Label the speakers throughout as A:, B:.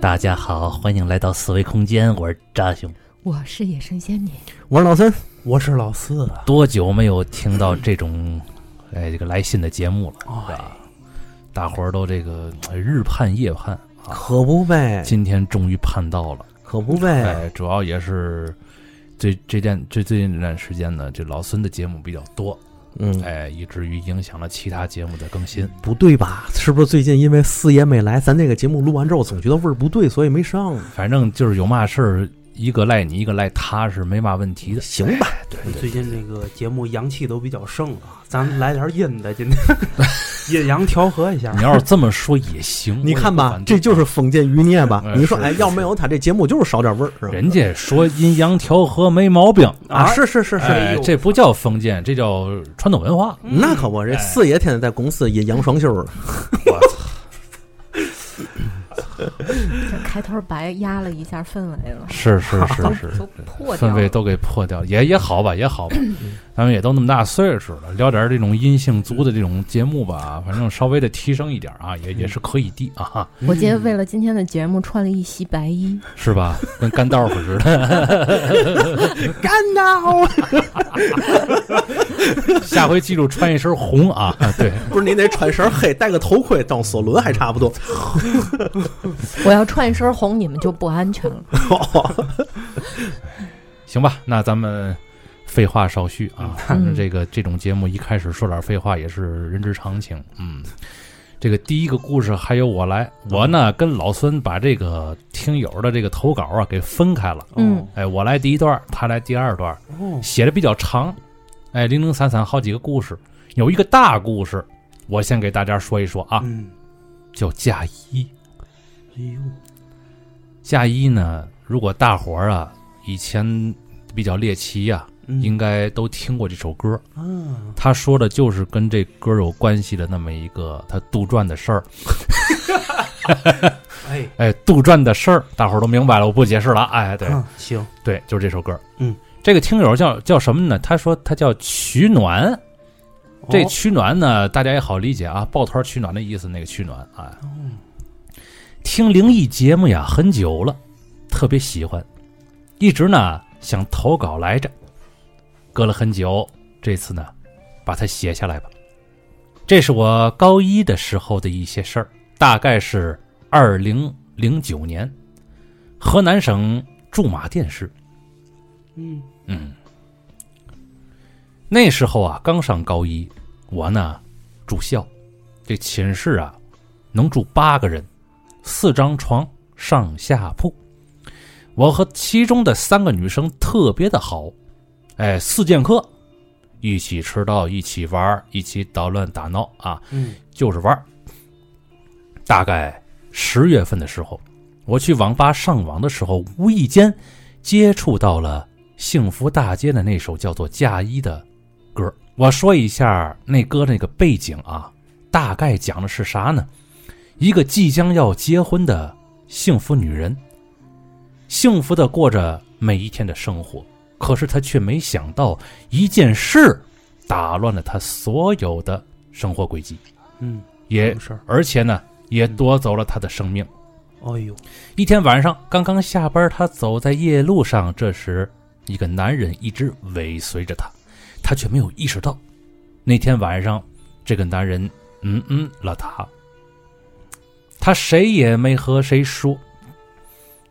A: 大家好，欢迎来到四维空间，我是扎兄。
B: 我是野生仙女，
C: 我是老三，我是老四啊。
A: 多久没有听到这
C: 嗯
A: 种，哎，这个来信的节目了？
C: 哎
A: 是吧大伙儿都这个哎日盼夜盼啊，
C: 可不呗，
A: 今天终于盼到了。
C: 可不呗。
A: 哎，主要也是这这段这最近这段时间呢，这老孙的节目比较多，
C: 嗯，
A: 哎，以至于影响了其他节目的更新。
C: 不对吧？是不是最近因为四爷没来，咱这个节目录完之后总觉得味儿不对，所以没上？
A: 反正就是有嘛事儿，一个赖你，一个赖他，是没嘛问题的。哎
C: 行吧，
D: 嗯最近这个节目阳气都比较盛啊，咱们来点阴的，今天 阴阳调和一下
A: 你。要是这么说也行，
C: 你看
A: 我也
C: 吧
A: 不反，对
C: 这就是封建余孽吧
A: 哎？
C: 你说，
A: 是
C: 哎，
A: 是
C: 要没有他，这节目就是少点味儿，是吧？
A: 人家说阴阳调和没毛病，
C: 啊，是是是是，
A: 哎，这不叫封建，这叫传统文化。
C: 那可不，这
A: 哎
C: 四爷天天在公司也杨双 休了。
B: 这开头白压了一下氛围了，
A: 是是 是
B: 都破掉
A: 氛围
B: 了。
A: 都给破掉，也也好吧，也好吧，咱们也都那么大岁数了，聊点这种阴性族的这种节目吧，反正稍微的提升一点啊，也也是可以的啊，
B: 我今天为了今天的节目穿了一袭白衣，
A: 是吧？跟干道夫似的，
C: 干呐！
A: 下回记住穿一身红啊，啊对，
C: 不是你得穿身黑，戴个头盔，当索伦还差 不多。
B: 我要穿一身红，你们就不安全了。
A: 行吧，那咱们废话少叙啊，反正这个这种节目一开始说点废话也是人之常情。嗯，这个第一个故事还由我来，我呢跟老孙把这个听友的这个投稿啊给分开了，
B: 嗯
A: 哎，我来第一段，他来第二段，
D: 哦，
A: 写的比较长，哎，零零散散好几个故事，有一个大故事，我先给大家说一说啊，
D: 嗯，
A: 叫嫁衣。
D: 哎呦，
A: 嫁衣呢，如果大伙儿啊以前比较猎奇呀、
D: 嗯
A: 应该都听过这首歌。
D: 啊，
A: 他说的就是跟这歌有关系的那么一个他杜撰的事儿。
D: 哎，
A: 哎，杜撰的事儿，大伙儿都明白了，我不解释了。哎，对、
D: 嗯行，
A: 对，就是这首歌。
D: 嗯，
A: 这个听友叫叫什么呢？他说他叫取暖。这
D: 哦
A: 取暖呢，大家也好理解啊，抱团取暖的意思，那个取暖啊。
D: 哦
A: 听灵异节目呀，很久了，特别喜欢，一直呢想投稿来着，隔了很久，这次呢，把它写下来吧。这是我高一的时候的一些事儿，大概是二零零九年，河南省驻马店市。
D: 嗯
A: 嗯，那时候啊，刚上高一，我呢住校，这寝室啊能住八个人，四张床，上下铺。我和其中的三个女生特别的好，哎，四剑客，一起迟到，一起玩儿，一起捣乱打闹啊，
D: 嗯
A: 就是玩儿。大概十月份的时候，我去网吧上网的时候，无意间接触到了幸福大街的那首叫做《嫁衣》的歌。我说一下那歌那个背景啊，大概讲的是啥呢？一个即将要结婚的幸福女人，幸福的过着每一天的生活，可是她却没想到一件事打乱了她所有的生活轨迹，
D: 嗯，
A: 也
D: 什么事儿？
A: 而且呢，也夺走了他的生命。
D: 哎呦，
A: 一天晚上，刚刚下班，他走在夜路上，这时一个男人一直尾随着他，他却没有意识到，那天晚上这个男人嗯嗯了他，他谁也没和谁说，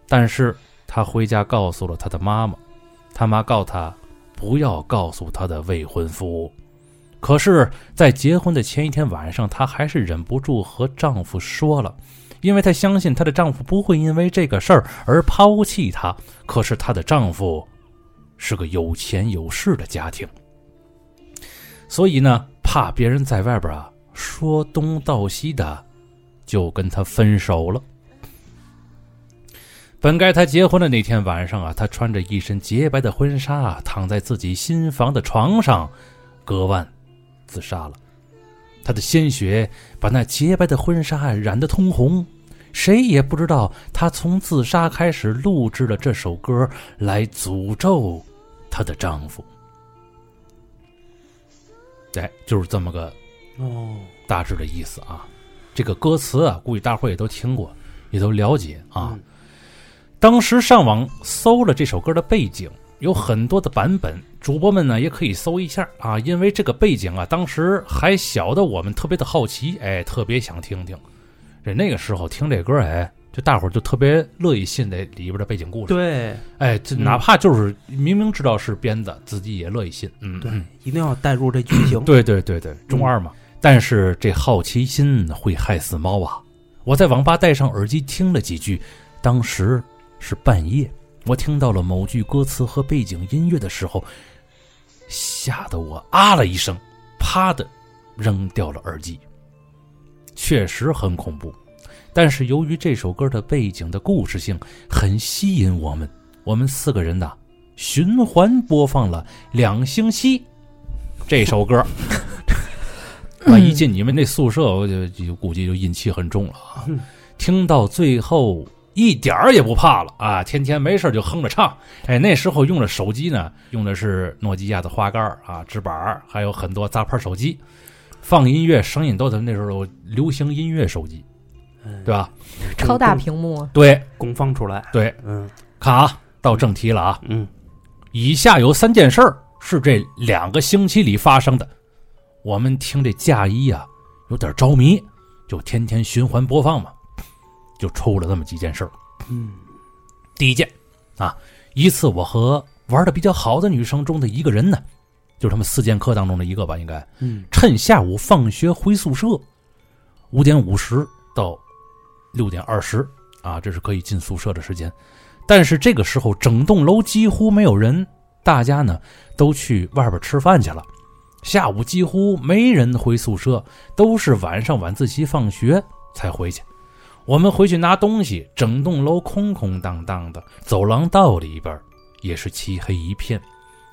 A: 但是他回家告诉了他的妈妈，他妈告他不要告诉他的未婚夫。可是，在结婚的前一天晚上，她还是忍不住和丈夫说了。因为她相信她的丈夫不会因为这个事儿而抛弃她。可是她的丈夫是个有钱有势的家庭，所以呢，怕别人在外边啊说东道西的，就跟她分手了。本该她结婚的那天晚上啊，她穿着一身洁白的婚纱啊，躺在自己新房的床上，割腕自杀了。她的鲜血把那洁白的婚纱染得通红。谁也不知道，她从自杀开始录制了这首歌来诅咒她的丈夫。哎，就是这么个
D: 哦，
A: 大致的意思啊。这个歌词啊，估计大伙儿也都听过，也都了解啊。
D: 嗯
A: 当时上网搜了这首歌的背景，有很多的版本，主播们呢也可以搜一下啊，因为这个背景啊，当时还小的我们特别的好奇，哎，特别想听听。这那个时候听这歌，哎，就大伙儿就特别乐意信这里边的背景故事，
D: 对
A: 哎，这
D: 嗯
A: 哪怕就是明明知道是编的，自己也乐意信，嗯，
D: 对
A: 嗯，
D: 一定要带入这剧情。
A: 对对对对，中二嘛。但是这好奇心会害死猫啊！我在网吧戴上耳机听了几句，当时是半夜，我听到了某句歌词和背景音乐的时候，吓得我啊了一声，啪的扔掉了耳机。确实很恐怖，但是由于这首歌的背景的故事性很吸引我们，我们四个人呐、循环播放了两星期这首歌。万一进你们那宿舍，我就就估计就阴气很重了啊！
D: 嗯
A: 听到最后一点儿也不怕了啊！天天没事儿就哼着唱。哎，那时候用的手机呢，用的是诺基亚的花杆儿啊、直板儿，还有很多杂牌手机，放音乐声音都咱们那时候流行音乐手机，
D: 嗯，
A: 对吧？
B: 超大屏幕，啊
A: 对
D: 公放出来。
A: 对，
D: 嗯
A: 看啊，到正题了啊！
D: 嗯，
A: 以下有三件事儿是这两个星期里发生的。我们听这嫁衣啊，有点着迷，就天天循环播放嘛，就出了这么几件事儿。
D: 嗯，
A: 第一件啊，一次我和玩的比较好的女生中的一个人呢，就是他们四剑客当中的一个吧，应该
D: 嗯
A: 趁下午放学回宿舍，五点五十到六点二十啊，这是可以进宿舍的时间。但是这个时候，整栋楼几乎没有人，大家呢都去外边吃饭去了。下午几乎没人回宿舍，都是晚上晚自习放学才回去。我们回去拿东西，整栋楼空空荡荡的，走廊道里边也是漆黑一片，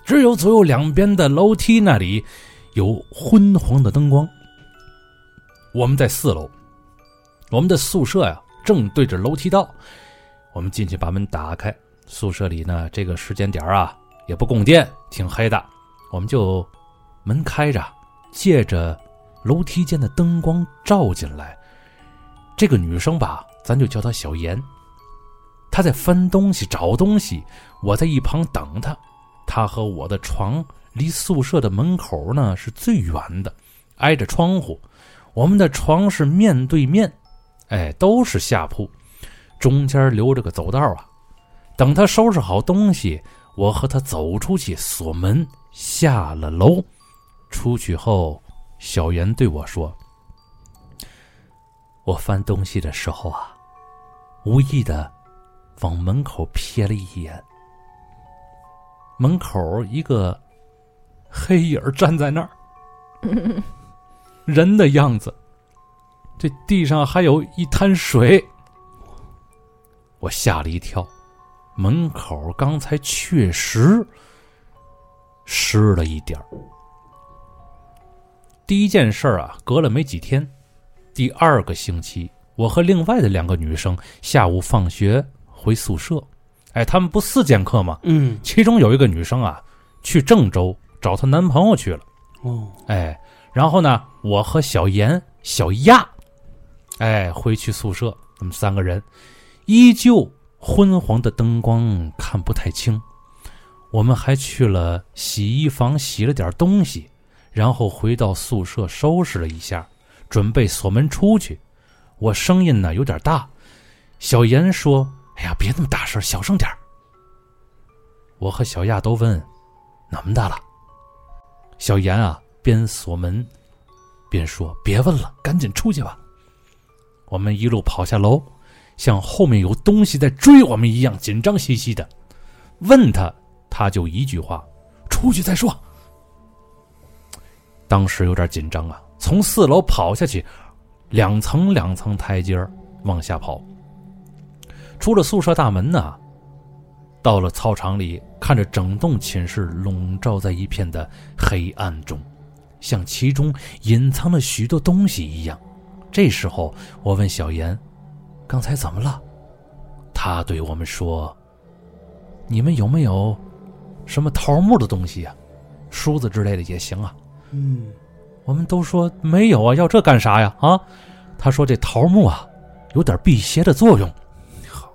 A: 只有左右两边的楼梯那里有昏黄的灯光。我们在四楼，我们的宿舍呀、正对着楼梯道。我们进去把门打开，宿舍里呢这个时间点儿啊也不供电，挺黑的，我们就门开着，借着楼梯间的灯光照进来。这个女生吧，咱就叫她小严。她在翻东西找东西，我在一旁等她。她和我的床离宿舍的门口呢是最远的，挨着窗户。我们的床是面对面，哎，都是下铺，中间留着个走道啊。等他收拾好东西，我和他走出去，锁门，下了楼。出去后，小严对我说：“我翻东西的时候啊，无意的往门口瞥了一眼，门口一个黑影儿站在那儿，人的样子。这地上还有一滩水，我吓了一跳。门口刚才确实湿了一点儿。第一件事儿啊，隔了没几天，第二个星期，我和另外的两个女生下午放学回宿舍，哎，她们不四剑客吗？
D: 嗯
A: 其中有一个女生啊，去郑州找她男朋友去了。
D: 哦，
A: 哎，然后呢，我和小严、小亚，哎，回去宿舍，我们三个人依旧昏黄的灯光看不太清。我们还去了洗衣房洗了点东西，然后回到宿舍收拾了一下，准备锁门出去。我声音呢有点大，小严说：“哎呀，别那么大声，小声点儿。”我和小亚都问：“怎么的了？”小严啊，边锁门边说：“别问了，赶紧出去吧。”我们一路跑下楼，像后面有东西在追我们一样，紧张兮兮的。问他，他就一句话：“出去再说。”当时有点紧张啊，从四楼跑下去，两层两层台阶儿往下跑。出了宿舍大门呢，到了操场里，看着整栋寝室笼罩在一片的黑暗中，像其中隐藏了许多东西一样。这时候，我问小严：“刚才怎么了？”他对我们说：“你们有没有什么桃木的东西呀、梳子之类的也行啊。”
D: 嗯
A: 我们都说没有啊，要这干啥呀？啊，他说这桃木啊，有点辟邪的作用。
D: 好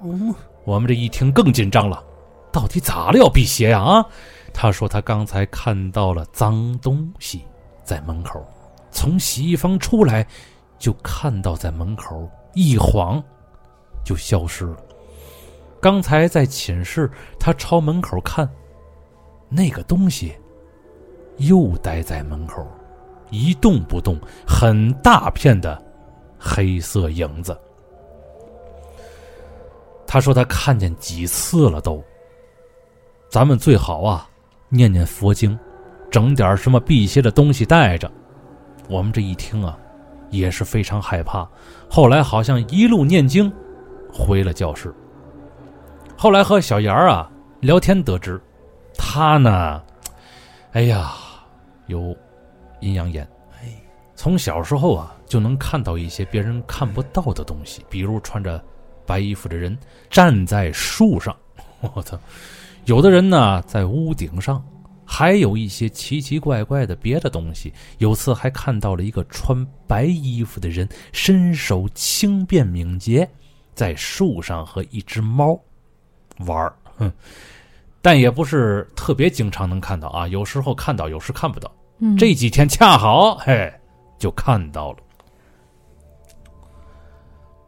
A: 我们这一听更紧张了，到底咋了要辟邪呀？啊，他说他刚才看到了脏东西在门口，从洗衣房出来就看到在门口，一晃就消失了。刚才在寝室，他朝门口看，那个东西又待在门口，一动不动，很大片的黑色影子。他说他看见几次了都。咱们最好啊，念念佛经，整点什么辟邪的东西带着。我们这一听啊，也是非常害怕。后来好像一路念经，回了教室。后来和小杨啊聊天得知，他呢，哎呀，有阴阳眼，从小时候啊就能看到一些别人看不到的东西，比如穿着白衣服的人站在树上， 我操！有的人呢在屋顶上，还有一些奇奇怪怪的别的东西。有次还看到了一个穿白衣服的人身手轻便敏捷，在树上和一只猫玩儿，哼，但也不是特别经常能看到啊，有时候看到，有时看不到。
B: 嗯
A: 这几天恰好，嘿，就看到了。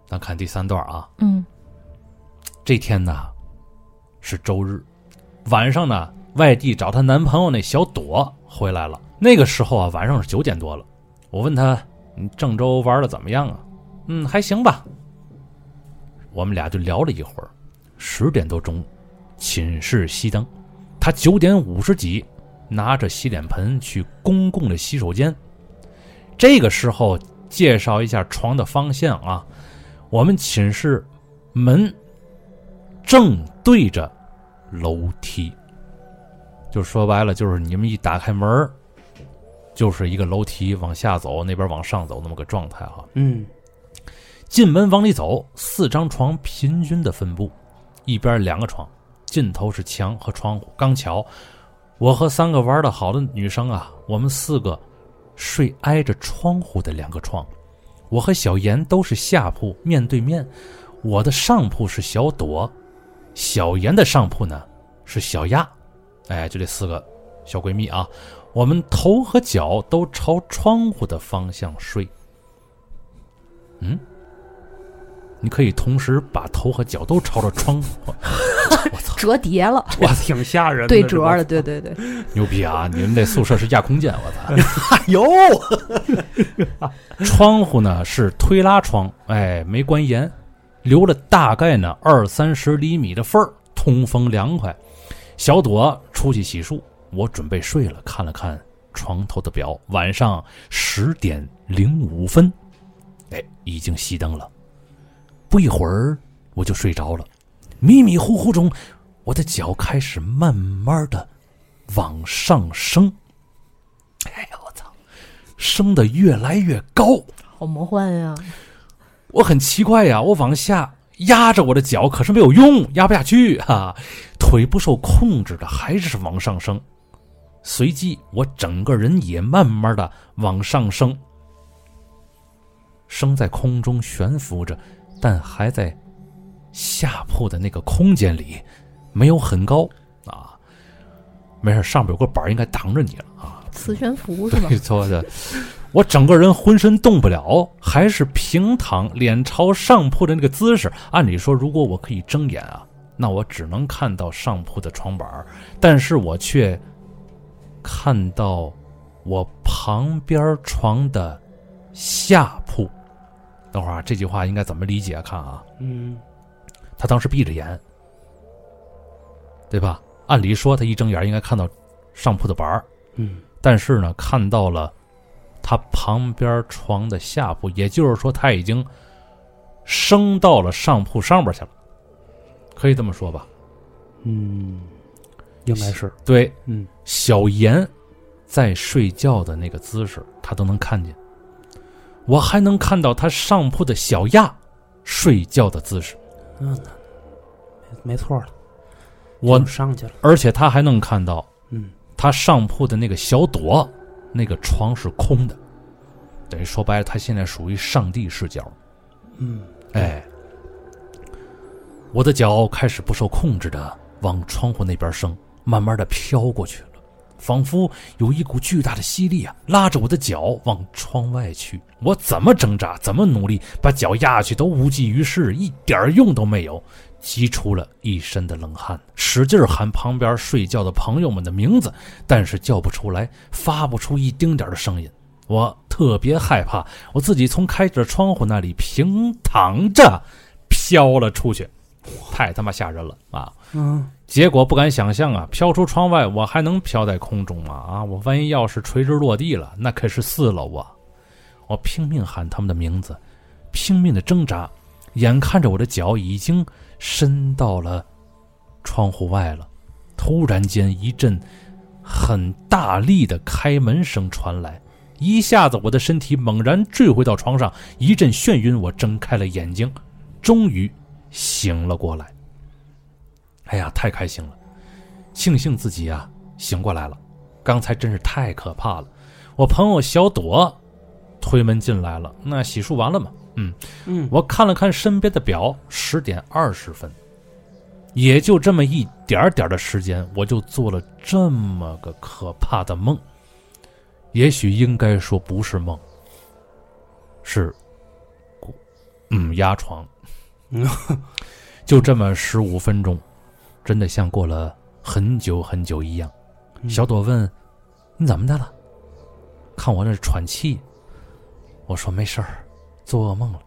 A: 咱看第三段啊，
B: 嗯
A: 这天呢是周日，晚上呢，外地找她男朋友那小朵回来了。那个时候啊，晚上是九点多了。我问她：“你郑州玩的怎么样啊？”嗯，还行吧。我们俩就聊了一会儿。十点多钟，寝室熄灯，她九点五十几拿着洗脸盆去公共的洗手间。这个时候，介绍一下床的方向啊，我们寝室门正对着楼梯。就说白了，就是你们一打开门儿，就是一个楼梯往下走，那边往上走那么个状态哈、
D: 嗯，
A: 进门往里走，四张床平均的分布，一边两个床，尽头是墙和窗户。刚巧，我和三个玩的好的女生啊，我们四个睡挨着窗户的两个床。我和小严都是下铺面对面，我的上铺是小朵，小严的上铺呢是小丫，哎，就这四个小闺蜜啊，我们头和脚都朝窗户的方向睡。嗯，你可以同时把头和脚都朝着窗户。 我操，
B: 折叠了，
D: 哇，挺吓人的，
B: 对
D: 这
B: 折
D: 个
B: 了，对对对，
A: 牛逼啊！你们这宿舍是亚空间，我操！
C: 有
A: 窗户呢是推拉窗，哎，没关严，留了大概呢二三十厘米的缝儿，通风凉快。小朵出去洗漱，我准备睡了，看了看床头的表，晚上十点零五分，哎，已经熄灯了。不一会儿我就睡着了，迷迷糊糊中，我的脚开始慢慢的往上升，哎呀，我操！升得越来越高。
B: 好魔幻呀！
A: 我很奇怪呀、我往下压着我的脚，可是没有用，压不下去啊，腿不受控制的还是往上升。随即，我整个人也慢慢的往上升，升在空中悬浮着，但还在下铺的那个空间里，没有很高啊。没事，上边有个板儿应该挡着你了啊。
B: 磁 悬浮是吧
A: 对？错的，我整个人浑身动不了，还是平躺，脸朝上铺的那个姿势。按理说，如果我可以睁眼啊，那我只能看到上铺的床板儿，但是我却看到我旁边床的下铺。等会儿啊，这句话应该怎么理解？看啊，
D: 嗯，
A: 他当时闭着眼，对吧？按理说，他一睁眼应该看到上铺的板儿，
D: 嗯，
A: 但是呢，看到了他旁边床的下铺，也就是说，他已经升到了上铺上边去了，可以这么说吧？
D: 嗯，应该是，
A: 对，
D: 嗯，
A: 小严在睡觉的那个姿势，他都能看见。我还能看到他上铺的小亚睡觉的姿势，
D: 嗯，没错了，
A: 我
D: 就上去了，
A: 而且他还能看到
D: 嗯，
A: 他上铺的那个小朵，那个床是空的，等于说白了，他现在属于上帝视角。
D: 嗯，
A: 哎，我的脚开始不受控制的往窗户那边升，慢慢的飘过去了，仿佛有一股巨大的吸力啊，拉着我的脚往窗外去。我怎么挣扎，怎么努力，把脚压下去都无济于事，一点儿用都没有，急出了一身的冷汗，使劲儿喊旁边睡觉的朋友们的名字，但是叫不出来，发不出一丁点儿的声音。我特别害怕，我自己从开着的窗户那里平躺着飘了出去，太他妈吓人了啊！
D: 嗯，
A: 结果不敢想象啊，飘出窗外，我还能飘在空中吗？啊，我万一要是垂直落地了，那可是四楼啊！我拼命喊他们的名字，拼命的挣扎，眼看着我的脚已经伸到了窗户外了。突然间，一阵很大力的开门声传来，一下子我的身体猛然坠回到床上，一阵眩晕，我睁开了眼睛，终于醒了过来。哎呀，太开心了，庆幸自己啊醒过来了，刚才真是太可怕了。我朋友小朵推门进来了，那洗漱完了嘛？嗯
D: 嗯
A: 我看了看身边的表，十点二十分，也就这么一点儿点儿的时间，我就做了这么个可怕的梦。也许应该说不是梦，是，嗯，压床
D: 嗯。
A: 就这么十五分钟，真的像过了很久很久一样。
D: 嗯
A: 小朵问：“你怎么的了？”看我那喘气，我说：“没事儿，做噩梦了。”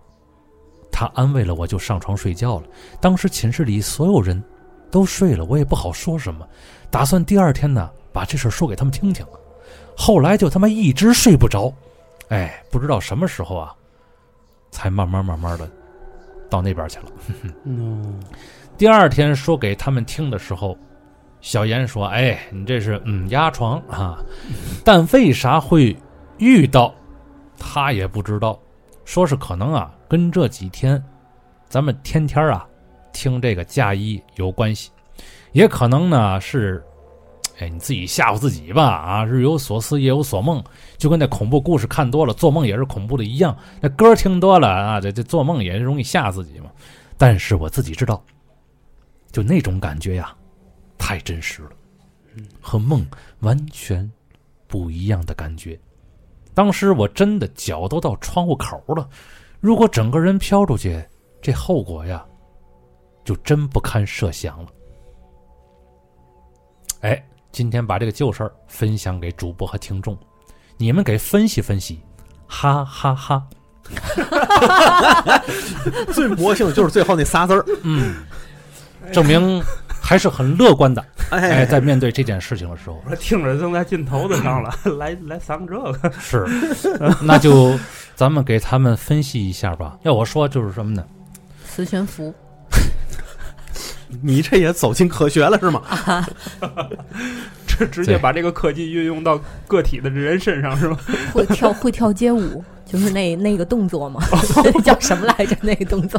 A: 他安慰了我，就上床睡觉了。当时寝室里所有人都睡了，我也不好说什么，打算第二天呢把这事儿说给他们听听。后来就他妈一直睡不着，哎，不知道什么时候啊，才慢慢慢慢的到那边去了。
D: 嗯
A: 第二天说给他们听的时候，小严说：“哎，你这是嗯压床啊，但为啥会遇到，他也不知道。说是可能啊，跟这几天咱们天天啊听这个嫁衣有关系，也可能呢是，哎你自己吓唬自己吧啊，日有所思夜有所梦，就跟那恐怖故事看多了，做梦也是恐怖的一样。那歌听多了啊，这这做梦也容易吓自己嘛。但是我自己知道。”就那种感觉呀，太真实了，和梦完全不一样的感觉。当时我真的脚都到窗户口了，如果整个人飘出去，这后果呀，就真不堪设想了。哎，今天把这个旧事儿分享给主播和听众，你们给分析分析，哈哈哈
C: 最魔性的就是最后那仨字儿，
A: 嗯，证明还是很乐观的。哎，
C: 哎，
A: 在面对这件事情的时候，
D: 我听着正在劲头子上了，来来三个这个，
A: 是， 那就咱们给他们分析一下吧。要我说就是什么呢？
B: 磁悬浮，
C: 你这也走进科学了是吗？
D: 这直
A: 对
D: 接把这个科技运用到个体的人身上是吧？
B: 会跳会跳街舞，就是那那个动作嘛， 叫什么来着？那个动作，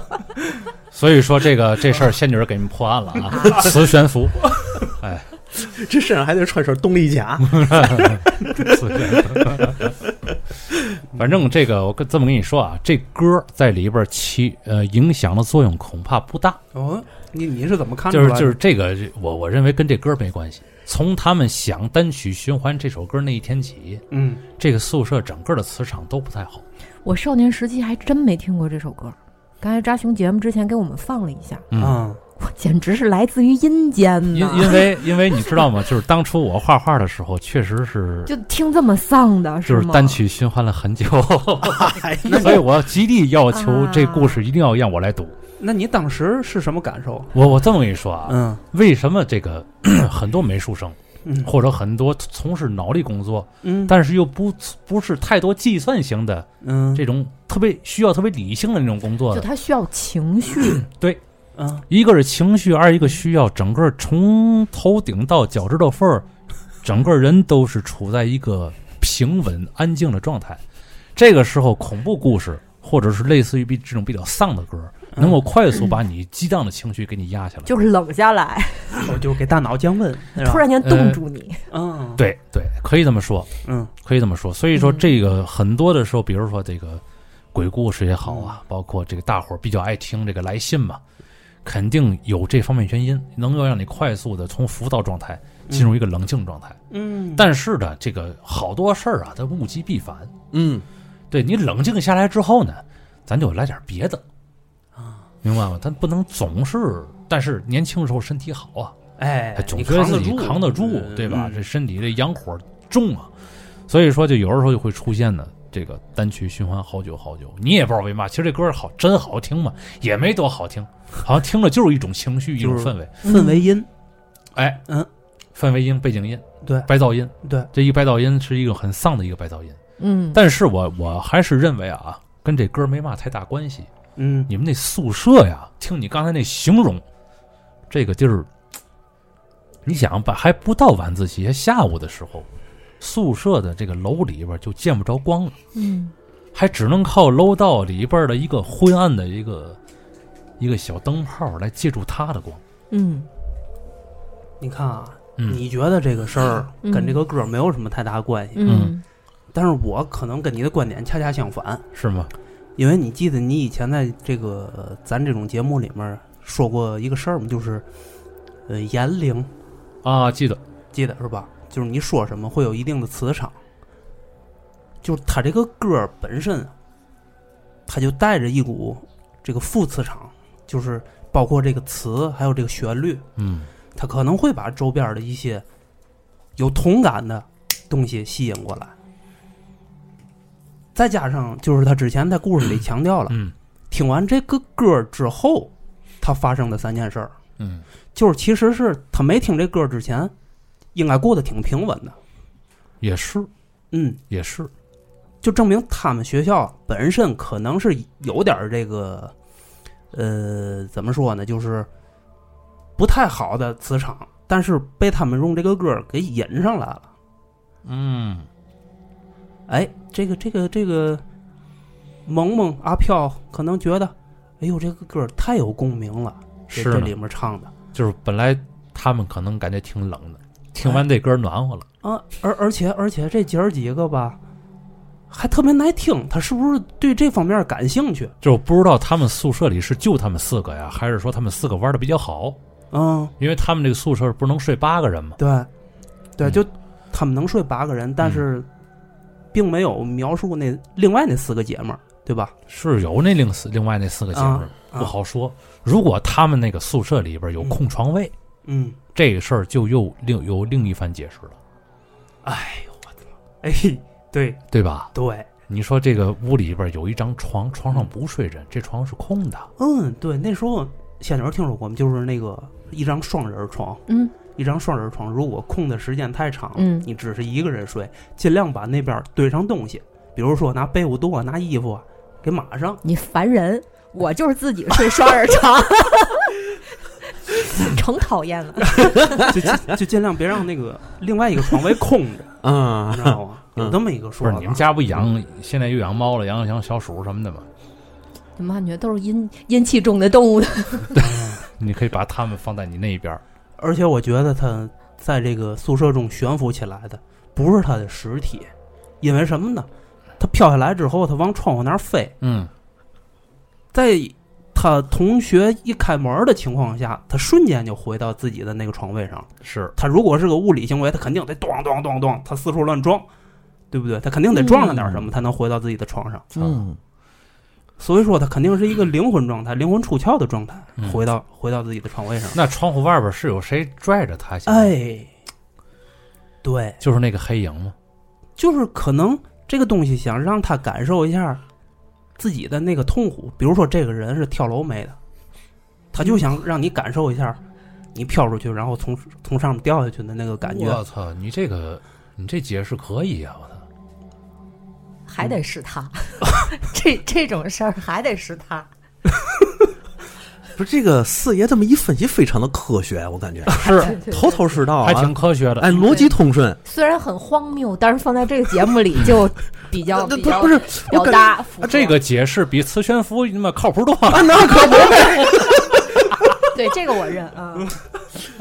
A: 所以说这个这事儿，仙女儿给你们破案了啊！磁悬浮，
C: 这身上还得穿身动力甲，
A: 磁悬浮。反正这个我跟这么跟你说啊，这歌在里边起呃影响的作用恐怕不大，
D: 哦，你你是怎么看出
A: 就是
D: 来的？
A: 就是这个我我认为跟这歌没关系。从他们想单曲循环这首歌那一天起，
D: 嗯，
A: 这个宿舍整个的磁场都不太好。
B: 我少年时期还真没听过这首歌。刚才扎熊节目之前给我们放了一下，
A: 嗯，
D: 啊，
B: 我简直是来自于阴间
A: 因
B: 呐！
A: 因为因为你知道吗？就是当初我画画的时候，确实是
B: 就听这么丧的，
A: 就是
B: 吗？
A: 单曲循环了很久，
C: 哎
A: 所以我极力要求这故事一定要让我来读。
D: 那你当时是什么感受？
A: 我我这么跟你说啊，
D: 啊嗯
A: 为什么这个 很多美术生
D: 嗯
A: 或者很多从事脑力工作，
D: 嗯，
A: 但是又不不是太多计算型的
D: 嗯
A: 这种特别需要特别理性的那种工作
B: 就
A: 的，
B: 他需要情绪，
D: 嗯
A: 一个是情绪，二一个需要整个从头顶到脚趾头缝儿，整个人都是处在一个平稳安静的状态。这个时候，恐怖故事或者是类似于比这种比较丧的歌，能够快速把你激荡的情绪给你压下来。
B: 就是冷下来，
D: 我就给大脑降温，是吧
B: 突然间冻住你。
D: 嗯
A: 对对，可以这么说，
D: 嗯
A: 可以这么说。所以说，
B: 嗯
A: 这个很多的时候，比如说这个。鬼故事也好啊，包括这个大伙儿比较爱听这个来信嘛，肯定有这方面原因，能够让你快速的从浮躁状态进入一个冷静状态。
D: 嗯，
A: 但是呢，这个好多事儿啊，它物极必反。
C: 嗯，
A: 对你冷静下来之后呢，咱就来点别的啊，明白吗？咱不能总是，但是年轻时候身体好啊，
D: 哎
A: 哎，总
D: 你
A: 觉得
D: 扛
A: 自
D: 得
A: 己
D: 住，
A: 扛得住，
D: 嗯
A: 对吧？
D: 嗯
A: 这身体这阳火重啊，所以说就有的时候就会出现呢。这个单曲循环好久好久，你也不知道为嘛。其实这歌好，真好听嘛，也没多好听，好像听着就是一种情绪，一种
D: 就是
A: 氛围。
D: 氛围音，
A: 哎，
D: 嗯，
A: 氛围音、背景音、
D: 对
A: 白噪音，
D: 对，
A: 这一个白噪音是一个很丧的一个白噪音。
B: 嗯，
A: 但是我我还是认为啊，跟这歌没嘛太大关系。
D: 嗯，
A: 你们那宿舍呀，听你刚才那形容，这个地儿，你想吧，还不到晚自习，还下午的时候，宿舍的这个楼里边就见不着光了，
B: 嗯
A: 还只能靠楼道里边的一个昏暗的一个一个小灯泡来借助它的光。
B: 嗯
D: 你看啊，
A: 嗯
D: 你觉得这个事儿
B: 嗯
D: 跟这个歌没有什么太大关系，
A: 嗯
B: 嗯
D: 但是我可能跟你的观点恰恰相反，
A: 是吗？
D: 因为你记得你以前在这个呃咱这种节目里面说过一个事儿吗？就是，呃，言灵，
A: 啊，记得，
D: 记得是吧？就是你说什么会有一定的磁场，就是它这个歌本身，它就带着一股这个负磁场，就是包括这个词还有这个旋律，
A: 嗯
D: 它可能会把周边的一些有同感的东西吸引过来。再加上就是他之前在故事里强调了，
A: 嗯
D: 听完这个歌之后，他发生的三件事儿，
A: 嗯
D: 就是其实是他没听这歌之前，应该过得挺平稳的。
A: 也是
D: 嗯，
A: 也是，
D: 就证明他们学校本身可能是有点儿这个，呃，怎么说呢，就是不太好的磁场，但是被他们用这个歌儿给引上来了。
A: 嗯
D: 哎，这个这个这个，萌萌阿飘可能觉得，哎呦，这个歌儿太有共鸣了，这
A: 嗯是
D: 这
A: 呢
D: 里面唱的
A: 就是本来他们可能感觉挺冷的，听完这歌暖和了。
D: 啊，而而且而且这姐儿几个吧，还特别耐听，他是不是对这方面感兴趣？
A: 就是我不知道他们宿舍里是就他们四个呀，还是说他们四个玩的比较好？
D: 嗯，
A: 因为他们这个宿舍不是能睡八个人吗？
D: 对，对，
A: 嗯
D: 就他们能睡八个人，但是嗯并没有描述那另外那四个姐们儿，对吧？
A: 是有那另四另外那四个姐们儿、
D: 啊
A: 不好说。如果他们那个宿舍里边有空床位，
D: 嗯，
A: 这个事儿就又另有另一番解释了，
D: 哎呦，我操！哎，对
A: 对吧？
D: 对，
A: 你说这个屋里边有一张床，床上不睡人，这床是空的。
D: 嗯，对，那时候仙女儿听说过吗？就是那个一张双人床，
B: 嗯
D: 一张双人床，如果空的时间太长了，
B: 嗯
D: 你只是一个人睡，尽量把那边儿堆上东西，比如说拿被褥垛啊、拿衣服啊，给码 上。
B: 你烦人，我就是自己睡双人床，成讨厌了。
D: 就就就尽量别让那个另外一个床位空着，你知
C: 啊，
D: 道 吗？有这么一个
A: 不
D: 说嗯
A: 是
D: 法。
A: 你们家不养，现在又养猫了，养养小鼠什么的嘛？
B: 怎么感觉都是阴阴气重的动物的？
A: 你可以把它们放在你那边儿。
D: 而且我觉得他在这个宿舍中悬浮起来的不是他的实体，因为什么呢？他飘下来之后，他往窗户那儿飞，
A: 嗯，
D: 在他同学一开门的情况下，他瞬间就回到自己的那个床位上了。
A: 是
D: 他如果是个物理行为，他肯定得咚咚咚咚，他四处乱撞，对不对？他肯定得撞上点什么，才能回到自己的床上。
C: 嗯，
D: 所以说，他肯定是一个灵魂状态、灵魂出窍的状态，
A: 嗯
D: 回到回到自己的床位上。
A: 那窗户外边是有谁拽着它？，
D: 哎，对，
A: 就是那个黑影吗？
D: 就是可能这个东西想让他感受一下自己的那个痛苦，比如说这个人是跳楼没的，他就想让你感受一下你飘出去，然后从从上面掉下去的那个感觉。
A: 我操，你这个你这解释可以啊！我操，
B: 还得是他， 这这种事儿还得是他。
C: 不是这个四爷这么一分析，非常的科学，我感觉
B: 对
A: 是
B: 对对
C: 头头是
D: 哦
C: 道啊，
A: 还挺科学的。
C: 哎，逻辑通顺。
B: 虽然很荒谬，但是放在这个节目里就比较
C: 那
B: 比
C: 不
B: 较
C: 不是
B: 表
C: 啊
B: 达符合
A: 这个解释比磁悬浮 他妈靠谱多了。
C: 啊，那可不呗。
B: 对这个我认啊，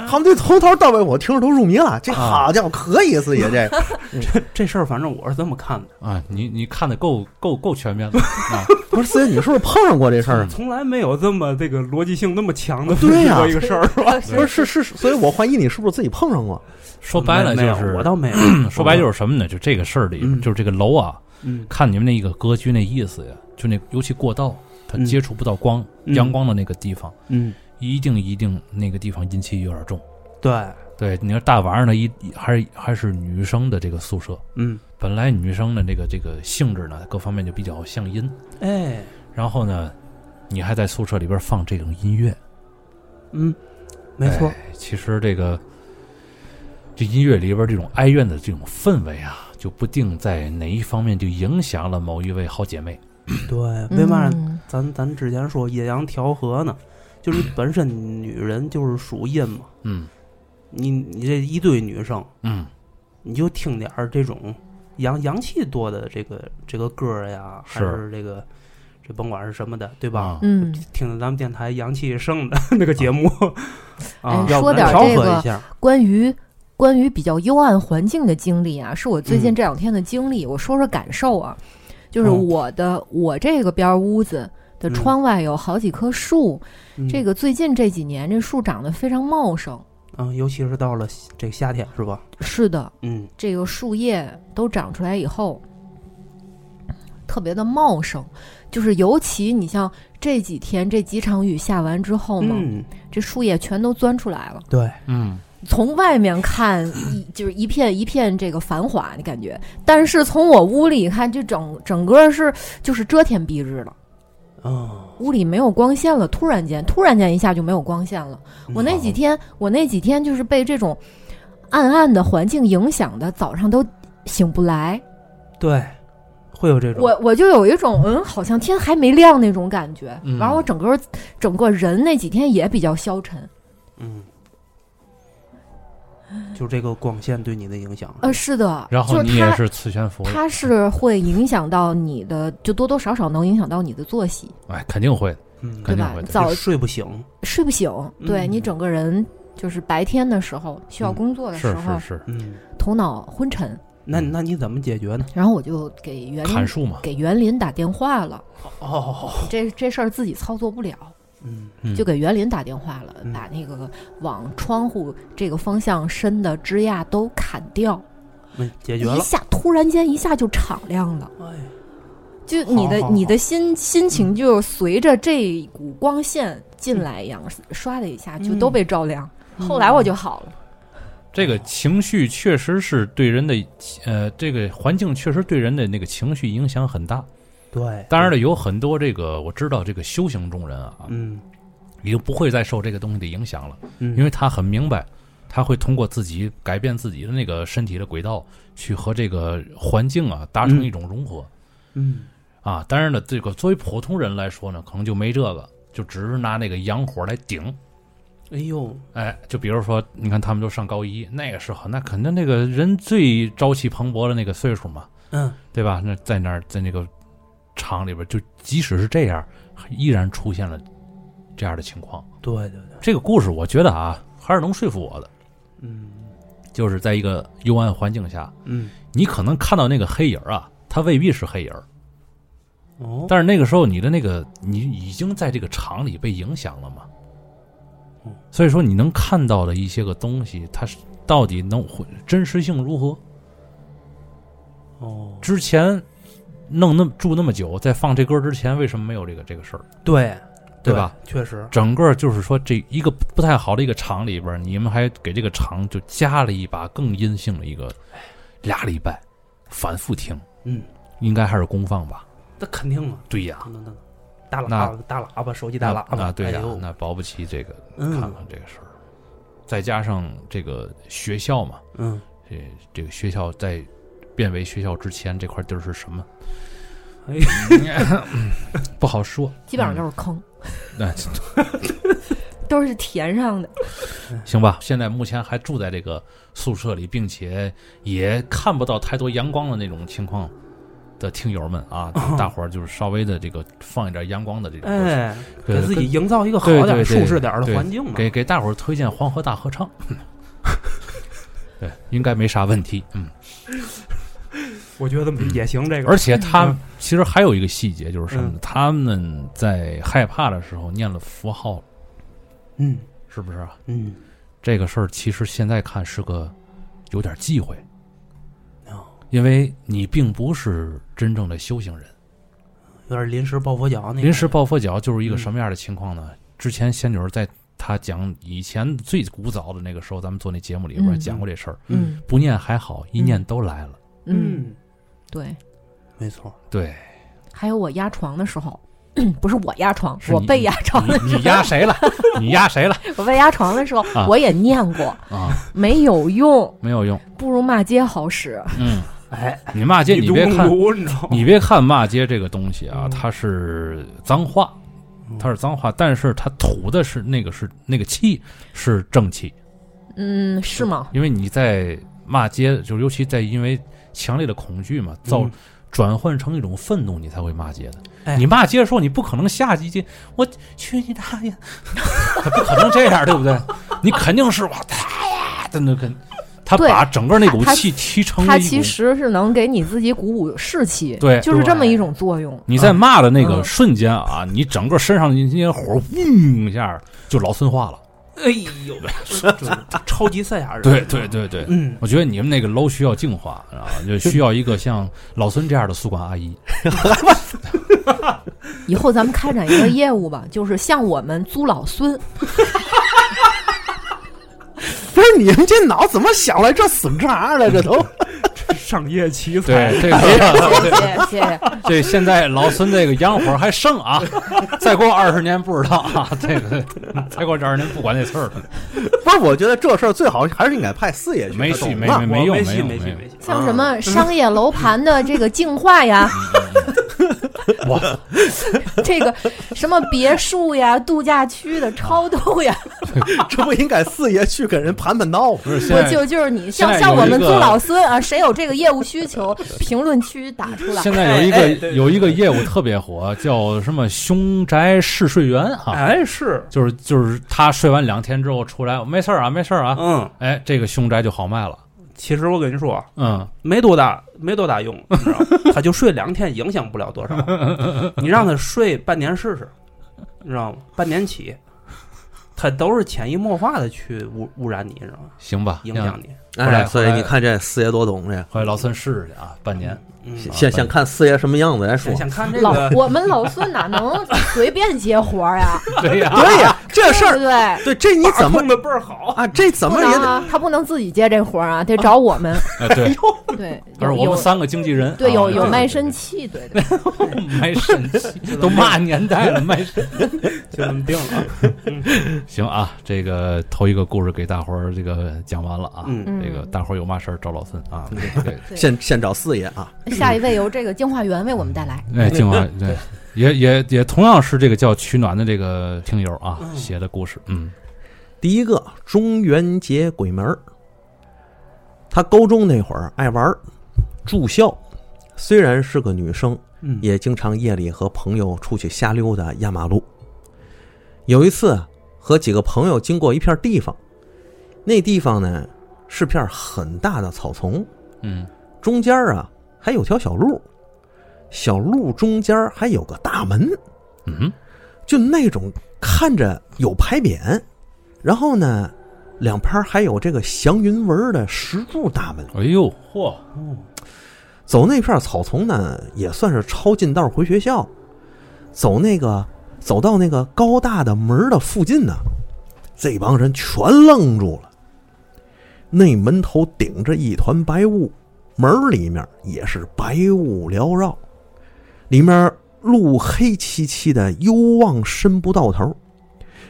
C: 他们这从头到尾我听着都入迷了，这
D: 啊
C: 好家伙可以四爷这个
D: 这事儿反正我是这么看的，
A: 啊，你你看的够够够全 面了啊！
C: 不是四爷你是不是碰上过这事儿啊？
D: 从来没有这么这个逻辑性那么强的
C: 对
D: 分析
C: 呀
D: 过一个事儿，是吧？
C: 不是是是，所以我怀疑你是不是自己碰上过？
A: 说白了就
D: 没有
A: 是嗯
D: 我倒没有，
A: 说白就是什么呢？就这个事儿里，
D: 嗯
A: 就是这个楼啊，
D: 嗯
A: 看你们那个格局那意思呀，就那尤其过道，它
D: 嗯
A: 接触不到光、
D: 嗯
A: 阳光的那个地方，
D: 嗯，
A: 一定一定那个地方阴气有点重。
D: 对，
A: 对，你说大晚上的一还是还是女生的这个宿舍，
D: 嗯，
A: 本来女生的这个这个性质呢，各方面就比较像阴，
D: 哎，
A: 然后呢，你还在宿舍里边放这种音乐，
D: 嗯，没错，
A: 哎其实这个这音乐里边这种哀怨的这种氛围啊，就不定在哪一方面就影响了某一位好姐妹。
D: 对，
B: 嗯
D: 为嘛咱咱之前说阴阳调和呢？就是本身女人就是属阴嘛，
A: 嗯
D: 你你这一堆女生，
A: 嗯，
D: 你就听点儿这种阳阳气多的这个这个歌儿呀，还
A: 是
D: 是这个这甭管是什么的，对吧？
A: 啊
B: 嗯，
D: 听着咱们电台阳气盛的那个节目， 啊，
B: 哎
D: 要不
B: 说
D: 然
B: 点儿
D: 调
B: 这
D: 和
B: 个
D: 一下，
B: 关于关于比较幽暗环境的经历啊，是我最近这两天的经历，我说说感受啊。就是
D: 嗯
B: 我的、我这个边儿屋子的
D: 嗯
B: 窗外有好几棵树，
D: 嗯
B: 这个最近这几年这树长得非常茂盛。
D: 嗯，尤其是到了这个夏天，是吧？
B: 是的，
D: 嗯
B: 这个树叶都长出来以后，特别的茂盛。就是尤其你像这几天这几场雨下完之后呢，
D: 嗯，
B: 这树叶全都钻出来了。
D: 对，
A: 嗯，
B: 从外面看，一就是一片一片这个繁华，你感觉；但是从我屋里看，就整整个是就是遮天蔽日了，
D: 嗯，
B: 屋里没有光线了。突然间，突然间一下就没有光线了。
A: 嗯
B: 我那
D: 嗯
B: 几天，我那几天就是被这种暗暗的环境影响的，早上都醒不来。
D: 对，会有这种，
B: 我我就有一种嗯，好像天还没亮那种感觉。
A: 嗯
B: 完，我整个整个人那几天也比较消沉。
D: 嗯，就这个光线对你的影响，
B: 呃，是的，
A: 然后
B: 就是
A: 你
B: 它
A: 也是磁悬浮，
B: 它是会影响到你的，就多多少少能影响到你的作息，
A: 哎，肯定会的，
D: 嗯，
B: 对
A: 肯定
B: 吧
A: 会？的
B: 早
D: 就睡不醒，
B: 睡不醒，对
D: 嗯
B: 你整个人就是白天的时候需要
D: 嗯
B: 工作的时
A: 是
B: 候
A: 是，是，
D: 嗯，
B: 头脑昏沉。
D: 那
A: 嗯
D: 那你怎么解决呢？
B: 然后我就给园
A: 砍
B: 林
A: 树嘛，
B: 给园林打电话 了，
D: 哦，
B: 这这事儿自己操作不了，
D: 嗯
A: 嗯
B: 就给园林打电话了，
D: 嗯
B: 把那个往窗户这个方向伸的枝桠都砍掉，
D: 那解决
B: 一
D: 了，
B: 下突然间一下就敞亮了。
D: 哎，
B: 就你的
D: 好好
B: 你的心心情就随着这股光线进来一样，唰的一下就都被照亮。
A: 嗯
B: 后来我就好了，
A: 这个情绪确实是对人的，呃，这个环境确实对人的那个情绪影响很大。
D: 对，
A: 当然了，有很多这个我知道，这个修行中人啊，
D: 嗯，
A: 已经不会再受这个东西的影响了，
D: 嗯，
A: 因为他很明白，他会通过自己改变自己的那个身体的轨道，去和这个环境啊达成一种融合、
D: 嗯
A: 啊。当然了，这个作为普通人来说呢，可能就没这个，就只是拿那个洋火来顶。
D: 哎呦，
A: 哎，就比如说，你看他们都上高一那个时候，那肯定那个人最朝气蓬勃的那个岁数嘛，
D: 嗯，
A: 对吧？那在那儿在那个厂里边，就即使是这样，依然出现了这样的情况。
D: 对对对，
A: 这个故事，我觉得啊，还是能说服我的。
D: 嗯
A: 就是在一个幽暗环境下，
D: 嗯，
A: 你可能看到那个黑影儿啊，它未必是黑影儿，嗯
D: 哦，
A: 但是那个时候你的那个你已经在这个场里被影响了嘛
D: 嗯，
A: 所以说你能看到的一些个东西，它是到底能会真实性如何？
D: 哦，
A: 之前弄那么住那么久，在放这歌之前，为什么没有这个这个事儿？
D: 对
A: 对吧？
D: 确实，
A: 整个就是说，这一个不太好的一个厂里边儿，你们还给这个厂就加了一把更阴性的一个，俩礼拜反复听，
D: 嗯，
A: 应该还是公放吧？
D: 那肯定嘛，
A: 对呀，
D: 等等等，大
A: 那
D: 喇叭大喇叭，手机大
A: 那
D: 喇叭，
A: 啊，对呀
D: 哎，呦
A: 那保不齐这个看
D: 嗯
A: 看这个事儿，再加上这个学校嘛，
D: 嗯，
A: 这这个学校在变为学校之前，这块地儿是什么？
D: 哎
A: 嗯 不好说，
B: 基本上就是是坑，
A: 那
B: 都是填上的。
A: 行吧，现在目前还住在这个宿舍里，并且也看不到太多阳光的那种情况，的听友们 啊，大伙儿就是稍微的这个放一点阳光的这种东西，
D: 哎，
A: 对
D: 给自己营造一个好
A: 对
D: 点儿、
A: 对对
D: 舒适点儿的
A: 对
D: 环境嘛。
A: 给给大伙儿推荐黄河大合唱， 对，应该没啥问题。嗯，
D: 我觉得也行，这个
A: 而且他其实还有一个细节就是什么呢
D: 嗯？
A: 他们在害怕的时候念了符号，
D: 嗯
A: 是不是啊？
D: 嗯
A: 这个事儿其实现在看是个有点忌讳
D: 哦，
A: 因为你并不是真正的修行人。
D: 有点临时抱佛脚那个
A: 临时抱佛脚就是一个
D: 嗯
A: 什么样的情况呢？之前仙女儿在她讲以前最古早的那个时候，咱们做那节目里边儿
B: 嗯
A: 讲过这事儿。
D: 嗯
B: 嗯
A: 不念还好，一念都来了。
B: 嗯，，对。
D: 没错，
A: 对，
B: 还有我压床的时候， 不是我压床，
A: 是
B: 我
A: 你
B: 被压床，
A: 你你压谁了？ 你压谁了？
B: 我被压床的时候，
A: 啊
B: 我也念过，
A: 啊，
B: 没有用，
A: 没有用。
B: 不如骂街好使。
A: 嗯，
D: 哎，
A: 你骂街，你别看，
D: 你知道吗？
A: 你别看骂街这个东西啊，
D: 嗯
A: 它是脏话，它是脏话，但是它吐的是那个是那个气是正气，
B: 嗯，是吗？
A: 因为你在骂街，就是尤其在因为强烈的恐惧嘛，造、
D: 嗯
A: 转换成一种愤怒，你才会骂街的。
D: 哎
A: 你骂街的时候，你不可能下一句我去你大爷， 他不可能这样，对不对？你肯定是我他呀的那个，他
B: 对
A: 把整个那股
B: 他
A: 气提成
B: 它
A: 了一
B: 其
A: 股。
B: 实是能给你自己鼓舞士气，
A: 对
B: 就是这么
D: 对
B: 一种作用。
A: 你在骂的那
B: 嗯
A: 个瞬间啊，你整个身上的那些火，嗡一下就老孙化了。
D: 哎 呦，这超级赛亚人，
A: 对对，对对，
D: 嗯，
A: 我觉得你们那个楼需要净化，啊，就需要一个像老孙这样的宿管阿姨。
B: 以后咱们开展一个业务 吧，就是向我们租老孙，
C: 不是你们这脑怎么想来这死样了？这都
D: 上夜奇才，
A: 对，这个
B: 谢谢谢谢。
A: 这现在老孙这个洋火还剩 啊，再过二十年不知道啊， 这个再过二十年不管这事儿了，
C: 不是？我觉得这事儿最好还是应该派四爷去。
A: 没
C: 他懂
A: 戏没
C: 嘛
A: 没
D: 我
A: 用
D: 没
A: 没
D: 戏
A: 用
D: 没戏
A: 用
D: 没。戏，
B: 像什
A: 嗯
B: 么商业楼盘的这个净化呀，
A: 哇，
B: 这个什么别墅呀、度假区的超度呀，
C: 这不应该四爷去给人盘盘道吗？
A: 不是现
B: 我
A: 在
B: 就就是你
A: 现
B: 像
A: 在
B: 像
A: 有
B: 我
A: 一
B: 们租
A: 个
B: 老孙啊，谁有这个业务需求，评论区打出来。
A: 现在有一
D: 哎哎
A: 个
D: 对
A: 有一个业务特别火，叫什么凶宅试睡员啊，
D: 哎是，
A: 就是就是他睡完两天之后出来，没事儿啊，没事儿啊，
D: 嗯，
A: 哎，这个凶宅就好卖了，
D: 其实我跟你说，
A: 嗯，
D: 没多大没多大用，你知道吗，他就睡两天，影响不了多少，你让他睡半年试试，你知道吗？半年起。他都是潜移默化的去污污染你，你知道吗？
A: 行吧，
D: 影
A: 让
D: 响你。
A: 后来
C: 哎，所以你看这四爷多懂这，
A: 回来老孙试试去啊，半年，
D: 嗯，
A: 啊
C: 先先看四爷什么样子再说
D: 想。想看这
B: 老
D: 个，
B: 我们老孙哪能随便接活儿 呀？
A: 对呀，
C: 对呀，这事
B: 对
C: 儿
B: 不对？
C: 对这你怎么
D: 控的倍儿好？
C: 啊？这怎
B: 不
C: 么也
B: 能
C: 得
B: 啊，他不能自己接这活儿啊，得找我 们。
A: 哎对，
B: 对，
A: 而
B: 有
A: 我们
B: 有
A: 三个经纪人，
B: 对有
A: 啊
B: 有
A: 对
B: 卖
A: 对
B: 身契，对对，
A: 对卖身契， 都嘛年代了，卖身。
D: 就这么定了。
A: 行啊，这个头一个故事给大伙儿这个讲完了啊。
D: 嗯，
B: 嗯
A: 这个大伙儿有嘛事儿找老孙啊。对，
B: 对
C: 先先找四爷啊？
B: 下一位由这个净化员为我们带来。
A: 哎，今晚对，也也也同样是这个叫取暖的这个听友啊
D: 嗯
A: 写的故事，嗯
C: 第一个中元节鬼门儿，他高中那会儿爱玩儿，住校，虽然是个女生，
D: 嗯
C: 也经常夜里和朋友出去瞎溜达压马路。有一次啊和几个朋友经过一片地方，那地方呢是片很大的草丛，
A: 嗯
C: 中间儿啊还有条小路，小路中间儿还有个大门。
A: 嗯，
C: 就那种看着有牌匾，然后呢，两边还有这个祥云纹的石柱大门。
A: 哎呦，嚯，
C: 走那片草丛呢，也算是抄近道回学校。走那个走到那个高大的门的附近呢，这帮人全愣住了。那门头顶着一团白雾，门里面也是白雾缭绕，里面路黑漆漆的，幽望深不到头，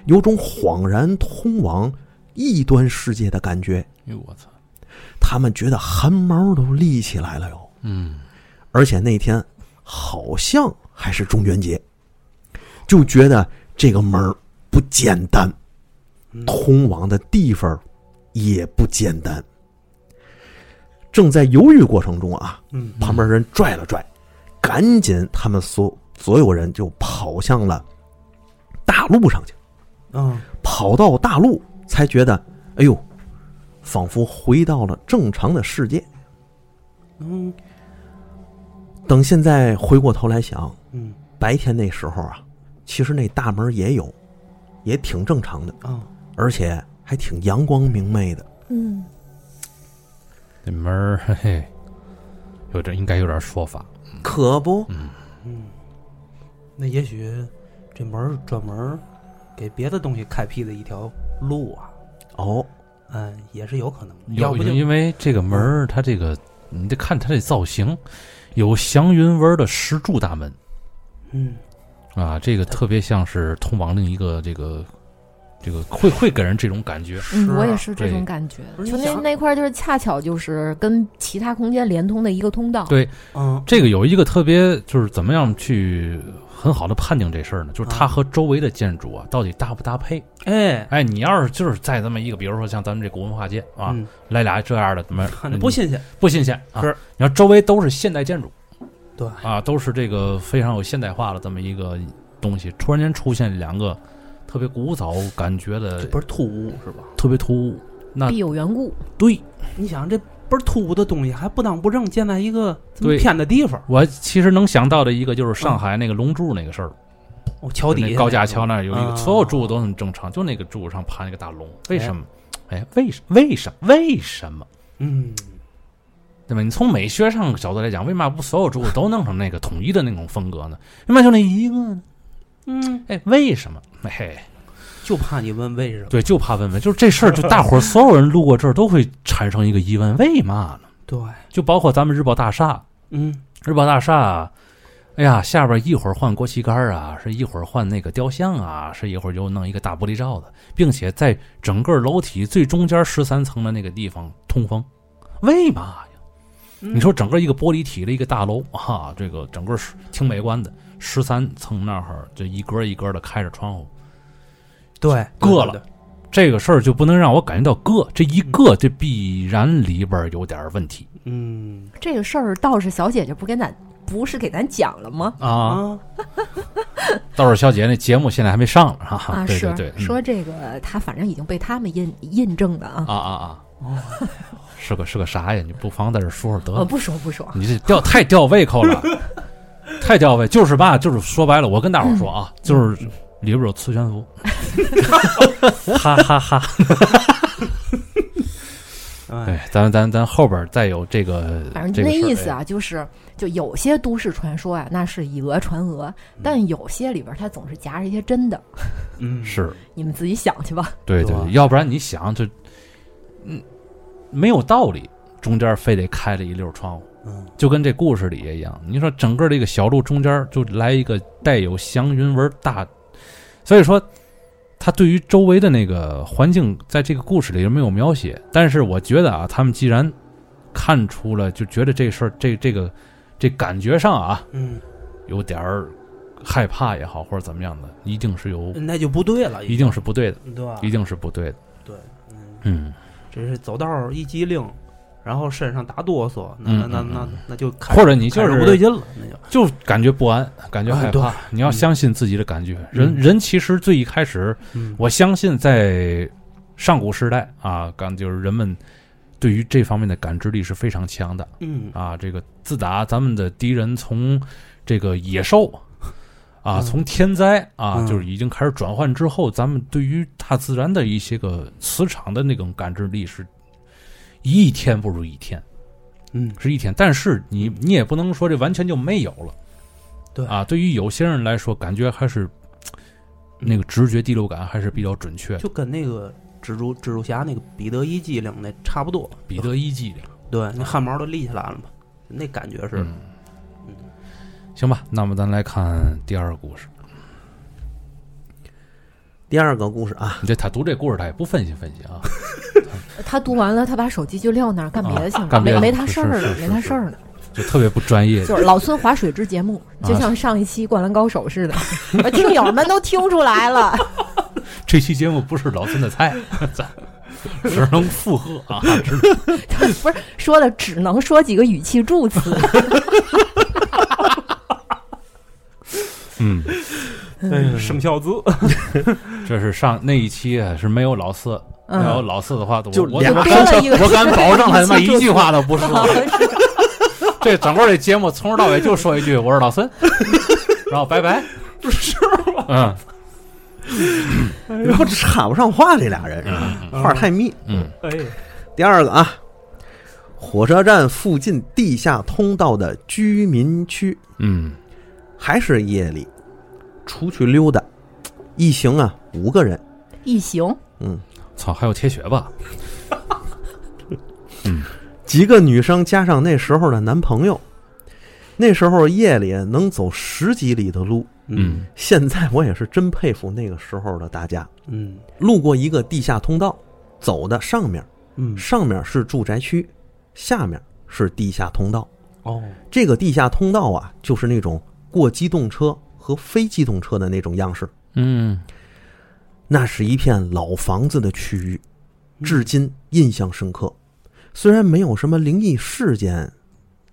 C: 有种恍然通往异端世界的感觉。
A: 哎呦我操，
C: 他们觉得汗毛都立起来了哟。
A: 嗯
C: 而且那天好像还是中元节，就觉得这个门儿不简单，通往的地方也不简单。正在犹豫过程中啊，
D: 嗯
C: 旁边人拽了拽，赶紧他们所所有人就跑向了大路上去，
D: 嗯，
C: 跑到大路才觉得，哎呦，仿佛回到了正常的世界。
D: 嗯
C: 等现在回过头来想，
D: 嗯
C: 白天那时候啊，其实那大门也有，也挺正常的，
D: 啊，
C: 而且还挺阳光明媚的。
B: 嗯，
A: 这门儿嘿嘿，有点应该有点说法。
C: 可不，
D: 嗯，那也许这门儿专门儿给别的东西开辟的一条路啊，
C: 哦，
D: 嗯，也是有可能的。要
A: 有
D: 不就
A: 因为这个门儿，它这个你得看它这造型，有祥云纹的石柱大门
D: 嗯，
A: 啊，这个特别像是通往另一个这个这个会会给人这种感觉。
D: 是
B: 嗯，我也
D: 啊
B: 是这
A: 对
B: 种感觉
D: 不。是
B: 就
D: 你
B: 那
D: 想
B: 那块儿就是恰巧就是跟其他空间连通的一个通道。
A: 对
D: 嗯，
A: 这个有一个特别就是怎么样去很好的判定这事儿呢？就是它
D: 啊
A: 和周围的建筑啊到底搭不搭配？
D: 哎
A: 哎，你要是就是在这么一个，比如说像咱们这古文化街啊，
D: 嗯
A: 来俩这样的门
D: 看 着，不新鲜，
A: 不新鲜啊。
D: 是
A: 你要周围都是现代建筑
D: 对，
A: 啊，都是这个非常有现代化的这么一个东西，突然间出现两个特别古早感觉的
D: 这，倍儿突兀是吧？
A: 特别突兀。那
B: 必有缘故。
A: 对
D: 你想这倍儿突兀的东西，还不当不正建在一个这么
A: 对
D: 偏的地方，
A: 我其实能想到的一个就是上海那个龙柱那个事儿，
D: 哦，
A: 就
D: 桥底
A: 那
D: 下
A: 高
D: 那
A: 架
D: 个
A: 桥那儿有一个，
D: 啊
A: 所有柱子都很正常，就那个柱上爬那个大龙，为什么？哎，为什为什为什么？
D: 嗯，
A: 对吧？你从美学上角度来讲，为嘛不所有柱子都弄成那个统一的那种风格呢？为嘛就那一个呢？
D: 嗯，
A: 哎，为什么？嘿，
D: 就怕你问为什么。
A: 对，就怕问问，就是这事儿，就大伙儿所有人路过这儿都会产生一个疑问，为嘛呢？
D: 对，
A: 就包括咱们日报大厦，
D: 嗯
A: 日报大厦，哎呀，下边一会儿换国旗杆儿啊，是一会儿换那个雕像啊，是一会儿又弄一个大玻璃罩子，并且在整个楼体最中间十三层的那个地方通风，为嘛呀？
D: 嗯
A: 你说整个一个玻璃体的一个大楼啊，这个整个是挺美观的，十三层那儿这一格一格的开着窗户，
D: 对，
A: 硌了
D: 对，对
A: 这个事儿就不能让我感觉到硌，这一硌这必然里边儿有点儿问题
D: 对嗯
B: 这个事儿倒是小姐姐不给咱不是给咱讲了吗？
A: 啊。
D: 啊，
A: 倒是小姐那节目现在还没上呢啊，
B: 啊，
A: 对
B: 是
A: 对对，嗯
B: 说这个她反正已经被他们印印证的啊。
A: 啊啊啊，是个是个啥呀？你不妨在这说说得了，
B: 我呃不说不说，
A: 你这吊太吊胃口 了，太吊胃，就是吧，就是说白了，我跟大伙儿说啊，
B: 嗯
A: 就是里边有磁悬 浮，哈哈哈。
D: 哎，
A: 对，哎咱咱咱后边再有这个，
B: 反
A: 这个事
B: 正那
A: 儿哎
B: 意思，啊，就是就有些都市传说啊，那是以讹传
A: 嗯
B: 讹，但有些里边它总是夹着一些真的，
D: 嗯
A: 哎，是
B: 你们自己想去吧。
A: 对对
D: 对吧
A: 对，要不然你想这，嗯，没有道理，中间非得开了一溜窗户。
D: 嗯
A: 就跟这故事里也一样。你说整个这个小路中间就来一个带有祥云纹大，所以说他对于周围的那个环境，在这个故事里没有描写。但是我觉得啊，他们既然看出了，就觉得这事儿这这个这感觉上啊，
D: 嗯，
A: 有点儿害怕也好，或者怎么样的，一定是 有，
D: 那就不对了，
A: 一定是不对的，
D: 对吧？
A: 一定是不对的。
D: 对，嗯，
A: 嗯，
D: 这是走道儿一激灵，然后身上打哆嗦，那那
A: 嗯
D: 那
A: 嗯
D: 那那就开
A: 或者你就
D: 开始
A: 是
D: 不对劲了，那就
A: 就感觉不安，感觉
D: 啊
A: 害
D: 对
A: 怕。你要
D: 嗯
A: 相信自己的感觉。人
D: 嗯
A: 人其实最一开始。
D: 嗯
A: 我相信在上古时代啊，感就是人们对于这方面的感知力是非常强的
D: 嗯
A: 啊。这个自打咱们的敌人从这个野兽啊，
D: 嗯
A: 从天灾啊，
D: 嗯
A: 就是已经开始转换之后，咱们对于大自然的一些个磁场的那种感知力是。一天不如一天，
D: 嗯
A: 是一天，但是你你也不能说这完全就没有了，
D: 对
A: 啊，对于有些人来说，感觉还是那个直觉第六感还是比较准确的。
D: 就跟那个蜘蛛蜘蛛侠那个彼得一激灵那差不多，
A: 彼得一记的，
D: 对，那汗毛都立起来了嘛，那感觉是，
A: 嗯行吧，那么咱来看第二个故事。
C: 第二个故事啊，
A: 你这他读这故事，他也不分析分析啊，
B: 她读完了，她把手机就撂那儿干别的去
A: 啊干
B: 了，
A: 别
B: 没
A: 的
B: 没她事儿
A: 是
B: 了
A: 是，是
B: 没她事儿了。
A: 就特别不专业。
B: 就是老孙划水之节目，
A: 啊
B: 就像上一期《灌篮高手》似的，我听友们都听出来了。
A: 这期节目不是老孙的菜， 咱只能附和啊。只能
B: 不是说的只能说几个语气助词。
A: 嗯，
D: 生肖字，
A: 这是上那一期啊是没有老四，没有
B: 嗯，
A: 老四的话，我
C: 就
A: 我
C: 俩
A: 我
B: 多了一个
A: 我敢保证他他妈一句话都不说。
B: 是
A: 这整个这节目从头到尾就说一句：“我是老孙。”然后拜拜，是吗？嗯
C: 你不插不上话，这俩人是吧？
A: 哎嗯
C: 话太密。
A: 嗯
D: 哎，
C: 第二个啊，火车站附近地下通道的居民区，
A: 嗯
C: 还是夜里出去溜达，一行啊五个人，
B: 异形，
C: 嗯，
A: 嗯，操，还有铁血吧？
C: 几个女生加上那时候的男朋友，那时候夜里能走十几里的路。
A: 嗯
C: 现在我也是真佩服那个时候的大家。
D: 嗯
C: 路过一个地下通道，走的上面，
D: 嗯，
C: 上面是住宅区，下面是地下通道。
D: 哦，
C: 这个地下通道啊，就是那种过机动车和非机动车的那种样式。
A: 嗯
C: 那是一片老房子的区域，至今印象深刻。虽然没有什么灵异事件，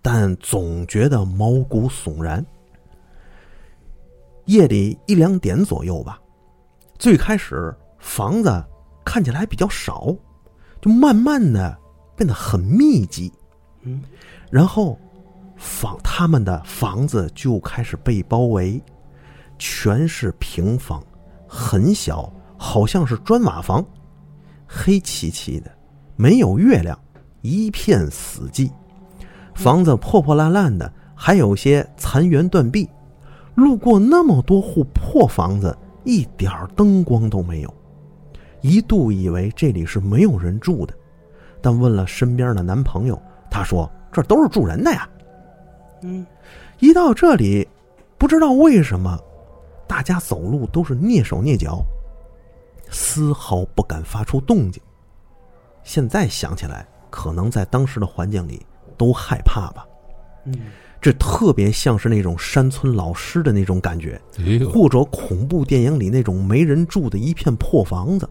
C: 但总觉得毛骨悚然。夜里一两点左右吧，最开始房子看起来还比较少，就慢慢的变得很密集。
D: 嗯，
C: 然后房他们的房子就开始被包围，全是平房，很小，好像是砖瓦房，黑漆漆的，没有月亮，一片死寂。房子破破烂烂的，还有些残垣断壁。路过那么多户破房子，一点儿灯光都没有。一度以为这里是没有人住的，但问了身边的男朋友，他说这都是住人的呀。
D: 嗯
C: 一到这里，不知道为什么，大家走路都是蹑手蹑脚，丝毫不敢发出动静。现在想起来，可能在当时的环境里都害怕吧。
D: 嗯
C: 这特别像是那种山村老师的那种感觉，
A: 嗯哎
C: 或者恐怖电影里那种没人住的一片破房子，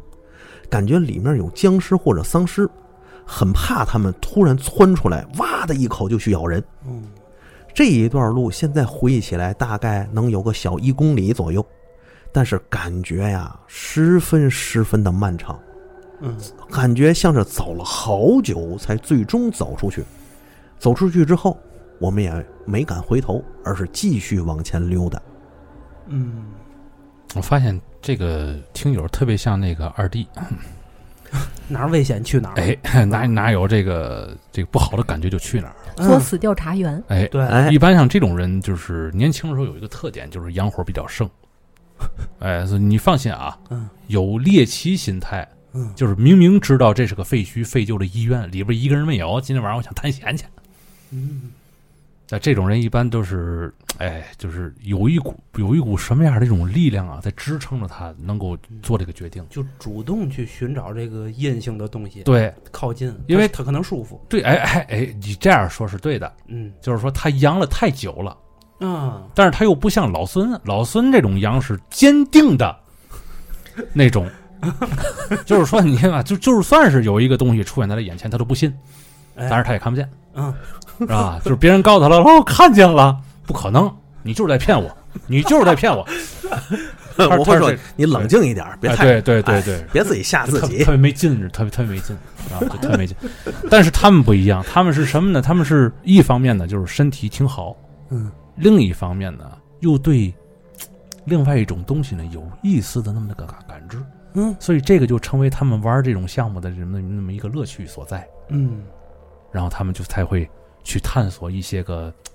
C: 感觉里面有僵尸或者丧尸，很怕他们突然窜出来，哇的一口就去咬人。
D: 嗯
C: 这一段路现在回忆起来，大概能有个小一公里左右，但是感觉呀，十分十分的漫长，
D: 嗯
C: 感觉像是走了好久才最终走出去。走出去之后，我们也没敢回头，而是继续往前溜达。
D: 嗯，
A: 我发现这个听友特别像那个二弟，
D: 哪儿危险去哪儿，
A: 哎，哪哪有这个这个不好的感觉就去哪儿。
B: 作死调查员，
A: 哎，
D: 嗯对，
C: 哎
A: 一，般像这种人，就是年轻的时候有一个特点，就是阳火比较盛。哎，所以你放心啊
D: 嗯，
A: 有猎奇心态，
D: 嗯
A: 就是明明知道这是个废墟、废旧的医院，里边一个人没有，今天晚上我想探险去。
D: 嗯
A: 那这种人一般都是，哎，就是有一股有一股什么样的一种力量啊，在支撑着他能够做这个决定。
D: 就主动去寻找这个阴性的东西
A: 对
D: 靠近，
A: 因为
D: 他可能舒服，
A: 对，哎哎哎，你这样说是对的，
D: 嗯
A: 就是说他阳了太久了，
D: 啊，
A: 但是他又不像老孙，老孙这种阳是坚定的那种， 就是说你看啊，就就是算是有一个东西出现在他眼前，他都不信，
D: 哎
A: 但是他也看不见，
D: 嗯
A: 是吧？就是别人告诉他了，哦，看见了，不可能，你就是在骗我，你就是在骗我，他
C: 我会
A: 他
C: 说
A: 是
C: 你冷静一点，别
A: 哎，
C: 太、
A: 对对对对。
C: 别自己吓自
A: 特别
C: 己
A: 特。别没劲，特别特别没劲啊，就特别没劲。但是他们不一样，他们是什么呢？他们是一方面呢，就是身体挺好，
D: 嗯，
A: 另一方面呢，又对嘖另外一种东西呢有意思的那么个感感知，
D: 嗯
A: 所以这个就成为他们玩这种项目的人的那么一个乐趣所在。
D: 嗯
A: 然后他们就才会去探索一些个，嘖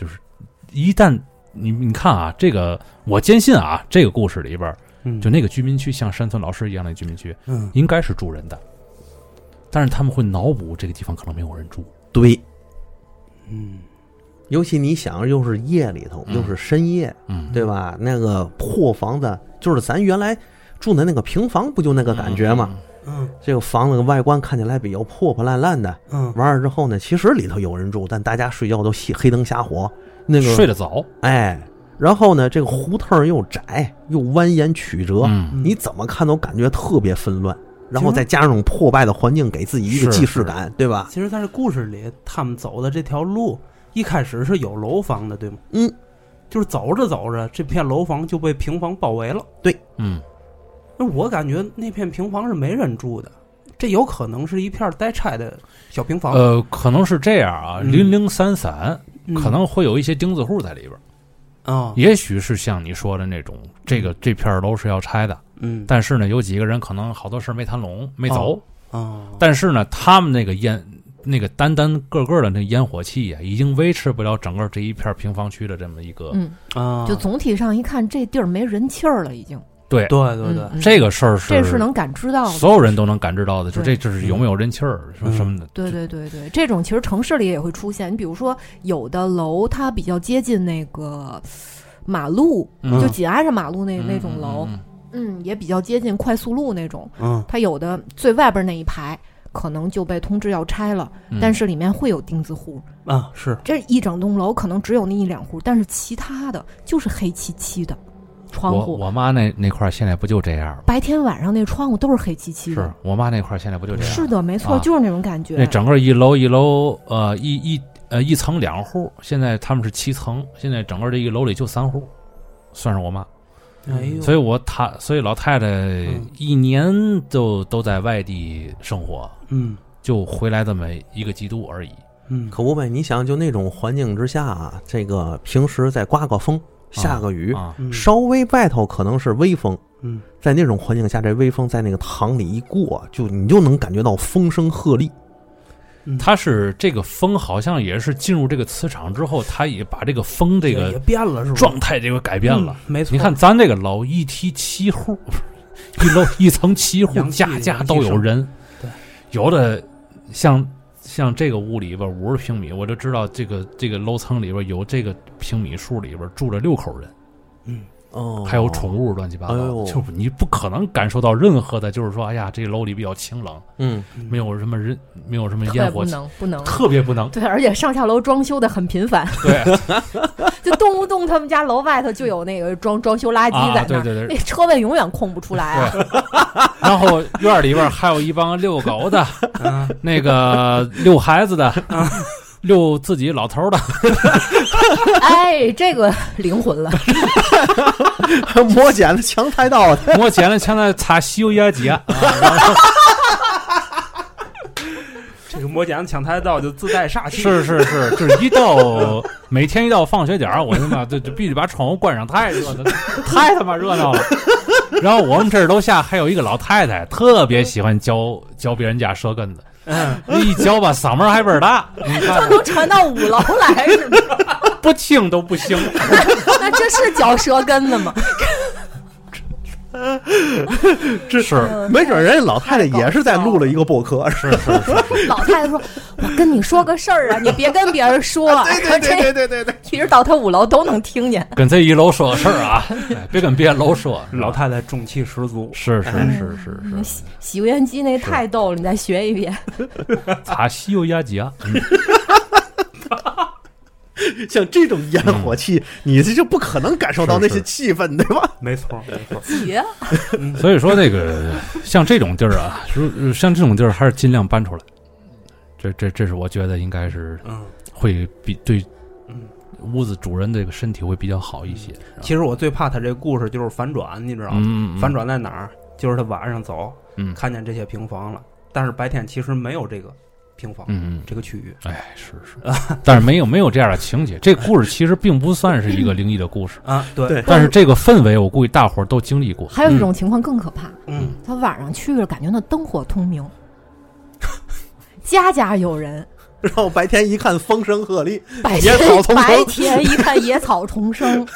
A: 就是一旦你你看啊，这个我坚信啊，这个故事里边儿
D: 嗯，
A: 就那个居民区像山村老师一样的居民区，
D: 嗯
A: 应该是住人的，但是他们会脑补这个地方可能没有人住。
C: 对，
D: 嗯
C: 尤其你想，又是夜里头，
A: 嗯
C: 又是深夜，
A: 嗯，
C: 对吧？那个破房子，就是咱原来住的那个平房，不就
A: 嗯
C: 那个感觉吗？
D: 嗯
C: 这个房子的外观看起来比较破破烂烂的，
D: 嗯
C: 完了之后呢，其实里头有人住，但大家睡觉都黑黑灯瞎火，那
A: 嗯？睡
C: 个
A: 得早，
C: 哎，然后呢，这个胡同又窄又蜿蜒曲折，
A: 嗯，
C: 你怎么看都感觉特别纷乱。然后
D: 其实
C: 再加上破败的环境，给自己一个
A: 是
C: 既视
A: 是
C: 感，对吧？
D: 其实，在这故事里，他们走的这条路一开始是有楼房的，对吗？
C: 嗯，
D: 就是走着走着，这片楼房就被平房包围了。
A: 嗯
D: 那我感觉那片平房是没人住的，这有可能是一片待拆的小平房，
A: 呃，可能是这样啊，
D: 嗯
A: 零零散散，
D: 嗯
A: 可能会有一些钉子户在里边儿，
D: 啊，
A: 也许是像你说的那种，这个这片儿楼是要拆的，
D: 嗯，
A: 但是呢，有几个人可能好多事儿没谈拢，没走，
D: 啊，
A: 但是呢，他们那个烟。那个单单个个的那烟火气呀、已经维持不了整个这一片平房区的这么一个、
B: 嗯，
D: 啊，
B: 就总体上一看，这地儿没人气儿了，已经。
A: 对
D: 对对对，
B: 嗯
A: 这个事儿是
B: 这是能感知到的。
A: 所有人都能感知到的，就这
B: 对
A: 就是有没有人气儿什么
D: 嗯
A: 什么的。
B: 对对对对，这种其实城市里也会出现。你比如说，有的楼它比较接近那个马路，
A: 嗯，
B: 就
A: 就
B: 紧挨着马路那那种楼，
A: 嗯
B: 嗯，也比较接近快速路那种。
D: 嗯
B: 它有的最外边那一排可能就被通知要拆了，
A: 嗯
B: 但是里面会有钉子户，
D: 啊是
B: 这一整栋楼可能只有那一两户，但是其他的就是黑漆漆的窗
A: 我
B: 户，
A: 我妈那那块儿现在不就这样吗？
B: 白天晚上那窗户都是黑漆漆
A: 是
B: 的。
A: 我妈那块儿现在不就这样？
B: 嗯是，的，没错，
A: 啊
B: 就是那种感觉。
A: 那整个一楼一楼呃一一呃一层两户，现在他们是七层，现在整个这一楼里就三户，算上我妈。
D: 哎呦，
A: 所以我她所以老太太
D: 嗯
A: 一年就都在外地生活，
D: 嗯
A: 就回来这么一个季度而已。
D: 嗯
C: 可不呗，你想，就那种环境之下啊，这个平时再刮个风、下个雨，
A: 啊，
D: 嗯
C: 稍微外头可能是微风，
D: 嗯
C: 在那种环境下，这微风在那个堂里一过，就你就能感觉到风声鹤唳。
A: 它是这个风好像也是进入这个磁场之后，它也把这个风这
D: 也
A: 个
D: 变了是吧？
A: 状态这个改变了。
D: 嗯，没错，
A: 你看咱这个楼一梯七户， 不是一楼一层七户，
D: 阳气
A: 家家都有人。
D: 对，
A: 有的像像这个屋里边五十平米，我就知道这个这个楼层里边有这个平米数里边住着六口人，
D: 嗯
C: 哦
A: 还有宠，物乱七八糟
C: 哎
A: 的，
C: 呦
A: 就是你不可能感受到任何的，就是说，哎呀，这楼里比较清冷，
C: 嗯，
A: 没有什么人，没有什么
B: 特别
A: 烟火
B: 不
A: 气，
B: 能不能，
A: 特别不能。
B: 对，而且上下楼装修的很频繁，
A: 对。
B: 就动不动他们家楼外头就有那个装装修垃圾在
A: 啊，
B: 那
A: 对
B: 儿，
A: 对对。
B: 那车位永远空不出来啊。
A: 然后院儿里边儿还有一帮遛狗的，
D: 啊
A: 那个遛孩子的，遛自己老头儿的，
B: 哎，这个灵魂 了，
C: 磨剪子强菜刀 去。
A: 我捡了钱来擦西游啊牙节，
D: 这个魔剪抢台道就自带煞气，
A: 是是是，就是一到每天一到放学点儿，我他妈就就必须把窗户关上，太热闹，太他妈热闹了。然后我们这儿楼下还有一个老太太，特别喜欢嚼嚼别人家舌根子，
D: 嗯
A: 一嚼吧嗓门儿还倍儿大，你看
B: 能传到五楼来是吗？
A: 不听都不行。
B: 那这是嚼舌根子吗？
A: 这是
C: 没准人家老太太也是在录了一个播客。
A: 是是是，
B: 老太太说：“我跟你说个事儿 啊，你别跟别人说 啊。
C: 对对对对对对，
B: 其实到他五楼都能听见。
A: 跟这一楼说个事儿啊，哎别跟别的楼说，
D: 老太太中气十足，
A: 是是是是是，
B: 洗洗油烟机那太逗了，你再学一 遍。
A: 擦啊西柚鸭节，
C: 像这种烟火气，你这就不可能感受到那些气氛，对吧？
D: 没错没错，
B: 别，
D: 嗯
A: 所以说这个像这种地儿啊，如像这种地儿还是尽量搬出来。这这这是我觉得应该是
D: 嗯。
A: 会比对
D: 嗯
A: 屋子主人这个身体会比较好一些。
D: 其实我最怕他这故事就是反转，你知道吗？
A: 嗯，嗯
D: 反，转在哪儿？就是他晚上走，
A: 嗯
D: 看见这些平房了，但是白天其实没有这个平房
A: 嗯嗯，
D: 这个区域。
A: 哎，是是，但是没有没有这样的情节。这故事其实并不算是一个灵异的故事，
D: 啊，对，
C: 对
A: 但是这个氛围我估计大伙儿都经历过。
B: 还有一种情况更可怕，
D: 嗯，
B: 他晚上去了，感觉那灯火通明， 家家有人。
C: 然后白天一看风声鹤唳，
B: 白
C: 野
B: 天
C: 草丛生
B: 白天一看野草丛生，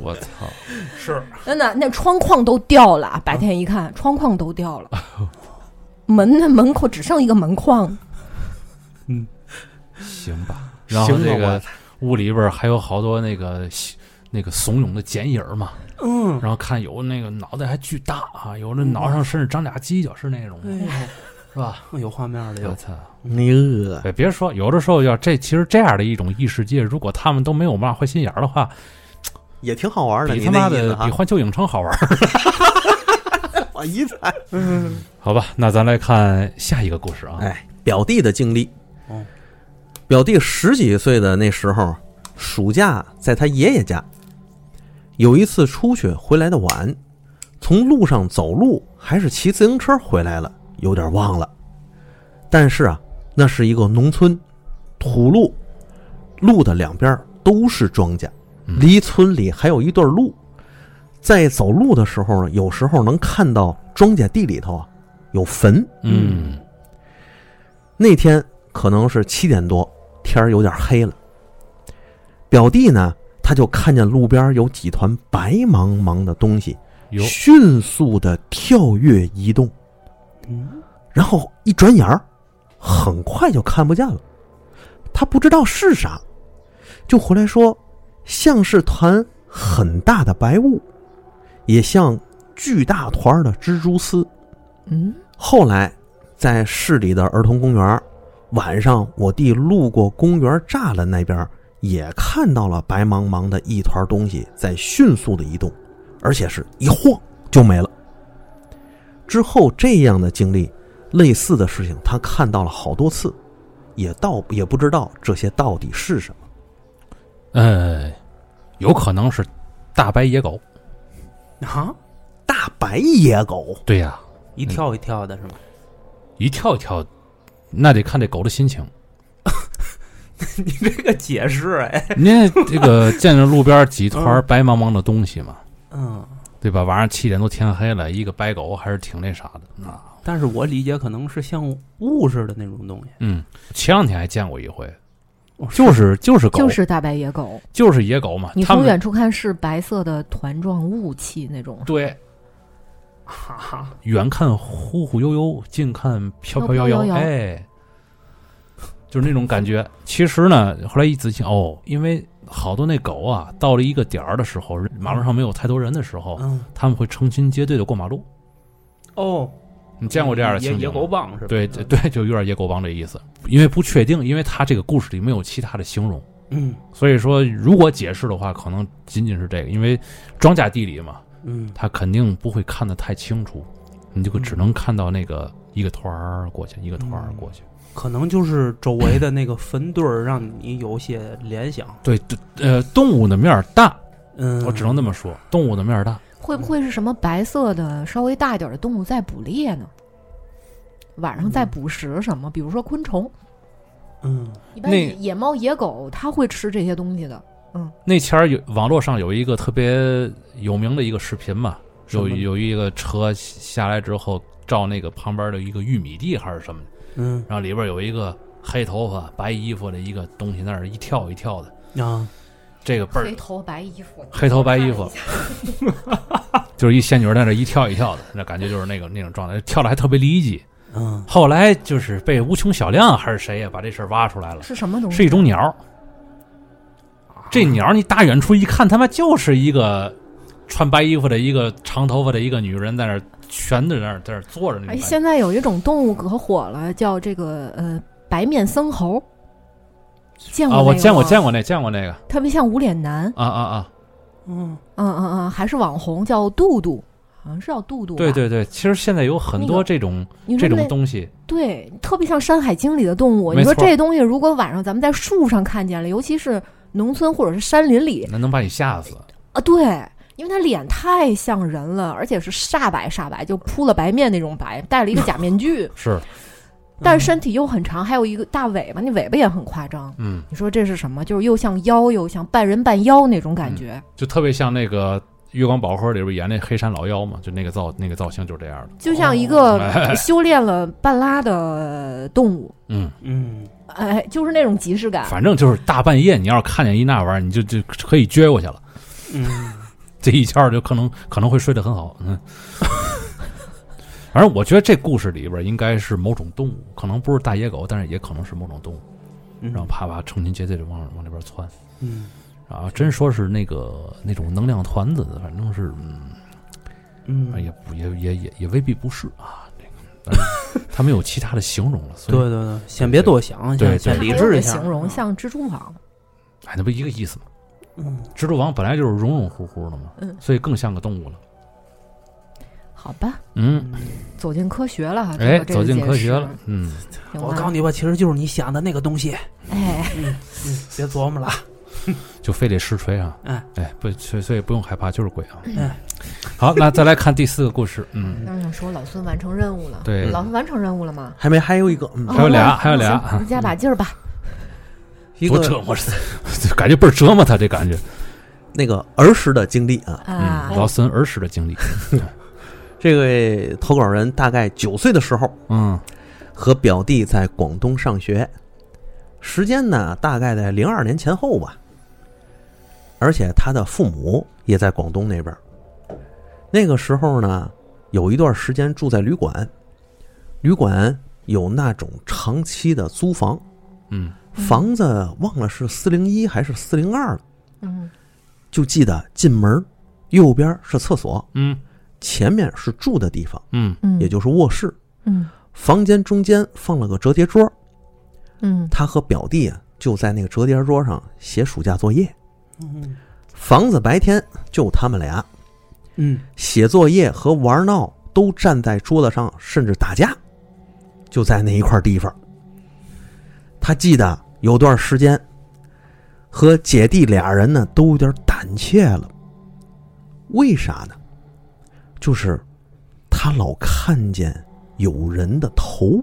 A: 我操，
D: 是
B: 真的那窗框都掉了。白天一看窗框都掉了，门那门口只剩一个门框，
A: 行吧。然后
C: 行吧
A: 这个
C: 我
A: 屋里边儿还有好多那个那个怂恿的剪影儿嘛，
D: 嗯，
A: 然后看有那个脑袋还巨大啊，有的
C: 嗯
A: 脑上甚至长俩犄角，是那种的
D: 哎
A: 是吧？
D: 呦，有画面了，
A: 我
D: 有
A: 操！
C: 你饿，
A: 哎，别说，有的时候要这其实这样的一种异世界，如果他们都没有嘛坏心眼儿的话，
C: 也挺好玩的。
A: 比
C: 你
A: 他妈
C: 那意
A: 的
C: 思
A: 比
C: 啊，
A: 环球影城好玩儿。
C: 我一猜。
A: 好吧，那咱来看下一个故
C: 哎
A: 事啊。
C: 哎，表弟的经历
D: 哦。
C: 表弟十几岁的那时候，暑假在他爷爷家。有一次出去回来的晚，从路上走路还是骑自行车回来了，有点忘了。但是啊，那是一个农村，土路，路的两边都是庄稼，离村里还有一段路。在走路的时候呢，有时候能看到庄稼地里头啊有坟。
A: 嗯
C: 那天可能是七点多，天儿有点黑了。表弟呢，他就看见路边有几团白茫茫的东西，
A: 有
C: 迅速的跳跃移动，
D: 嗯，
C: 然后一转眼儿，很快就看不见了。他不知道是啥，就回来说，像是团很大的白雾，也像巨大团儿的蜘蛛丝。
B: 嗯，
C: 后来在市里的儿童公园，晚上我弟路过公园栅栏那边，也看到了白茫茫的一团东西在迅速的移动，而且是一晃就没了。之后这样的经历，类似的事情他看到了好多次，也到也不知道这些到底是什么。
A: 呃，有可能是大白野狗。
D: 啊，
C: 大白野狗，
A: 对呀、
D: 一跳一跳的是吗？
A: 一跳一跳，那得看这狗的心情。
D: 你这个解释，哎，
A: 您这个见着路边几团白茫茫的东西嘛，
D: 嗯，
A: 对吧？晚上七点都天黑了，一个白狗还是挺那啥的啊。
D: 但是我理解可能是像雾似的那种东西，
A: 嗯，前两天还见过一回，
D: 哦
A: 就是就是狗，啊
B: 就是大白野狗。
A: 就是野狗嘛
B: 你。
A: 他
B: 从
A: 们
B: 远处看是白色的团状雾气那种，
A: 对
D: 哈，
A: 远看忽忽悠悠，近看飘飘摇
B: 飘飘摇摇
A: 哎，就是那种感觉。其实呢，后来一仔细哦，因为好多那狗啊，到了一个点儿的时候，马路上没有太多人的时候，
D: 嗯，
A: 他们会成群结队的过马路。
D: 哦，
A: 你见过这样的
D: 野
A: 情景
D: 野
A: 吗
D: 狗棒是吧？嗯
A: 对对，对，就有点野狗帮这意思，因为不确定，因为他这个故事里没有其他的形容，
D: 嗯
A: 所以说如果解释的话，可能仅仅是这个，因为庄稼地里嘛，
D: 嗯，
A: 他肯定不会看得太清楚，你就只能看到那个一个团儿过去，一个团
D: 嗯
A: 儿过去。
D: 可能就是周围的那个坟堆儿让你有些联想，
A: 对，对呃，动物的面儿大，
D: 嗯，
A: 我只能这么说，动物的面儿大，
B: 会不会是什么白色的稍微大一点的动物在捕猎呢？晚上在捕食什么？比如说昆虫，
D: 嗯，
B: 一般
A: 那
B: 野野猫、野狗它会吃这些东西的。
A: 那前儿有网络上有一个特别有名的一个视频嘛，
D: 什
A: 有
D: 么
A: 有一个车下来之后照那个旁边的一个玉米地还是什么的，
D: 嗯
A: 然后里边有一个黑头发白衣服的一个东西那儿一跳一跳的，
D: 啊，
A: 这个倍儿
B: 黑头白衣服，
A: 黑头白衣服，就是一仙女在那一跳一跳的，那感觉就是那个那种状态，跳的还特别离奇。
D: 嗯，
A: 后来就是被无穷小亮还是谁呀把这事儿挖出来了，
B: 是什么东西？
A: 是一种鸟。这鸟你打远处一看，他妈就是一个穿白衣服的一个长头发的一个女人在那儿蜷着在那儿在那儿坐着那种
B: 哎，
A: 感觉。
B: 现在有一种动物可火了，叫这个呃白面僧猴，见过
A: 啊，我
B: 那个
A: 见过
B: 吗
A: 见过那见过那个
B: 特别像无脸男，
A: 啊啊啊！
D: 嗯，
B: 嗯嗯嗯，还是网红叫杜杜，好像是叫杜杜吧。
A: 对对对，其实现在有很
B: 啊那
A: 多
B: 个
A: 这种
B: 你
A: 这
B: 说那
A: 种东西，
B: 对，特别像《山海经》里的动物。
A: 没
B: 你说
A: 错
B: 这东西如果晚上咱们在树上看见了，尤其是农村或者是山林里
A: 那能把你吓死。，
B: 啊，对，因为它脸太像人了，而且是煞白煞白，就铺了白面那种白，戴了一个假面具
A: 是，
B: 但是身体又很长，还有一个大尾巴，那尾巴也很夸张。
A: 嗯，
B: 你说这是什么？就是又像妖又像半人半妖那种感
A: 嗯
B: 觉。
A: 就特别像那个《月光宝盒》里边演那黑山老妖嘛，就那个造那个造型就是这样的。
B: 就像一
A: 哦哎
B: 个 修炼了半拉的动物，
A: 嗯，
D: 嗯，
B: 哎，就是那种即视感。
A: 反正就是大半夜，你要是看见一那玩意儿，你就就可以撅过去了。
D: 嗯，
A: 这一觉儿就可能可能会睡得很好。嗯， 反正我觉得这故事里边应该是某种动物，可能不是大野狗，但是也可能是某种动物，
D: 嗯
A: 然后啪啪成群结队的往往那边窜。
D: 嗯
A: 啊，真说是那个那种能量团子，反正是，嗯，
D: 嗯，
A: 也不也也也也未必不是啊。这个，但是他没有其他的形容了，所
D: 对
A: 以
D: 对对，先别多想，
A: 对
D: 先先
A: 对
D: 理智一下，
B: 形
A: 嗯
B: 容像蜘蛛网，
A: 哎，那不一个意思吗？
D: 嗯，
A: 蜘蛛王本来就是绒绒乎乎的嘛，
B: 嗯
A: 所以更像个动物了。
B: 好吧，
A: 嗯，
B: 走进科学了
C: 嗯
B: 哈。这个
A: 哎，
B: 这个
A: 走进
B: 解
A: 科学
B: 释
A: 了。嗯，
B: 行
D: 我
B: 吧
D: 告诉你吧，其实就是你想的那个东西，
B: 哎，
D: 嗯，别琢磨了，
A: 就非得实锤啊。
C: 嗯
D: 哎
A: 哎，不，所以所以不用害怕，就是鬼啊。
D: 哎
A: 好，那再来看第四个故事，嗯，
B: 刚想说老孙完成任务了，
A: 对，
B: 老孙完成任务了吗？哦
C: 还没还有一个，嗯，
A: 还有俩还有俩啊
B: 行你加把劲儿吧。
C: 一
A: 多
C: 个
A: 折磨人，感觉倍儿折磨他这感觉。
C: 那个儿时的经历啊，
B: 啊
A: 嗯，，老孙儿时的经历，
C: 这位投稿人大概九岁的时候
A: 嗯
C: 和表弟在广东上学，时间呢大概在零二年前后吧。而且他的父母也在广东那边儿。那个时候呢，有一段时间住在旅馆，旅馆有那种长期的租房，
A: 嗯
C: 房子忘了是四零一还是四零二了，
B: 嗯
C: 就记得进门儿右边儿是厕所，
A: 嗯
C: 前面是住的地方，
A: 嗯
B: 嗯，
C: 也就是卧室。
B: 嗯
C: 房间中间放了个折叠桌，
B: 嗯
C: 他和表弟啊就在那个折叠桌上写暑假作业。
D: 嗯
C: 房子白天就他们俩
D: 嗯
C: 写作业和玩闹，都站在桌子上，甚至打架，就在那一块地方。他记得有段时间，和姐弟俩人呢都有点胆怯了。为啥呢？就是他老看见有人的头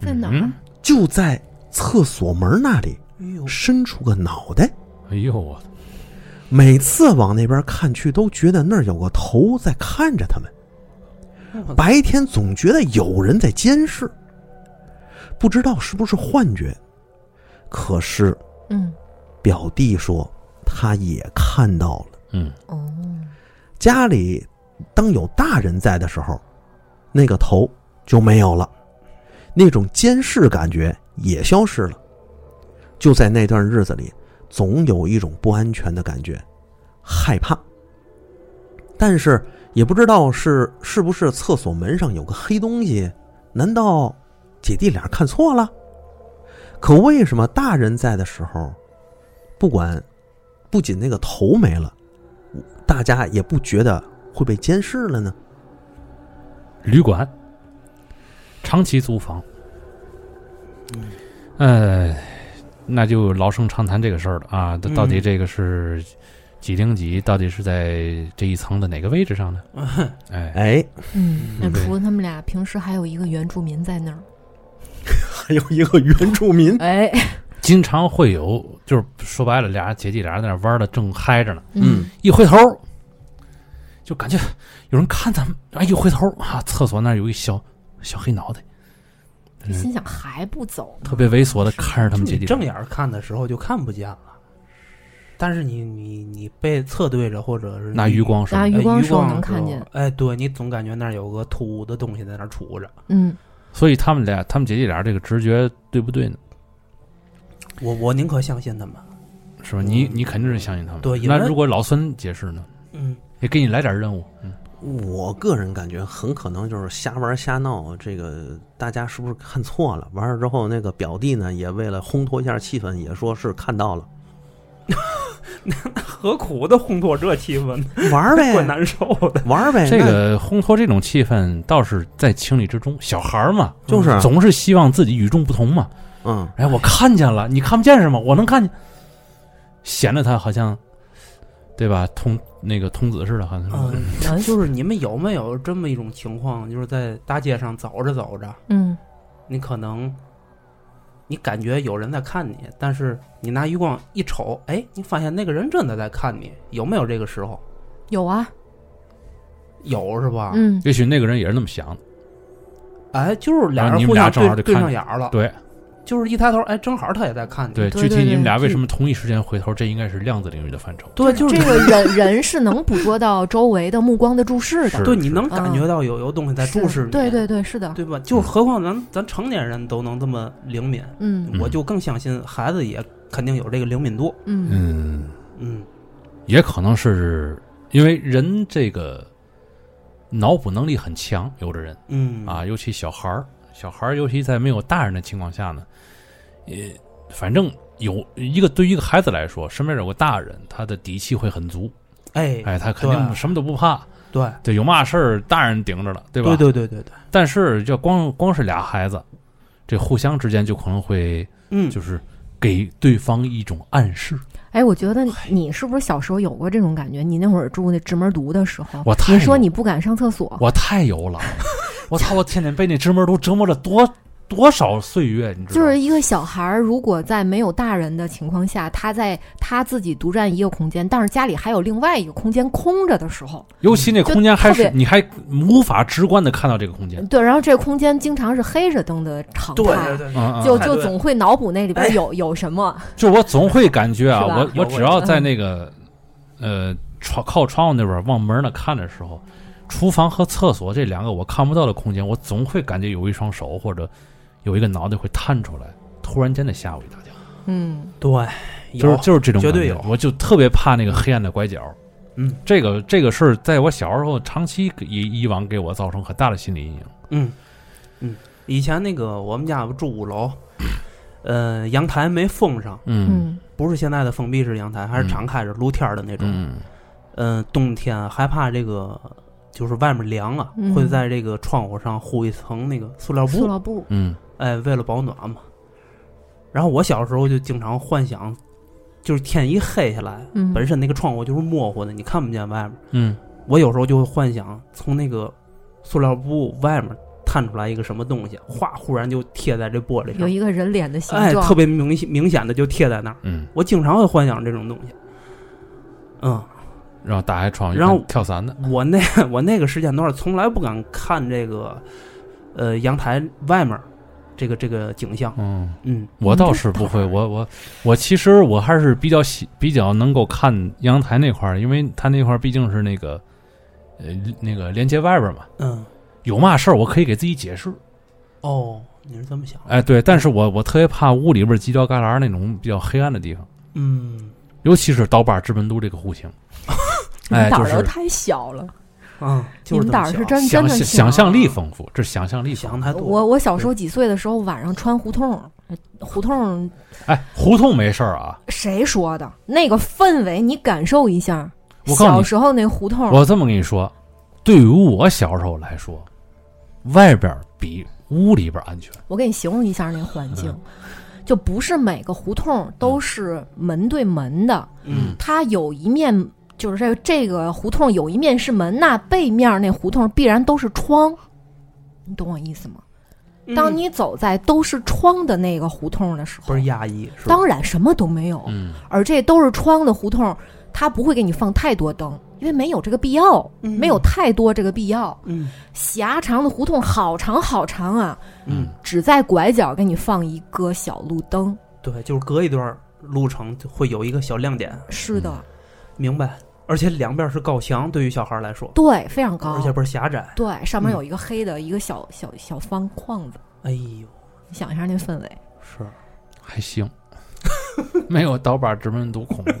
B: 在哪儿啊
A: 嗯？
C: 就在厕所门那里
D: 哎呦，
C: 伸出个脑袋，
A: 哎呦我，
C: 每次往那边看去，都觉得那儿有个头在看着他们。白天总觉得有人在监视，不知道是不是幻觉。可是
B: 嗯
C: 表弟说他也看到了。
A: 嗯
B: 哦，
C: 家里当有大人在的时候，那个头就没有了，那种监视感觉也消失了。就在那段日子里，总有一种不安全的感觉，害怕。但是也不知道是是不是厕所门上有个黑东西，难道姐弟俩看错了？可为什么大人在的时候，不管不仅那个头没了？大家也不觉得会被监视了呢？
A: 旅馆，长期租房。
D: 嗯
A: 呃，那就老生常谈这个事儿了啊，到
D: 嗯
A: 到底这个是几零几？到底是在这一层的哪个位置上呢？哎，
C: 哎，
B: 嗯，那
A: 对
B: 除了他们俩，平时还有一个原住民在那儿。
C: 还有一个原住民，
B: 哎，
A: 经常会有，就是说白了，俩姐弟俩在那玩的正嗨着呢，
C: 嗯
A: 一回头，就感觉有人看咱们，哎，一回头啊，厕所那儿有一小小黑脑袋，
B: 嗯，心想还不走呢，
A: 特别猥琐的看着他们姐
D: 你
A: 弟俩。
D: 正眼儿看的时候就看不见了，但是你你你被侧对着或者是
A: 拿
D: 你
A: 余光什
B: 拿
A: 么的，
B: 啊余
D: 哎
B: 光
D: 光
B: 是我能
D: 的时候
B: 看见。
D: 哎，对你总感觉那儿有个突兀的东西在那儿杵着。
B: 嗯
A: 所以他们俩，他们姐弟俩这个直觉对不对呢？
D: 我我宁可相信他们。
A: 是吧？你
D: 嗯
A: 你肯定是相信他们。
D: 对因为
A: 那如果老孙解释呢？
D: 嗯，
A: 也给你来点任务。嗯，
C: 我个人感觉很可能就是瞎玩瞎闹，这个大家是不是看错了？完了之后，那个表弟呢，也为了烘托一下气氛，也说是看到了，
D: 何苦的烘托这气氛 呢？
C: 玩
D: 怪
C: 呗，
D: 难受的。
C: 玩呗，
A: 这个烘托这种气氛倒是在情理之中。小孩儿嘛，
C: 那就是，
A: 总是希望自己与众不同嘛。
C: 嗯，
A: 哎，我看见了，你看不见是吗？我能看见，显得他好像，对吧？童那个童子似的，好像是。
D: 嗯，就是你们有没有这么一种情况，就是在大街上走着走着，
B: 嗯
D: 你可能你感觉有人在看你，但是你拿余光一瞅，哎，你发现那个人真的在看你，有没有这个时候？
B: 有啊，
D: 有是吧？，
B: 嗯
A: 也许那个人也是那么想的。
D: 哎，就是俩
A: 然后你们
D: 人互
A: 俩
D: 相
A: 正好就
D: 对对
A: 看
D: 上眼儿了，
A: 对
D: 就是一抬头，哎，正好他也在看你。
A: 对，
B: 对
A: 具体
B: 对
A: 你们
B: 对
A: 俩为什么同一时间回头？这应该是量子领域的范畴。
D: 对，就是
B: 这个人 人是能捕捉到周围的目光的注视的，
A: 是
D: 对，你能感觉到有有东西在注视
B: 嗯是
D: 你，
B: 对对对，是的，
D: 对吧？
A: 嗯
D: 就是何况咱咱成年人都能这么灵敏，
B: 嗯
A: 嗯
D: 我就更相信孩子也肯定有这个灵敏度。
B: 嗯
A: 嗯。
D: 嗯，
A: 也可能是因为人这个脑补能力很强，有的人
D: 嗯
A: 啊，，尤其小孩儿，小孩儿尤其在没有大人的情况下呢，也反正有一个对于一个孩子来说，身边有个大人，他的底气会很足，
D: 哎，
A: 哎，他肯定
D: 对
A: 什么都不怕，
D: 对，
A: 对，有嘛事儿大人顶着了，对吧？
D: 对对对对对，
A: 但是要光光是俩孩子，这互相之间就可能会
D: 嗯，
A: 就是给对方一种暗示，
B: 哎，我觉得你是不是小时候有过这种感觉？你那会儿住那直门独的时候，
A: 我太
B: 你说
A: 有
B: 你不敢上厕所，
A: 我太油了， 我操！我天天被那直门都折磨了多多少岁月，你知道
B: 就
A: 吗？
B: 是一个小孩儿，如果在没有大人的情况下，他在他自己独占一个空间，但是家里还有另外一个空间空着的时候，
A: 尤其那空间还
B: 就特
A: 是
B: 别
A: 你还无法直观的看到这个空间，
B: 对，然后这个空间经常是黑着灯的常态，
D: 对对对，
A: 嗯嗯，
B: 就
A: 嗯
B: 就
D: 对
B: 总会脑补那里边有、有什么，
A: 就我总会感觉啊，
B: 是吧
A: 我我
D: 有
A: 只要
B: 味
A: 在那个呃窗靠窗户那边儿往门儿那看的时候，厨房和厕所这两个我看不到的空间，我总会感觉有一双手或者有一个脑袋会探出来，突然间的吓我一大跳，
B: 嗯，
D: 对，
A: 就
D: 有
A: 是就是这种
D: 绝
A: 感
D: 对
A: 觉，
D: 有
A: 我就特别怕那个黑暗的拐角。
D: 嗯，
A: 这个这个事儿，在我小时候长期给以以往给我造成很大的心理阴影。
D: 嗯嗯，以前那个我们家不住五楼，呃，阳台没封上，
A: 嗯
B: 嗯
D: 不是现在的封闭式阳台，还是敞开着露天儿的那种。
A: 嗯
D: 嗯，冬天害怕这个就是外面凉啊，
B: 嗯
D: 会在这个窗户上糊一层那个塑料
B: 塑
D: 布，
B: 料布，
A: 嗯，
D: 哎，为了保暖嘛。然后我小时候就经常幻想，就是天一黑下来，
B: 嗯，
D: 本身那个窗户就是模糊的，你看不见外面。
A: 嗯
D: 我有时候就会幻想从那个塑料布外面探出来一个什么东西，哗，忽然就贴在这玻璃
B: 有
D: 上，
B: 一个人脸的形
D: 哎，
B: 状，
D: 特别明显明显的就贴在那儿。
A: 嗯，
D: 我经常会幻想这种东西。嗯，
A: 然后打开窗户，
D: 然后
A: 跳伞的，嗯
D: 我那 我那个时间段从来不敢看这个，呃，阳台外面儿这个这个景象。
A: 嗯。
D: 嗯，
A: 我
B: 你
A: 倒
B: 这
A: 是不会，
B: 胆儿
A: 我我我其实我还是比较喜比较能够看阳台那块儿，因为它那块儿毕竟是那个呃那个连接外边儿嘛，
D: 嗯，
A: 有嘛事儿我可以给自己解释。
D: 哦，你是这么想？
A: 哎，对，但是我我特别怕屋里边儿犄角旮旯儿那种比较黑暗的地方，
D: 嗯
A: 尤其是刀疤直奔都这个户型，
B: 你
A: 哎，
B: 胆
A: 就
B: 儿都
A: 是
B: 太小了，
D: 啊，
B: 你
D: 就是
B: 们
D: 这
B: 胆
D: 么
B: 儿是
D: 想
B: 真真
A: 想
B: 的挺
A: 想
B: 啊
A: 象力丰富，这是想象力丰
D: 想太多。
B: 我我小时候几岁的时候，晚上穿胡同儿，胡同儿
A: 富。哎，胡同没事儿啊，
B: 谁说的？那个氛围你感受一下。
A: 我告诉你
B: 小时候那胡同儿，
A: 我这么跟你说，对于我小时候来说，外边儿比屋里边儿安全。
B: 我给你形容一下那环境，
A: 嗯
B: 就不是每个胡同都是门对门的，
D: 嗯
B: 它有一面就是这个这个胡同有一面是门，那背面那胡同必然都是窗，你懂我意思吗？
D: 嗯
B: 当你走在都是窗的那个胡同的时候
D: 不，是压抑，是吧
B: 当然什么都没有，
A: 嗯。
B: 而这都是窗的胡同，它不会给你放太多灯，因为没有这个必要，
D: 嗯
B: 没有太多这个必要。
D: 嗯
B: 狭长的胡同好长好长啊，
D: 嗯，
B: 只在拐角给你放一个小路灯。
D: 对，就是隔一段路程就会有一个小亮点，
B: 是的，
D: 嗯明白？而且两边是高墙，对于小孩来说，
B: 对，非常高
D: 而，且不是狭窄。
B: 对，上面
D: 嗯
B: 有一个黑的一个小小小方框子，
D: 哎呦，
B: 你想一下那氛围。
D: 是
A: 还行， 没有刀疤直奔毒恐怖。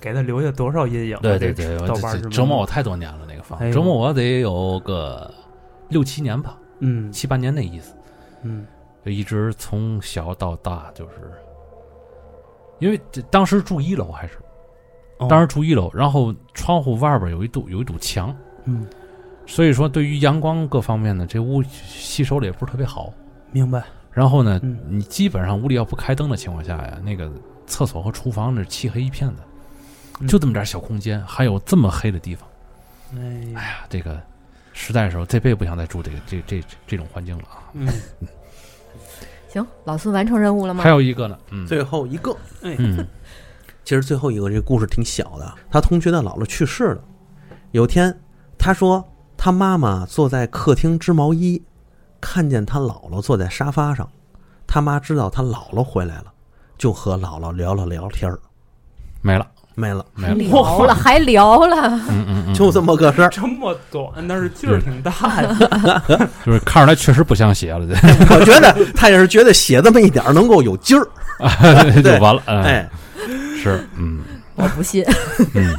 D: 给他留下多少阴影？ 啊
A: 对对 对，
D: 这
A: 我
D: 刀
A: 这
D: 疤
A: 这
D: 之
A: 折磨
D: 门
A: 我太多年了，那个房
D: 哎呦
A: 折磨我得有个六七年吧，
D: 嗯
A: 七八年那意思，
D: 嗯
A: 就一直从小到大就是。因为这当时住一楼还是，
D: 哦
A: 当时住一楼，然后窗户外边有一堵有一堵墙，
D: 嗯，
A: 所以说对于阳光各方面呢，这屋吸收的也不是特别好。
D: 明白。
A: 然后呢，
D: 嗯
A: 你基本上屋里要不开灯的情况下呀，那个厕所和厨房那是漆黑一片的，
D: 嗯
A: 就这么点小空间，还有这么黑的地方，
D: 哎呀
A: 哎呀，这个实在是我这辈子不想再住这个这这这这种环境了啊！
D: 嗯，
B: 行，老孙完成任务了吗
A: 还？有一个呢，嗯，
C: 最后一个，
D: 哎，
A: 嗯
C: 其实最后一个这个故事挺小的。他同学的姥姥去世了，有天他说他妈妈坐在客厅织毛衣，看见他姥姥坐在沙发上，他妈知道他姥姥回来了，就和姥姥聊了聊天儿，
A: 没了
C: 没了，
A: 没了，
B: 聊了，还聊了，
A: 嗯嗯嗯，
C: 就这么个事儿。
D: 这么 短，但是劲儿挺大 呀。
A: 就是看着来确实不啊像邪了，
C: 我觉得他也是觉得写这么一点儿能够有劲儿，
A: 这 就
C: 对
A: 完了，嗯，
C: 哎，
A: 是，嗯
B: 我不信，
A: 嗯，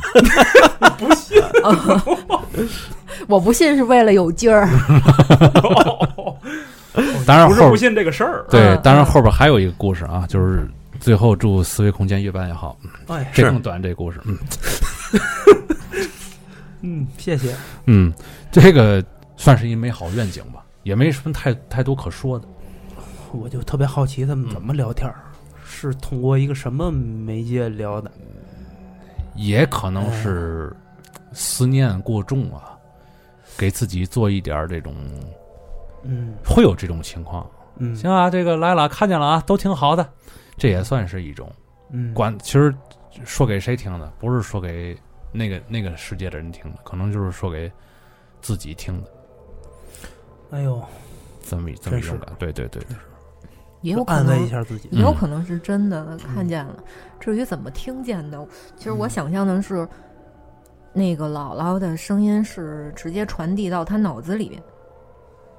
B: 我不信是为了有劲儿。
A: 当然
D: 不是
A: 后
D: 不信这个事儿，
A: 对，
B: 嗯
A: 当然
B: 嗯
A: 后边还有一个故事啊，就是最后祝思维空间越办越好，
D: 哎，
A: 这
C: 是
A: 更短这故事，嗯。
D: 嗯，谢谢。
A: 嗯，这个算是一美好愿景吧，也没什么太太多可说的。
D: 我就特别好奇他们怎么聊天儿，是通过一个什么媒介聊的？
A: 也可
B: 哦
A: 能是思念过重啊，给自己做一点儿这种，
D: 嗯
A: 会有这种情况。
D: 嗯，
A: 行啊，这个来了，看见了啊，都挺好的，这也算是一种
D: 嗯，
A: 管。其实说给谁听的，不是说给那个那个世界的人听的，可能就是说给自己听的，
D: 哎呦，
A: 这么一这么一种
D: 真是
A: 感觉。对对对，
B: 也有可
D: 安慰一
B: 能，
D: 下自己。
A: 嗯
B: 也有可能是真的看见了。至于怎么听见的，其实我
A: 嗯
B: 想象的是，那个姥姥的声音是直接传递到他脑子里边，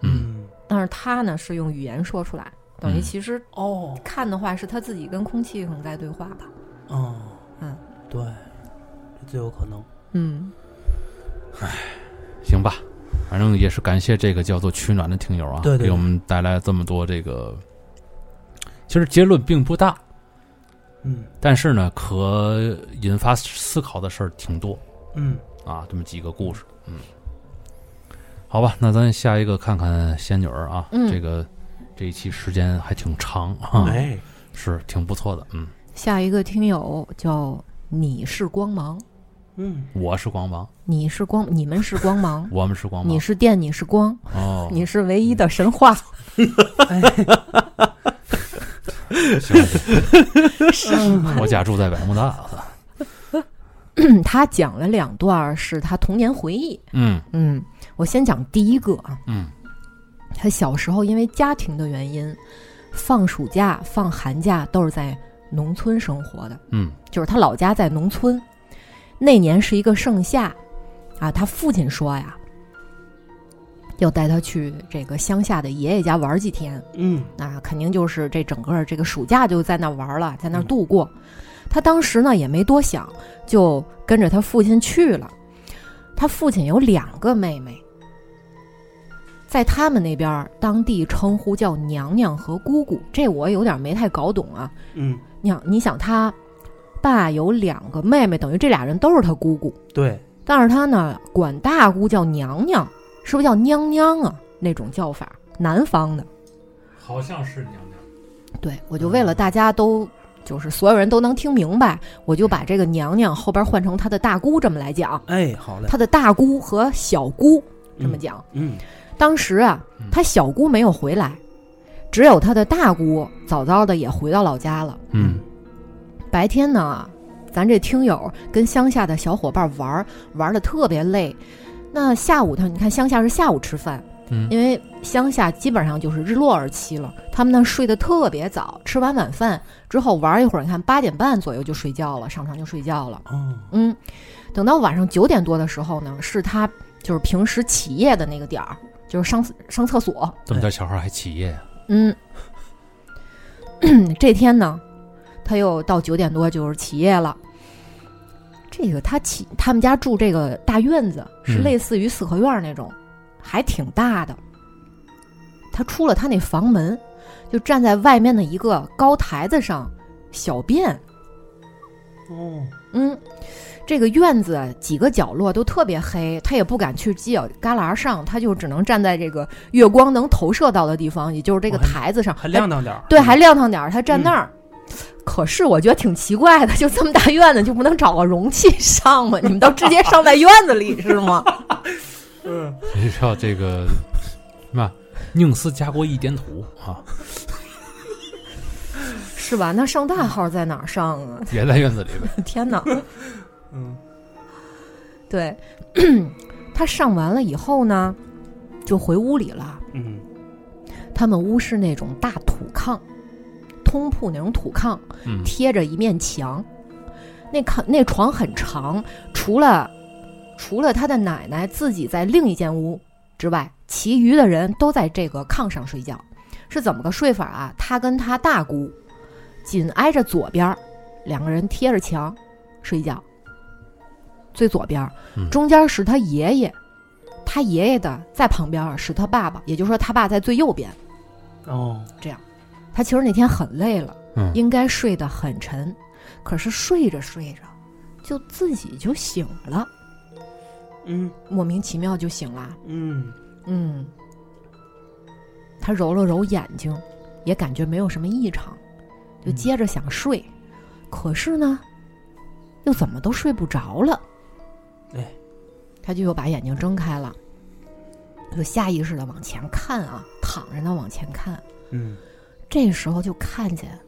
A: 嗯，
B: 但是他呢是用语言说出来，等于
A: 嗯
B: 其实
D: 哦
B: 看的话是他自己跟空气可能在对话吧。
D: 哦，
B: 嗯，
D: 对，这最有可能。
B: 嗯，
A: 行吧，反正也是感谢这个叫做取暖的听友啊，
D: 对对对
A: 给我们带来这么多这个。其实结论并不大，
D: 嗯
A: 但是呢，可引发思考的事儿挺多
D: 嗯，
A: 啊，这么几个故事，嗯，好吧，那咱下一个看看仙女儿啊，
B: 嗯
A: 这个这一期时间还挺长啊，
C: 哎，
A: 是挺不错的，嗯，
B: 下一个听友叫你是光芒，
D: 嗯，
A: 我是光芒，，
B: 你是光，你们是光芒
A: 我们是光
B: 你
A: 芒，
B: 是电，你是光，
A: 哦，
B: 你是唯一的神话，
A: 行，我家住在百慕大，
B: 嗯他讲了两段儿是他童年回忆。
A: 嗯
B: 嗯，我先讲第一个啊，
A: 嗯
B: 他小时候因为家庭的原因，放暑假、放寒假都是在农村生活的，
A: 嗯
B: 就是他老家在农村。那年是一个盛夏，啊，他父亲说呀，要带他去这个乡下的爷爷家玩几天。
D: 嗯
B: 那肯定就是这整个这个暑假就在那儿玩了，在那儿度过。他当时呢也没多想，就跟着他父亲去了。他父亲有两个妹妹，在他们那边儿当地称呼叫娘娘和姑姑，这我有点没太搞懂啊。
D: 嗯，
B: 娘，你想他爸有两个妹妹，等于这俩人都是他姑姑，
D: 对，
B: 但是他呢管大姑叫娘娘，是不是叫娘娘啊？那种叫法，南方的。
A: 好像是娘娘，
B: 对，我就为了大家都就是所有人都能听明白，我就把这个娘娘后边换成她的大姑这么来讲，
D: 哎，好嘞，
B: 她的大姑和小姑这么
D: 嗯，
B: 讲。
D: 嗯
B: 当时啊
A: 嗯，
B: 她小姑没有回来，只有她的大姑早早的也回到老家了。
A: 嗯
B: 白天呢，咱这听友跟乡下的小伙伴玩儿，玩的特别累。那下午他，你看乡下是下午吃饭，
A: 嗯
B: 因为乡下基本上就是日落而息了，他们那儿睡得特别早，吃完晚饭之后玩一会儿，你看八点半左右就睡觉了，上床就睡觉了。
D: 哦，
B: 嗯，等到晚上九点多的时候呢，是他就是平时起夜的那个点儿，就是上上厕所。
A: 这么点小孩还起夜啊，
B: 嗯， 这天呢，他又到九点多就是起夜了。这个他起他们家住这个大院子是
A: 嗯
B: 类似于四合院儿那种，还挺大的。他出了他那房门，就站在外面的一个高台子上小便。
D: 哦，
B: 嗯，这个院子几个角落都特别黑，他也不敢去犄角旮旯上，他就只能站在这个月光能投射到的地方，也就是这个
D: 哦还
B: 台子上，
D: 还亮堂点儿，
B: 对，还亮堂点儿，他站那儿。可是我觉得挺奇怪的，就这么大院子，就不能找个容器上吗？你们都直接上在院子里是吗？
D: 嗯，
A: 你知道这个什么宁思家国一点土啊，
B: 是吧？那上大号在哪儿上啊？
A: 也在院子里 呗，
B: 天 哪！
D: 嗯，
B: 对， 他上完了以后呢，就回屋里了。
D: 嗯
B: 他们屋是那种大土炕，通铺那种土炕，
A: 嗯
B: 贴着一面墙。那炕那床很长，除了除了他的奶奶自己在另一间屋之外，其余的人都在这个炕上睡觉。是怎么个睡法啊？他跟他大姑紧挨着左边儿，两个人贴着墙睡觉。最左边儿
A: 嗯，
B: 中间是他爷爷，他爷爷的在旁边儿啊是他爸爸，也就是说他爸在最右边。
D: 哦，
B: 他其实那天很累了，
A: 嗯
B: 应该睡得很沉，可是睡着睡着，就自己就醒了，
D: 嗯
B: 莫名其妙就醒了。
D: 嗯
B: 嗯，他揉了揉眼睛，也感觉没有什么异常，就接着想睡，可是呢，又怎么都睡不着了。
D: 哎，
B: 他就又把眼睛睁开了，就下意识的往前看啊，躺着呢往前看。
D: 嗯
B: 这时候就看见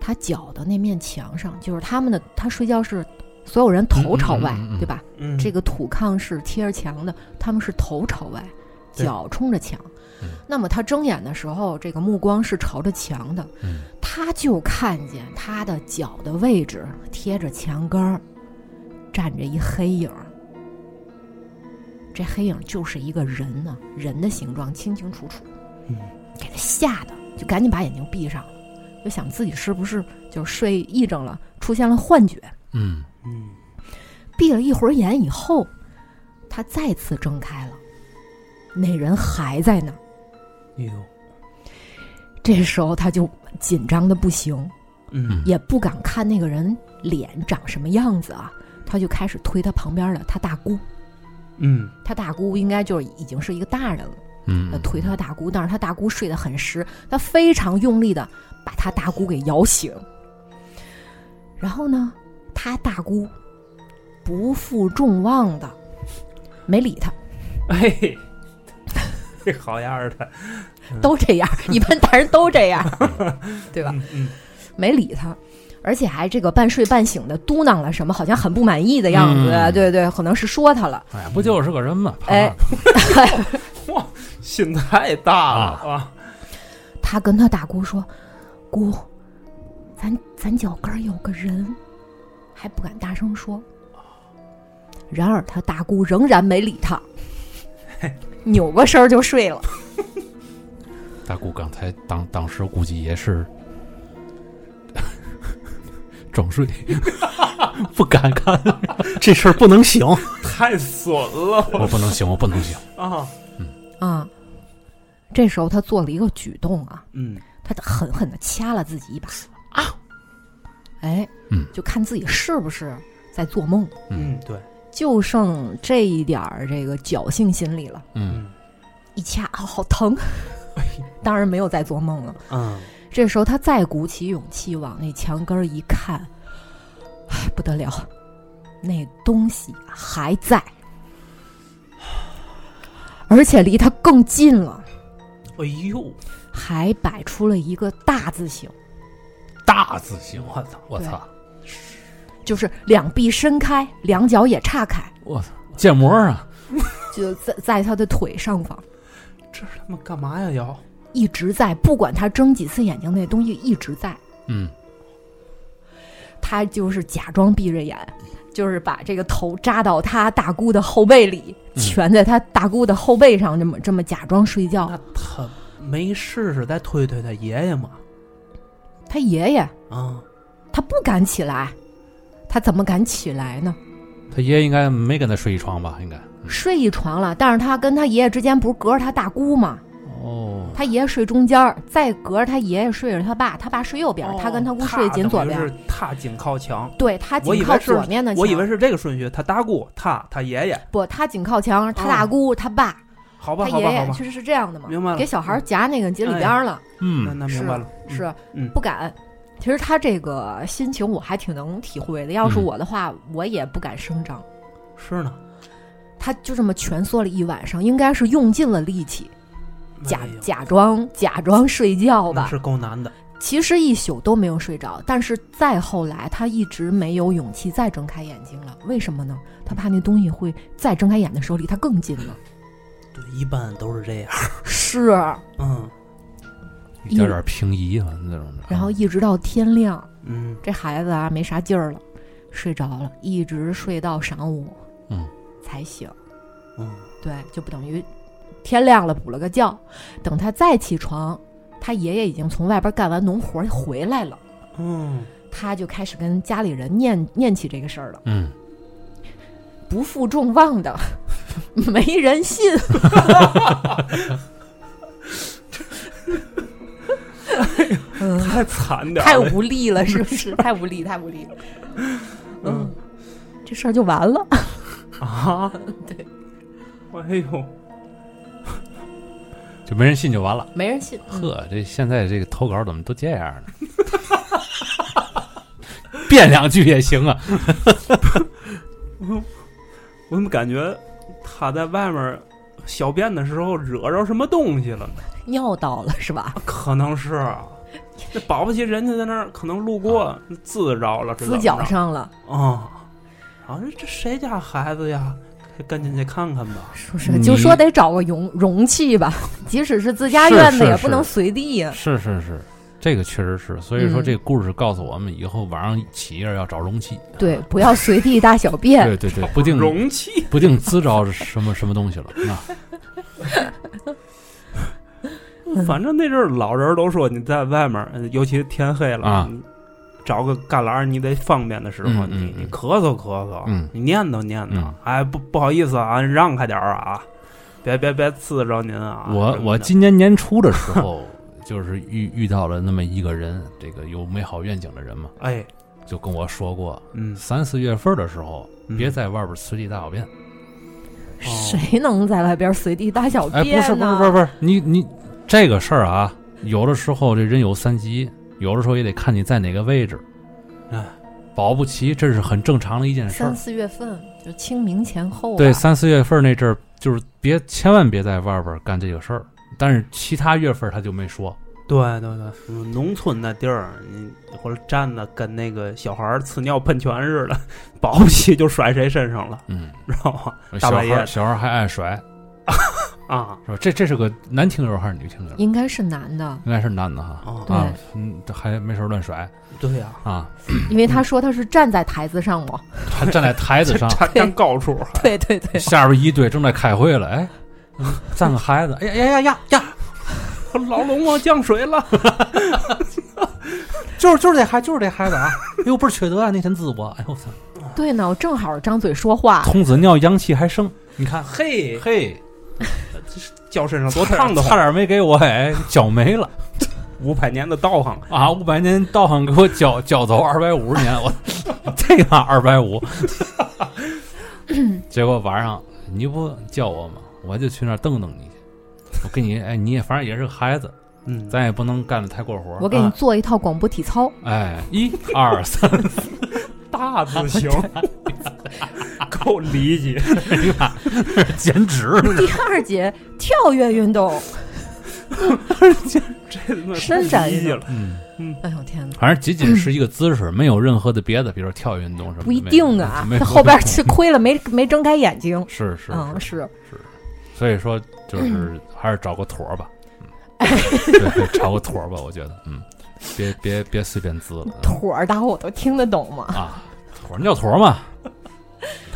B: 他脚的那面墙上，就是他们的他睡觉是所有人头朝外，
A: 嗯嗯嗯嗯嗯
B: 对吧？
D: 嗯，
B: 这个土炕是贴着墙的，他们是头朝外，
D: 对
B: 脚冲着墙
A: 嗯。
B: 那么他睁眼的时候，这个目光是朝着墙的，
A: 嗯
B: 他就看见他的脚的位置贴着墙根儿，站着一黑影儿。这黑影就是一个人呢、人的形状清清楚楚。
D: 嗯
B: 给他吓得就赶紧把眼睛闭上了，就想自己是不是就睡癔症了，出现了幻觉。
A: 嗯
D: 嗯
B: 闭了一会儿眼以后，他再次睁开了，那人还在那儿。
D: 哎呦，
B: 这时候他就紧张的不行，
D: 嗯
B: 也不敢看那个人脸长什么样子啊，他就开始推他旁边的他大姑。
D: 嗯
B: 他大姑应该就是已经是一个大人了，
A: 嗯，嗯
B: 推他大姑，但是他大姑睡得很实，他非常用力的把他大姑给摇醒。然后呢，他大姑不负众望的没理他，
D: 哎，这好样儿的，
B: 都这样，一般大人都这样，对吧？
D: 嗯嗯
B: 没理他，而且还这个半睡半醒的嘟囔了什么，好像很不满意的样子。
A: 嗯
B: 对对，可能是说他了。
A: 哎，不就是个人嘛，怕
B: 哎
A: 嘛
D: 心太大了啊！
B: 他跟他大姑说：“姑，咱咱脚跟儿有个人。”还不敢大声说。然而他大姑仍然没理他，扭过身儿就睡了。
A: 大姑刚才当当时估计也是 装睡， 不敢 看，
C: 这事儿不能醒。
D: 太损了
A: 我不能行，我不能行。
D: 啊！
B: 啊，这时候他做了一个举动啊，
D: 嗯
B: 他狠狠的掐了自己一把啊！哎，
A: 嗯
B: 就看自己是不是在做梦，
A: 嗯
D: 嗯，对，
B: 就剩这一点儿这个侥幸心理了。
A: 嗯
D: 嗯
B: 一掐啊，好疼！当然没有在做梦了。
D: 嗯，
B: 这时候他再鼓起勇气往那墙根儿一看，唉不得了，那东西还在，而且离他更近了，
D: 哎呦，
B: 还摆出了一个大字形，
A: 大字形，
D: 我操！
A: 我操，
B: 就是两臂伸开，两脚也岔开，
A: 我操，建模啊！
B: 就在在他的腿上方。
D: 这是他妈干嘛呀？要
B: 一直在，不管他睁几次眼睛，那东西一直在。
A: 嗯，
B: 他就是假装闭着眼，就是把这个头扎到他大姑的后背里，
A: 嗯
B: 蜷在他大姑的后背上，这么这么假装睡觉
D: 那。他没试试再推推他爷爷嘛？
B: 他爷爷
D: 啊，
B: 他不敢起来，他怎么敢起来呢？
A: 他爷应该没跟他睡一床吧？应该
B: 睡一床了，但是他跟他爷爷之间不是隔着他大姑吗？
A: 哦，
B: 他爷爷睡中间儿，再隔着他爷爷睡着他爸，他爸睡右边儿，
D: 哦
B: 他跟他姑睡紧左边
D: 他
B: 儿。
D: 等于是他紧靠墙，
B: 对他
D: 我
B: 紧
D: 以
B: 靠
D: 为是
B: 左面的墙，
D: 我以为是这个顺序，他大姑，他他爷爷，
B: 不，他紧靠墙，他大
D: 哦
B: 姑，他爸，
D: 好吧，
B: 他
D: 好
B: 爷
D: 吧，好
B: 爷
D: 吧，
B: 其实是这样的嘛，
D: 明白了嗯
B: 给小孩儿夹那个节里边儿了，
D: 那
A: 嗯
D: 那明白了，嗯
B: 是
D: 嗯
B: 不敢。其实他这个心情我还挺能体会的，要是
A: 嗯
B: 我的话，我也不敢声张。
D: 是呢，
B: 他就这么蜷缩了一晚上，应该是用尽了力气，假
D: 哎呦
B: 假装假装睡觉
D: 那
B: 吧。
D: 是够难的，
B: 其实一宿都没有睡着，但是再后来他一直没有勇气再睁开眼睛了。为什么呢？他怕那东西会再睁开眼的时候离他更近了。
D: 对，一般都是这样，
B: 是，
D: 嗯
A: 一点点平移啊那种的。
B: 然后一直到天亮，
D: 嗯，
B: 这孩子啊没啥劲儿了，睡着了，一直睡到晌午，
A: 嗯，
B: 才醒。
D: 嗯，
B: 对，就不等于天亮了补了个觉。等他再起床，他爷爷已经从外边干完农活回来了，
D: 嗯，
B: 他就开始跟家里人念念起这个事儿了。
A: 嗯，
B: 不负众望的， 没人信。 嗯，
D: 太惨点
B: 太
D: 儿了，
B: 无 力了，是不是？太无力，太无力了。嗯，这事儿就完了。
D: 啊，
B: 对，
D: 哎呦，
A: 就没人信就完了。
B: 没人信。嗯
A: 呵，这现在这个投稿怎么都这样呢？ 变两句也行啊。
D: 我怎么感觉他在外面小便的时候惹着什么东西了呢？
B: 尿到了是吧？
D: 可能是啊，那保不齐人家在那儿可能路过滋着了，
B: 滋脚上
A: 嗯
B: 了，
D: 啊啊！这谁家孩子呀？跟进去看看吧。
B: 是不是？
A: 你
B: 就说得找个容容 器吧，即使是自家
A: 是
B: 院子
A: 是
B: 也不
A: 是
B: 能随地啊呀。
A: 是是是，这个确实是。所以说，
B: 嗯
A: 这故事告诉我们，以后晚上起夜要找容器。
B: 对，不要随地大小便。
A: 对对对，不定
D: 容器，
A: 不定滋着是什么什么东西了。那
D: 反正那阵儿老人都说你在外面，呃尤其天黑了
A: 啊，
D: 你找个旮旯儿你得方便的时候，
A: 嗯嗯
D: 你
A: 嗯
D: 你咳嗽咳嗽，
A: 嗯
D: 你念叨念叨，
A: 嗯
D: 哎不不好意思啊，让开点儿啊，别别别刺着您啊。
A: 我
D: 什么
A: 我
D: 的
A: 今年年初的时候，就是遇遇到了那么一个人，这个有美好愿景的人嘛，
D: 哎
A: 就跟我说过，
D: 嗯，
A: 三四月份的时候，
D: 嗯
A: 别在外边随地大小便。
B: 谁能在外边随地大小
A: 哦哎，
B: 便
A: 不
B: 呢？
A: 是不是不是不是，你你这个事儿啊，有的时候这人有三急，有的时候也得看你在哪个位置。
D: 哎，
A: 保不齐这是很正常的一件事儿
B: 三。四月份，就清明前后、啊。
A: 对，三四月份那阵儿，就是别千万别在外边干这个事儿。但是其他月份他就没说，
D: 对对对，嗯农村那地儿，你或者站的跟那个小孩儿呲尿喷泉似的，保不齐就甩谁身上了，
A: 嗯，
D: 知道吗？
A: 小孩
D: 大半夜
A: 儿
D: 的
A: 小孩儿还爱甩，
D: 啊
A: 是吧？这这是个男听友还是女听友？
B: 应该是男的，
A: 应该是男的哈。
D: 啊
B: 对
A: 啊，嗯，这还没事儿乱甩
D: 对呀、
A: 啊，
B: 因为他说他是站在台子上嘛。
A: 还站在台子上，
D: 站站高处，
B: 对对对，
A: 下边一队正在开会了，哎，站个孩子，哎呀呀呀呀呀，
D: 老龙王降水了。
A: 就是就是这孩，就是这孩子啊！ 又不是缺德啊，那天自我，哎呦我操！
B: 对呢，我正好张嘴说 话，
A: 童子尿阳气还盛，你看，
D: 嘿，
A: 嘿，
D: 脚身上多烫的
A: 差
D: 慌，
A: 点没给我哎 脚没了
D: 五百年的道行，
A: 啊！五百年道行给我脚脚走二百五十年，我 这妈二百 五，结果晚上你不叫我吗？我就去那儿瞪瞪你去。我跟你哎，你也反正也是个孩子，
D: 嗯，
A: 咱也不能干的太过火。
B: 我给你做一套广播体操。
A: 哎，一二三，
D: 大字 形，够 理解。
A: 哎呀妈，减脂
B: 第二节跳跃运动。
D: 这他妈
B: 伸展
D: 理
B: 一
D: 解
B: 下
D: 了，
A: 嗯。
B: 哎呦天哪！
A: 反正仅仅是一个姿势，没有任何的别的，比如说跳跃运动什么的。
B: 不一定啊
A: 没，有。
B: 他 后边吃亏了没没睁开眼睛
A: 是是
B: 嗯，
A: 是，
B: 是
A: 所以说就是 还是找个托儿吧，嗯对，找个托儿吧，我觉得，嗯，别别别随便滋了嗯
B: 妥儿，大伙都听得懂吗？
A: 啊，托儿尿坨儿嘛，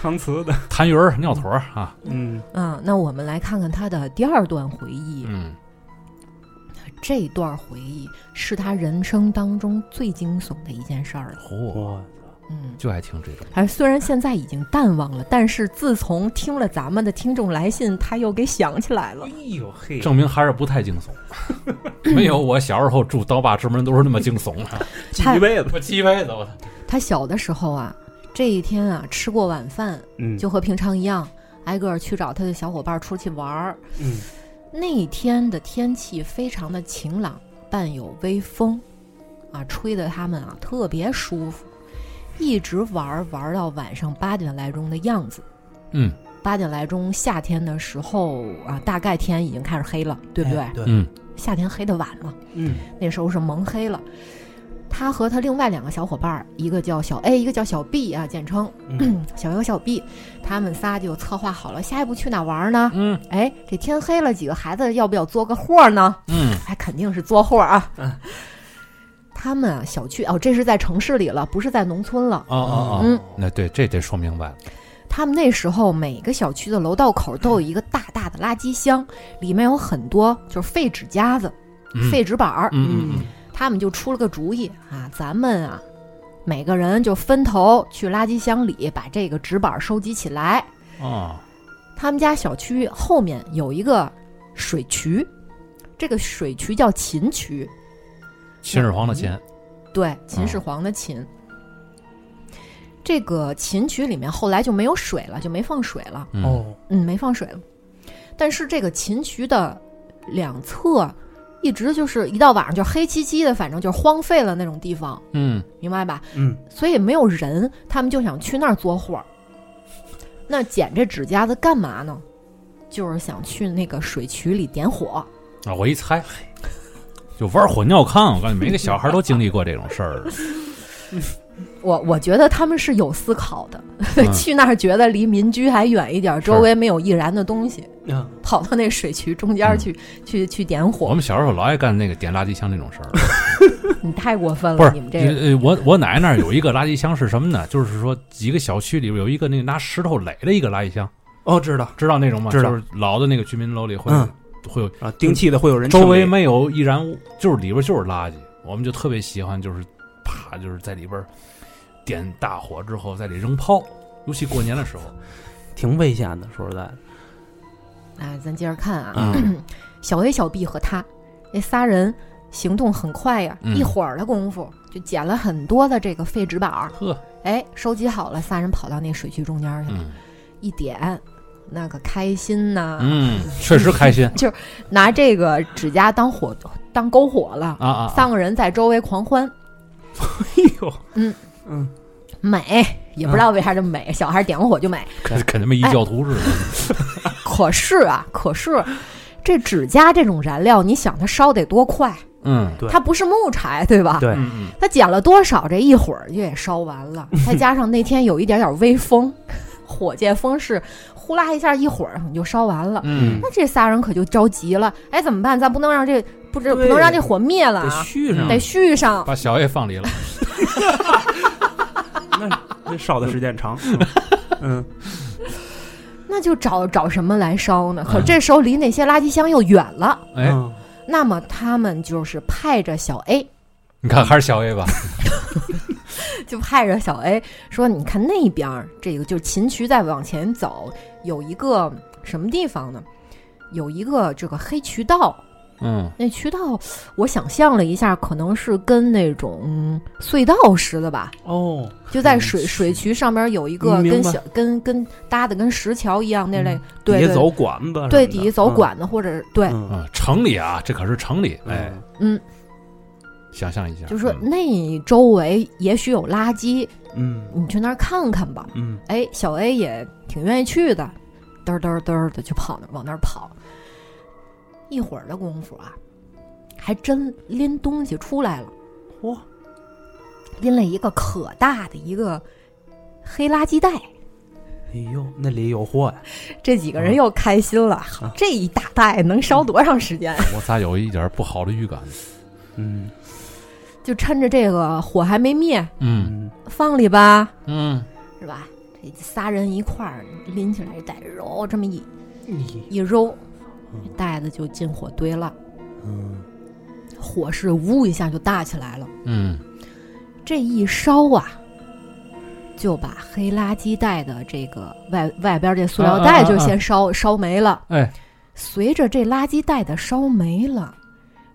D: 搪瓷的，
A: 痰盂儿尿坨儿啊，
D: 嗯，
B: 嗯，那我们来看看他的第二段回忆。
A: 嗯
B: 这段回忆是他人生当中最惊悚的一件事儿了。
A: 嚯，
D: 哇，
B: 嗯，
A: 就爱听这种，
B: 而虽然现在已经淡忘了，但是自从听了咱们的听众来信，他又给想起来了
D: 哎。呦嘿，
A: 证明还是不太惊悚， 没有我小时候住刀疤之门都是那么惊悚啊的，
D: 记一辈子，
A: 我鸡歪的我操，
B: 他小的时候啊，这一天啊吃过晚饭，
D: 嗯，
B: 就和平常一样，挨个儿去找他的小伙伴出去玩儿。
D: 嗯，
B: 那一天的天气非常的晴朗，伴有微风，啊，吹得他们啊特别舒服，一直玩儿玩儿到晚上八点来钟的样子。
A: 嗯
B: 八点来钟，夏天的时候啊，大概天已经开始黑了，对不对？
D: 哎对，
A: 嗯
B: 夏天黑的晚了，
D: 嗯
B: 那时候是蒙黑了。他和他另外两个小伙伴儿，一个叫小 A，一个叫小 B 啊，简称
D: 嗯，
B: 小 A 和小 B，他们仨就策划好了下一步去哪玩儿呢？
A: 嗯
B: 哎，这天黑了，几个孩子要不要做个货呢？
A: 嗯
B: 哎，肯定是做货啊。
D: 嗯
B: 他们啊，小区哦，这是在城市里了，不是在农村了。
A: 哦哦哦，
B: 嗯
A: 那对这得说明白了，
B: 他们那时候每个小区的楼道口都有一个大大的垃圾箱，里面有很多就是废纸夹子、
A: 嗯
B: 废纸板儿。
A: 嗯嗯嗯。
B: 他们就出了个主意啊，咱们啊，每个人就分头去垃圾箱里把这个纸板儿收集起来。
A: 哦，
B: 他们家小区后面有一个水渠，这个水渠叫秦渠，
A: 秦始皇的秦，
B: 对，秦始皇的秦。这个秦渠里面后来就没有水了，就没放水了，
A: 嗯，
D: 哦，
B: 嗯，没放水了。但是这个秦渠的两侧一直就是一到晚上就黑漆漆的，反正就是荒废了那种地方，
A: 嗯，
B: 明白吧？
D: 嗯，
B: 所以没有人，他们就想去那儿作画儿。那剪这指甲子干嘛呢？就是想去那个水渠里点火。
A: 啊，我一猜，就玩火尿炕，我告诉你，每个小孩都经历过这种事儿。
B: 我我觉得他们是有思考的，
A: 嗯
B: 去那儿觉得离民居还远一点，周围没有易燃的东西，
D: 啊，
B: 跑到那水渠中间
A: 嗯
B: 去、去去点
A: 我
B: 火，
A: 们小时候老爱干那个点垃圾箱这种事儿，
B: 你太过分
A: 不
B: 了，
A: 是
B: 你们？这个
A: 呃，我我奶奶那儿有一个垃圾箱是什么呢？就是说几个小区里边有一个那个拿石头垒的一个垃圾箱，
D: 哦，知道
A: 知道那种吗？
D: 知道
A: 就是老的那个居民楼里会
D: 嗯
A: 会有
D: 啊，定期的会有人
A: 周围
D: 清理
A: 没有易燃物，就是里边就是垃圾，我们就特别喜欢，就是啪，就是在里边点大火之后在里扔炮，尤其过年的时候，
D: 挺危险的，说实在的，
B: 哎，咱接着看啊，
A: 嗯
B: 小 A、小 B 和他那仨人行动很快呀，
A: 嗯
B: 一会儿的功夫就捡了很多的这个废纸板儿，
A: 呵，
B: 哎，收集好了，仨人跑到那水渠中间去了，
A: 嗯
B: 一点，那个开心呐、
A: 嗯，确实开心
B: 拿这个指甲当火当篝火了，
A: 啊啊啊！
B: 三个人在周围狂欢，
D: 哎 呦，
B: 嗯
D: 嗯，
B: 美，也不
A: 啊
B: 知道为啥这么美，小孩点火就美。
A: 跟跟他们异教徒似的，
B: 可是啊，可是这指甲这种燃料，你想它烧得多快？
A: 嗯，
D: 对
B: 它不是木柴，对吧？
D: 对
A: 嗯嗯，
B: 他捡了多少？这一会儿就也烧完 了。再加上那天有一点点微风，火箭风势，呼啦一下，一会儿你就烧完了。
A: 嗯
B: 那这仨人可就着急了，哎，怎么办？咱不能让这不知不
D: 对
B: 能让这火灭了
D: 得
B: 啊，
D: 续上
A: 嗯，
B: 得续上。
A: 把小 A 放里了，
D: 那那烧的时间长，嗯，
B: 那就找找什么来烧呢？可
A: 嗯
B: 这时候离那些垃圾箱又远了，
A: 哎，
D: 嗯
B: 那么他们就是派着小 A，
A: 你看还是小 A 吧，
B: 就派着小 A 说：“你看那边儿，这个就琴渠再往前走，有一个什么地方呢？有一个这个黑渠道。
A: 嗯
B: 那渠道，我想象了一下，可能是跟那种嗯隧道似的吧，
D: 哦，
B: 就在
A: 嗯
B: 水
A: 是
B: 水渠上面有一个
D: 嗯明
B: 跟
D: 白
B: 小跟跟搭的跟石桥一样那类
D: 嗯，
B: 对
D: 底
B: 对
D: 下走管子什么的，
B: 对底下走
D: 嗯，
B: 管子或者对，
D: 嗯，
A: 嗯，城里啊，这可是城里，哎，
D: 嗯，
A: 想象一下，
B: 就说
A: 嗯
B: 那周围也许有垃圾，
D: 嗯
B: 你去那儿看看吧。
D: 嗯
B: 哎，小 A 也挺愿意去的，嘚儿嘚儿嘚儿的就跑那往那儿跑。一会儿的功夫啊，还真拎东西出来了，
D: 嚯，
B: 拎了一个可大的一个黑垃圾袋。
D: 哎呦，那里有货呀，
B: 这几个人又开心了，
D: 啊
B: 这一大袋能烧多长时间？
A: 我咋有一点不好的预感？
D: 嗯
B: 就趁着这个火还没灭，
A: 嗯
D: 嗯，
B: 放里吧，
A: 嗯，
B: 是吧？这仨人一块儿拎起来这袋，揉这么一
D: 你
B: 一揉
D: 嗯，
B: 袋子就进火堆了，
D: 嗯
B: 火势呜一下就大起来了。
A: 嗯，
B: 这一烧啊，就把黑垃圾袋的这个外外边这塑料
A: 啊
B: 袋就先烧、烧没了。
A: 哎，
B: 随着这垃圾袋的烧没了，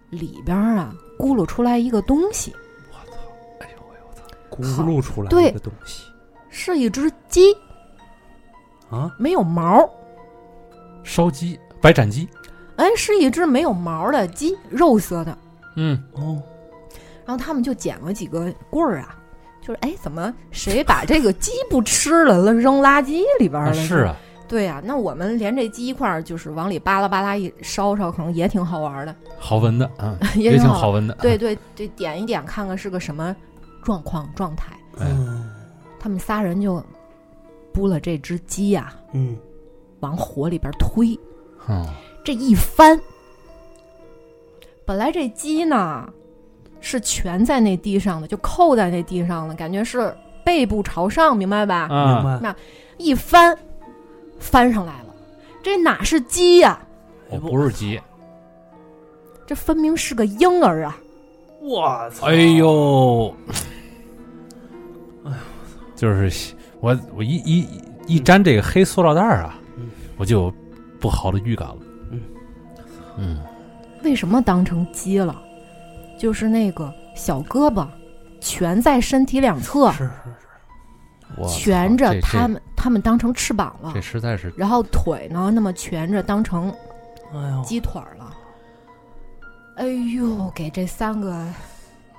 B: 里边啊咕噜出来一个东西，
A: 哎呦喂，我操！
D: 咕噜出来
B: 对
D: 一个东西
B: 是一只鸡，
D: 啊，
B: 没有毛。
A: 烧鸡，白斩鸡，
B: 哎，是一只没有毛的鸡，肉色的。
A: 嗯，
D: 哦，
B: 然后他们就捡了几个棍儿啊，就是哎，怎么谁把这个鸡不吃了，了扔垃圾里边
A: 啊
B: 了？
A: 是啊，
B: 对呀、那我们连这鸡一块儿就是往里扒拉扒拉一烧烧，可能也挺好玩儿的，
A: 好闻的啊，
B: 也
A: 也
B: 挺
A: 挺
B: 好
A: 好
B: 玩。
A: 闻的。
B: 对，对对，点一点看看是个什么状况状态。
A: 哎，
D: 嗯
B: 他们仨人就拨了这只鸡呀、
D: 嗯，
B: 往火里边推，
A: 嗯，
B: 这一翻，本来这鸡呢是蜷在那地上的，就扣在那地上了，感觉是背部朝上，明白吧？
D: 明
A: 啊，
D: 白，
B: 一翻，翻上来了，这哪是鸡呀、
A: 哎我不是鸡，
B: 这分明是个婴儿啊！
D: 我操，
A: 哎呦，就是我我一一一沾这个黑塑料袋儿啊
D: 嗯，
A: 我就有不好的预感了。
D: 嗯
A: 嗯，
B: 为什么当成鸡了？就是那个小胳膊蜷在身体两侧，
D: 是是是，
A: 我操
B: 蜷着
A: 这
B: 他们，他们当成翅膀了
A: 这这，实在是
B: 然后腿呢那么蜷着当成
D: 哎呦，
B: 鸡腿儿了。哎呦，给这三个，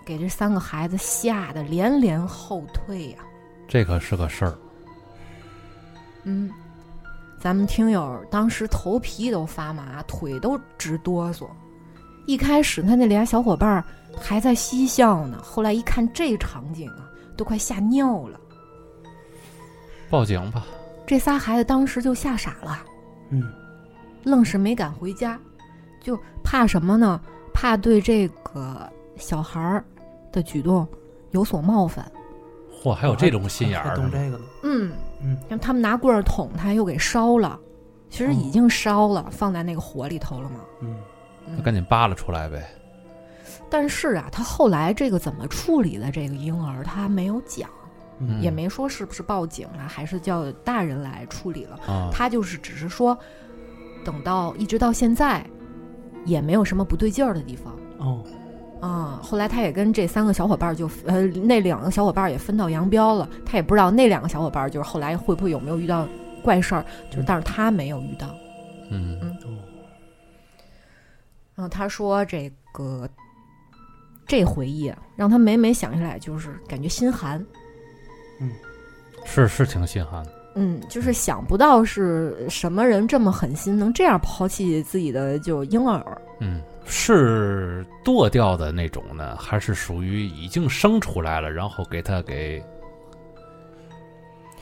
B: 给这三个孩子吓得连连后退呀、啊
A: 这可是个事儿。
B: 嗯，咱们听友当时头皮都发麻，腿都直哆嗦。一开始他那俩小伙伴儿还在嬉笑呢，后来一看这场景啊，都快吓尿了。
E: 报警吧，
B: 这仨孩子当时就吓傻了。
D: 嗯，
B: 愣是没敢回家，就怕什么呢？怕对这个小孩儿的举动有所冒犯。
A: 嚯，还有这种心眼
D: 还
A: 儿的呢，
D: 懂这个呢？
B: 嗯
D: 嗯，
B: 让他们拿棍儿捅他，又给烧了。其实已经烧了，放在那个火里头了嘛。
D: 嗯，
E: 那
B: 嗯、
E: 赶紧扒拉出来呗。
B: 但是啊，他后来这个怎么处理的这个婴儿，他没有讲，
E: 嗯
B: 也没说是不是报警了，还是叫大人来处理了。
A: 嗯
E: 啊，
B: 他就是只是说，等到一直到现在，也没有什么不对劲儿的地方。
D: 哦，
B: 啊、后来他也跟这三个小伙伴儿就呃，那两个小伙伴儿也分道扬镳了。他也不知道那两个小伙伴儿就是后来会不会有没有遇到怪事儿，就是但是他没有遇到。
E: 嗯
B: 然后他说这个这回忆啊让他每每想起来就是感觉心寒，
A: 是是挺心寒的。
B: 嗯，就是想不到是什么人这么狠心，能这样抛弃自己的就婴儿。
E: 嗯，
A: 是剁掉的那种呢，还是属于已经生出来了，然后给它给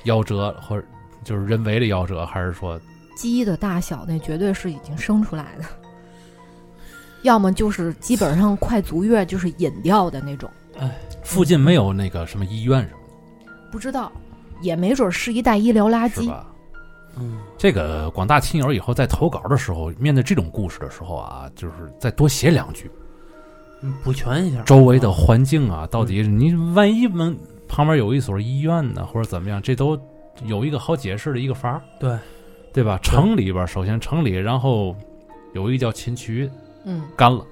A: 夭折，或者就是人为的夭折，还是说
B: 鸡的大小那绝对是已经生出来的，要么就是基本上快足月就是引掉的那种。
A: 附近没有那个什么医院什么
B: 不知道，也没准是一袋医疗垃
A: 的，是
B: 圾。
A: 吧？
D: 嗯，
A: 这个广大亲友以后在投稿的时候，面对这种故事的时候啊，就是再多写两句，
D: 嗯补全一下
A: 周围的环境啊，到底你万一门旁边有一所医院呢，或者怎么样，这都有一个好解释的一个法儿，
D: 对
A: 对吧？城里边儿首先城里，然后有一个叫秦渠
B: 嗯，
A: 干了，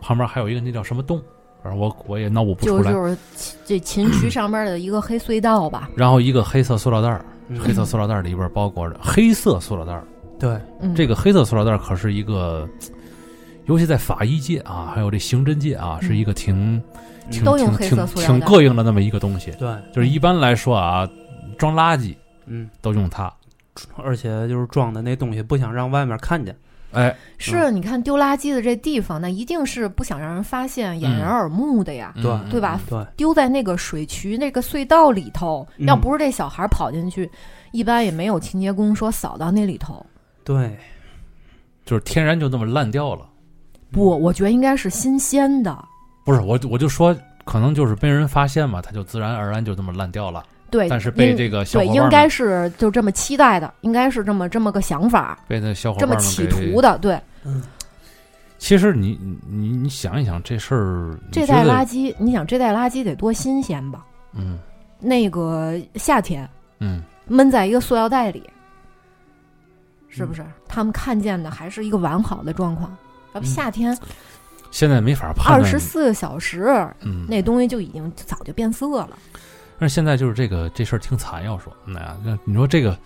A: 旁边还有一个那叫什么洞，反正我我也脑补不出
B: 就
A: 来。
B: 就是秦这秦渠上面的一个黑隧道吧。
A: 然后一个黑色塑料袋儿，
D: 嗯
A: 黑色塑料袋儿里边包裹着黑色塑料袋儿，
D: 对，
B: 嗯，
A: 这个黑色塑料袋儿可是一个，尤其在法医界啊，还有这刑侦界啊，是一个挺挺
B: 都用
A: 挺
B: 黑色
A: 挺
B: 塑料
A: 挺
B: 袋
A: 膈应的那么一个东西。
D: 对，
A: 就是一般来说啊，装垃圾
D: 嗯，
A: 都用它。
D: 而且就是装的那东西不想让外面看见，
A: 哎，
B: 是你看丢垃圾的这地方，那一定是不想让人发现、
A: 嗯
B: 掩人耳目的呀。
D: 对
B: 对
A: 啊
B: 吧？
D: 嗯对，
B: 丢在那个水渠、那个隧道里头，
D: 嗯
B: 要不是这小孩跑进去，一般也没有清洁工说扫到那里头。
D: 对，
A: 就是天然就那么烂掉了。
B: 不，
A: 嗯
B: 我觉得应该是新鲜的。
A: 不是我，我就说可能就是被人发现嘛，它就自然而然就这么烂掉了。
B: 对，
A: 但是被
B: 应
A: 这个小
B: 对
A: 伙伴
B: 应
A: 们
B: 该是就这么期待的，应该是这么这么个想法，
A: 被那小伙
B: 这
A: 伴
B: 么
A: 们
B: 企
A: 给
B: 图的。对，
D: 嗯，
A: 其实你你你你想一想这事儿，你
B: 这
A: 觉
B: 袋
A: 得
B: 垃圾，你想这袋垃圾得多新鲜吧？
A: 嗯
B: 那个夏天
A: 嗯，
B: 闷在一个塑料袋里，
A: 嗯
B: 是不是？他们看见的还是一个完好的状况。
A: 嗯
B: 要不夏天
A: 现在没法判
B: 二
A: 断。
B: 十四个小时，
A: 嗯，
B: 那东西就已经早就变色了。
A: 但是现在就是这个这事儿挺惨，要说嗯那、那你说这个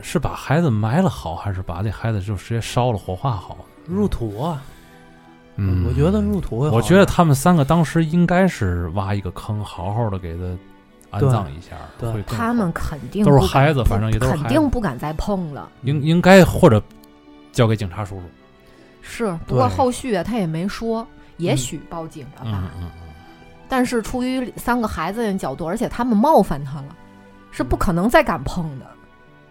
A: 是把孩子埋了好，还是把这孩子就直接烧了火化好？
D: 入土啊，
A: 嗯，
D: 我觉得入土会好
A: 我
D: 一点，
A: 觉得他们三个当时应该是挖一个坑，好好的给他安葬一下，
D: 对
A: 会更好
B: 他们肯定
A: 都是
B: 不敢
A: 孩子
B: 不
A: 反正也都是
B: 肯
A: 孩子
B: 定不敢再碰了。
A: 应应该或者交给警察叔叔。
B: 是，不过
D: 对
B: 后续啊，他也没说，也
D: 嗯
B: 许报警了吧
A: 嗯。嗯
B: 但是出于三个孩子的角度，而且他们冒犯他了，是不可能再敢碰的。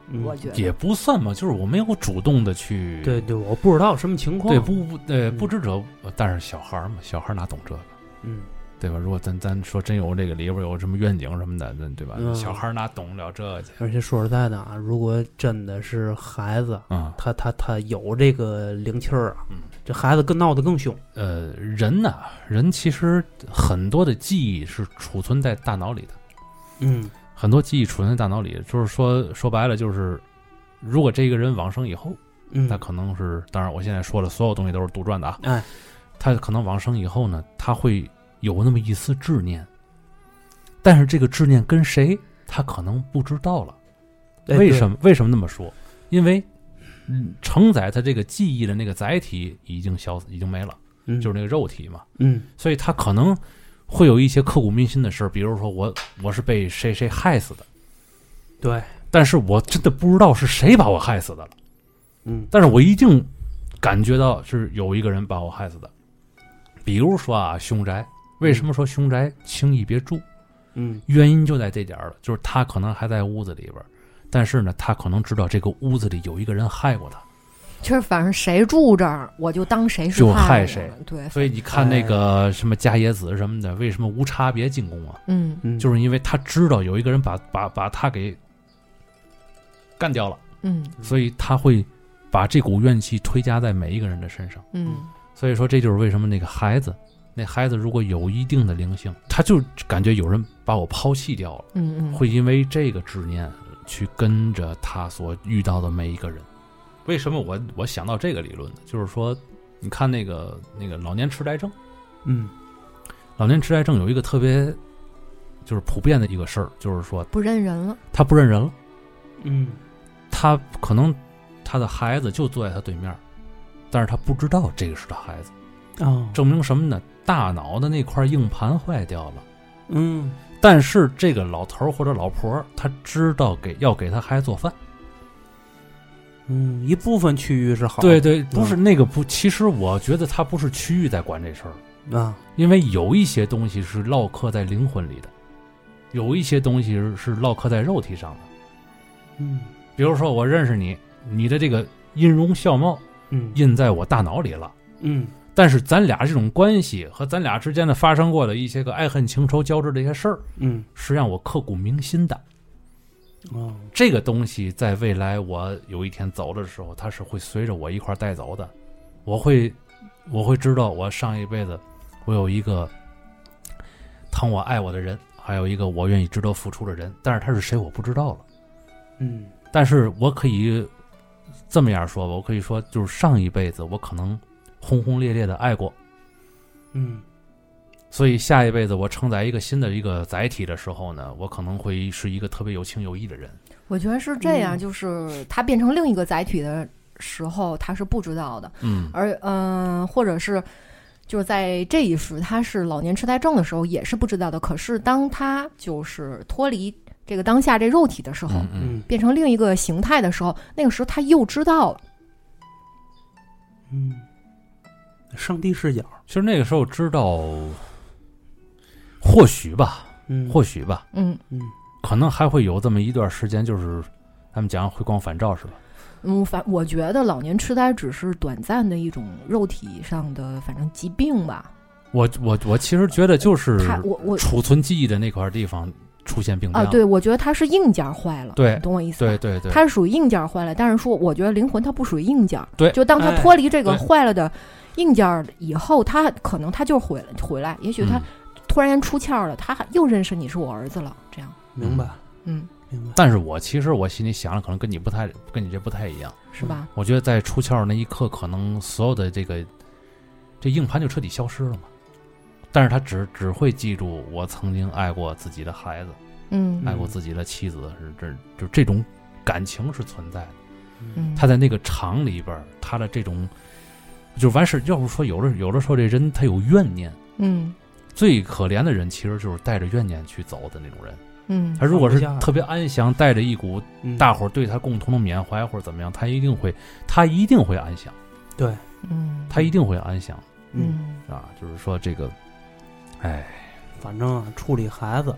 D: 嗯
B: 我
A: 嗯，
B: 觉得
A: 也不算吧，就是我没有主动的去
D: 对对，我不知道什么情况，
A: 对不不呃
D: 嗯
A: 不知者，但是小孩儿嘛，小孩儿哪懂这个。
D: 嗯，
A: 对吧？如果咱咱说真有这个里边有什么愿景什么的，那对吧？
D: 嗯
A: 小孩儿哪懂了这去？
D: 而且说实在的啊，如果真的是孩子，
A: 啊、
D: 他他他有这个灵气儿啊
A: 嗯，
D: 这孩子更闹得更凶，
A: 呃，人呐、人其实很多的记忆是储存在大脑里的，
D: 嗯
A: 很多记忆储存在大脑里，就是说说白了就是，如果这个人往生以后，
D: 嗯
A: 他，可能是，当然我现在说了，所有东西都是杜撰的啊，
D: 哎，
A: 他可能往生以后呢，他会有那么一丝执念，但是这个执念跟谁，他可能不知道了。
D: 哎
A: 为什么？为什么那么说？因为嗯承载它这个记忆的那个载体已经消已经没了，
D: 嗯
A: 就是那个肉体嘛。
D: 嗯
A: 所以他可能会有一些刻骨铭心的事儿，比如说我我是被谁谁害死的，
D: 对，
A: 但是我真的不知道是谁把我害死的了，
D: 嗯
A: 但是我一定感觉到是有一个人把我害死的。比如说啊，凶宅，为什么说凶宅轻易别住？
D: 嗯
A: 原因就在这点儿了，就是他可能还在屋子里边儿，但是呢，他可能知道这个屋子里有一个人害过他。
B: 就是反正谁住这儿，我就当谁是
A: 就害
B: 我
A: 谁。
B: 对，
A: 所以你看那个什么伽椰子什么的，为什么无差别进攻啊？
B: 嗯
D: 嗯，
A: 就是因为他知道有一个人把把把他给干掉了，
B: 嗯
A: 所以他会把这股怨气推加在每一个人的身上。
B: 嗯
A: 所以说，这就是为什么那个孩子，那孩子如果有一定的灵性，他就感觉有人把我抛弃掉了，
B: 嗯嗯，
A: 会因为这个执念去跟着他所遇到的每一个人。为什么我我想到这个理论呢？就是说，你看那个那个老年痴呆症。
D: 嗯
A: 老年痴呆症有一个特别就是普遍的一个事儿，就是说
B: 不认人了。
A: 他不认人了，
D: 嗯
A: 他可能他的孩子就坐在他对面儿，但是他不知道这个是他孩子，
D: 哦，
A: 证明什么呢？大脑的那块硬盘坏掉了，
D: 嗯
A: 但是这个老头儿或者老婆儿他知道给要给他孩子做饭，
D: 嗯，一部分区域是好
A: 对对，不是那个不，其实我觉得他不是区域在管这事儿，
D: 啊，
A: 因为有一些东西是烙刻在灵魂里的，有一些东西是是烙刻在肉体上的。
D: 嗯
A: 比如说我认识你，你的这个音容笑貌
D: 嗯
A: 印在我大脑里了。
D: 嗯
A: 但是咱俩这种关系和咱俩之间的发生过的一些个爱恨情仇交织的一些事儿，
D: 嗯
A: 是让我刻骨铭心的。
D: 哦，
A: 这个东西在未来我有一天走的时候，它是会随着我一块儿带走的。我会，我会知道我上一辈子我有一个疼我爱我的人，还有一个我愿意值得付出的人，但是他是谁我不知道了。
D: 嗯
A: 但是我可以这么样说吧，我可以说，就是上一辈子我可能轰轰烈烈的爱过，
D: 嗯
A: 所以下一辈子我承载一个新的一个载体的时候呢，我可能会是一个特别有情有义的人。
B: 我觉得是这样，
D: 嗯
B: 就是他变成另一个载体的时候，他是不知道的，
A: 嗯
B: 而嗯、或者是就是在这一世他是老年痴呆症的时候也是不知道的。可是当他就是脱离这个当下这肉体的时候，
A: 嗯嗯
D: 嗯
B: 变成另一个形态的时候，那个时候他又知道了。
D: 嗯，上帝视角，
A: 其实那个时候知道，或许吧，
D: 嗯
A: 或许吧，
B: 嗯
D: 嗯
A: 可能还会有这么一段时间，就是他们讲回光返照是吧？
B: 嗯，反我觉得老年痴呆只是短暂的一种肉体上的反正疾病吧。
A: 我我我其实觉得就是
B: 他我我
A: 储存记忆的那块地方出现病变
B: 啊，
A: 了。
B: 对，我觉得它是硬件坏了，
A: 对
B: 你懂我意思吧？
A: 对对对，
B: 它是属于硬件坏了，但是说我觉得灵魂它不属于硬件，
A: 对
B: 就当它
D: 哎
B: 脱离这个
A: 对
B: 坏了的硬件以后，它可能它就回回来，也许它
A: 嗯
B: 突然间出窍了，它还又认识你是我儿子了，这样，
D: 明白
B: 嗯，
D: 明白，
A: 但是我其实我心里想的可能跟你不太，跟你这不太一样。
B: 是吧？
A: 我觉得在出窍那一刻，可能所有的这个这硬盘就彻底消失了嘛。但是他只只会记住我曾经爱过自己的孩子，
B: 嗯
A: 爱过自己的妻子，是这就这种感情是存在的。
B: 嗯，
A: 他在那个场里边儿，他的这种就完事儿。要不说有的有的时候这人他有怨念，
B: 嗯
A: 最可怜的人其实就是带着怨念去走的那种人。
B: 嗯
A: 他如果是
D: 放不下
A: 特别安详，带着一股
D: 嗯
A: 大伙儿对他共同的缅怀或者怎么样，他一定会，他一定会安详，
B: 嗯，
A: 他一定会安详
D: 嗯，
B: 嗯
A: 啊！就是说这个，哎，
D: 反正啊处理孩子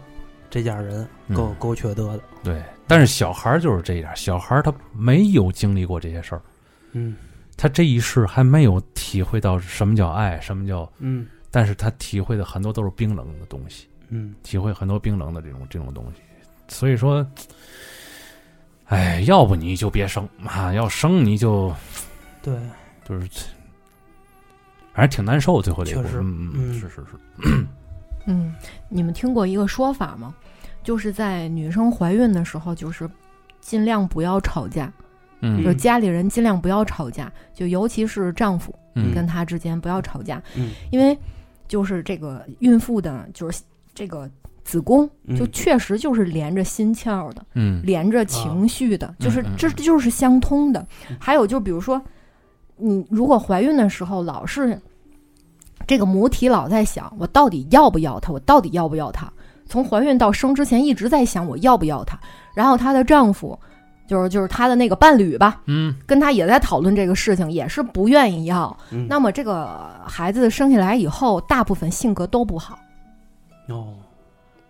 D: 这家人够
A: 嗯
D: 够缺德的，
A: 对。但是小孩儿就是这样，小孩儿他没有经历过这些事儿，
D: 嗯
A: 他这一世还没有体会到什么叫爱，什么叫，
D: 嗯
A: 但是他体会的很多都是冰冷的东西，
D: 嗯
A: 体会很多冰冷的这种这种东西。所以说，哎，要不你就别生啊，要生你就。
D: 对，
A: 就是，反正挺难受，最后这一步
D: 确实
A: 嗯
D: 嗯
A: 是是是，
B: 嗯，你们听过一个说法吗？就是在女生怀孕的时候，就是尽量不要吵架，就
A: 嗯
B: 是家里人尽量不要吵架，就尤其是丈夫
A: 嗯
B: 跟他之间不要吵架，
D: 嗯
B: 因为就是这个孕妇的，就是这个子宫，就
D: 嗯
B: 确实就是连着心窍的，
A: 嗯
B: 连着情绪的，就是
A: 嗯嗯
B: 这
A: 嗯
B: 就是相通的
D: 嗯。
B: 还有就比如说，你如果怀孕的时候老是这个母体老在想，我到底要不要她？我到底要不要她？从怀孕到生之前一直在想我要不要她。然后她的丈夫，就是就是她的那个伴侣吧，
A: 嗯
B: 跟她也在讨论这个事情，也是不愿意要。
D: 嗯
B: 那么这个孩子生下来以后，大部分性格都不好。
D: 哦，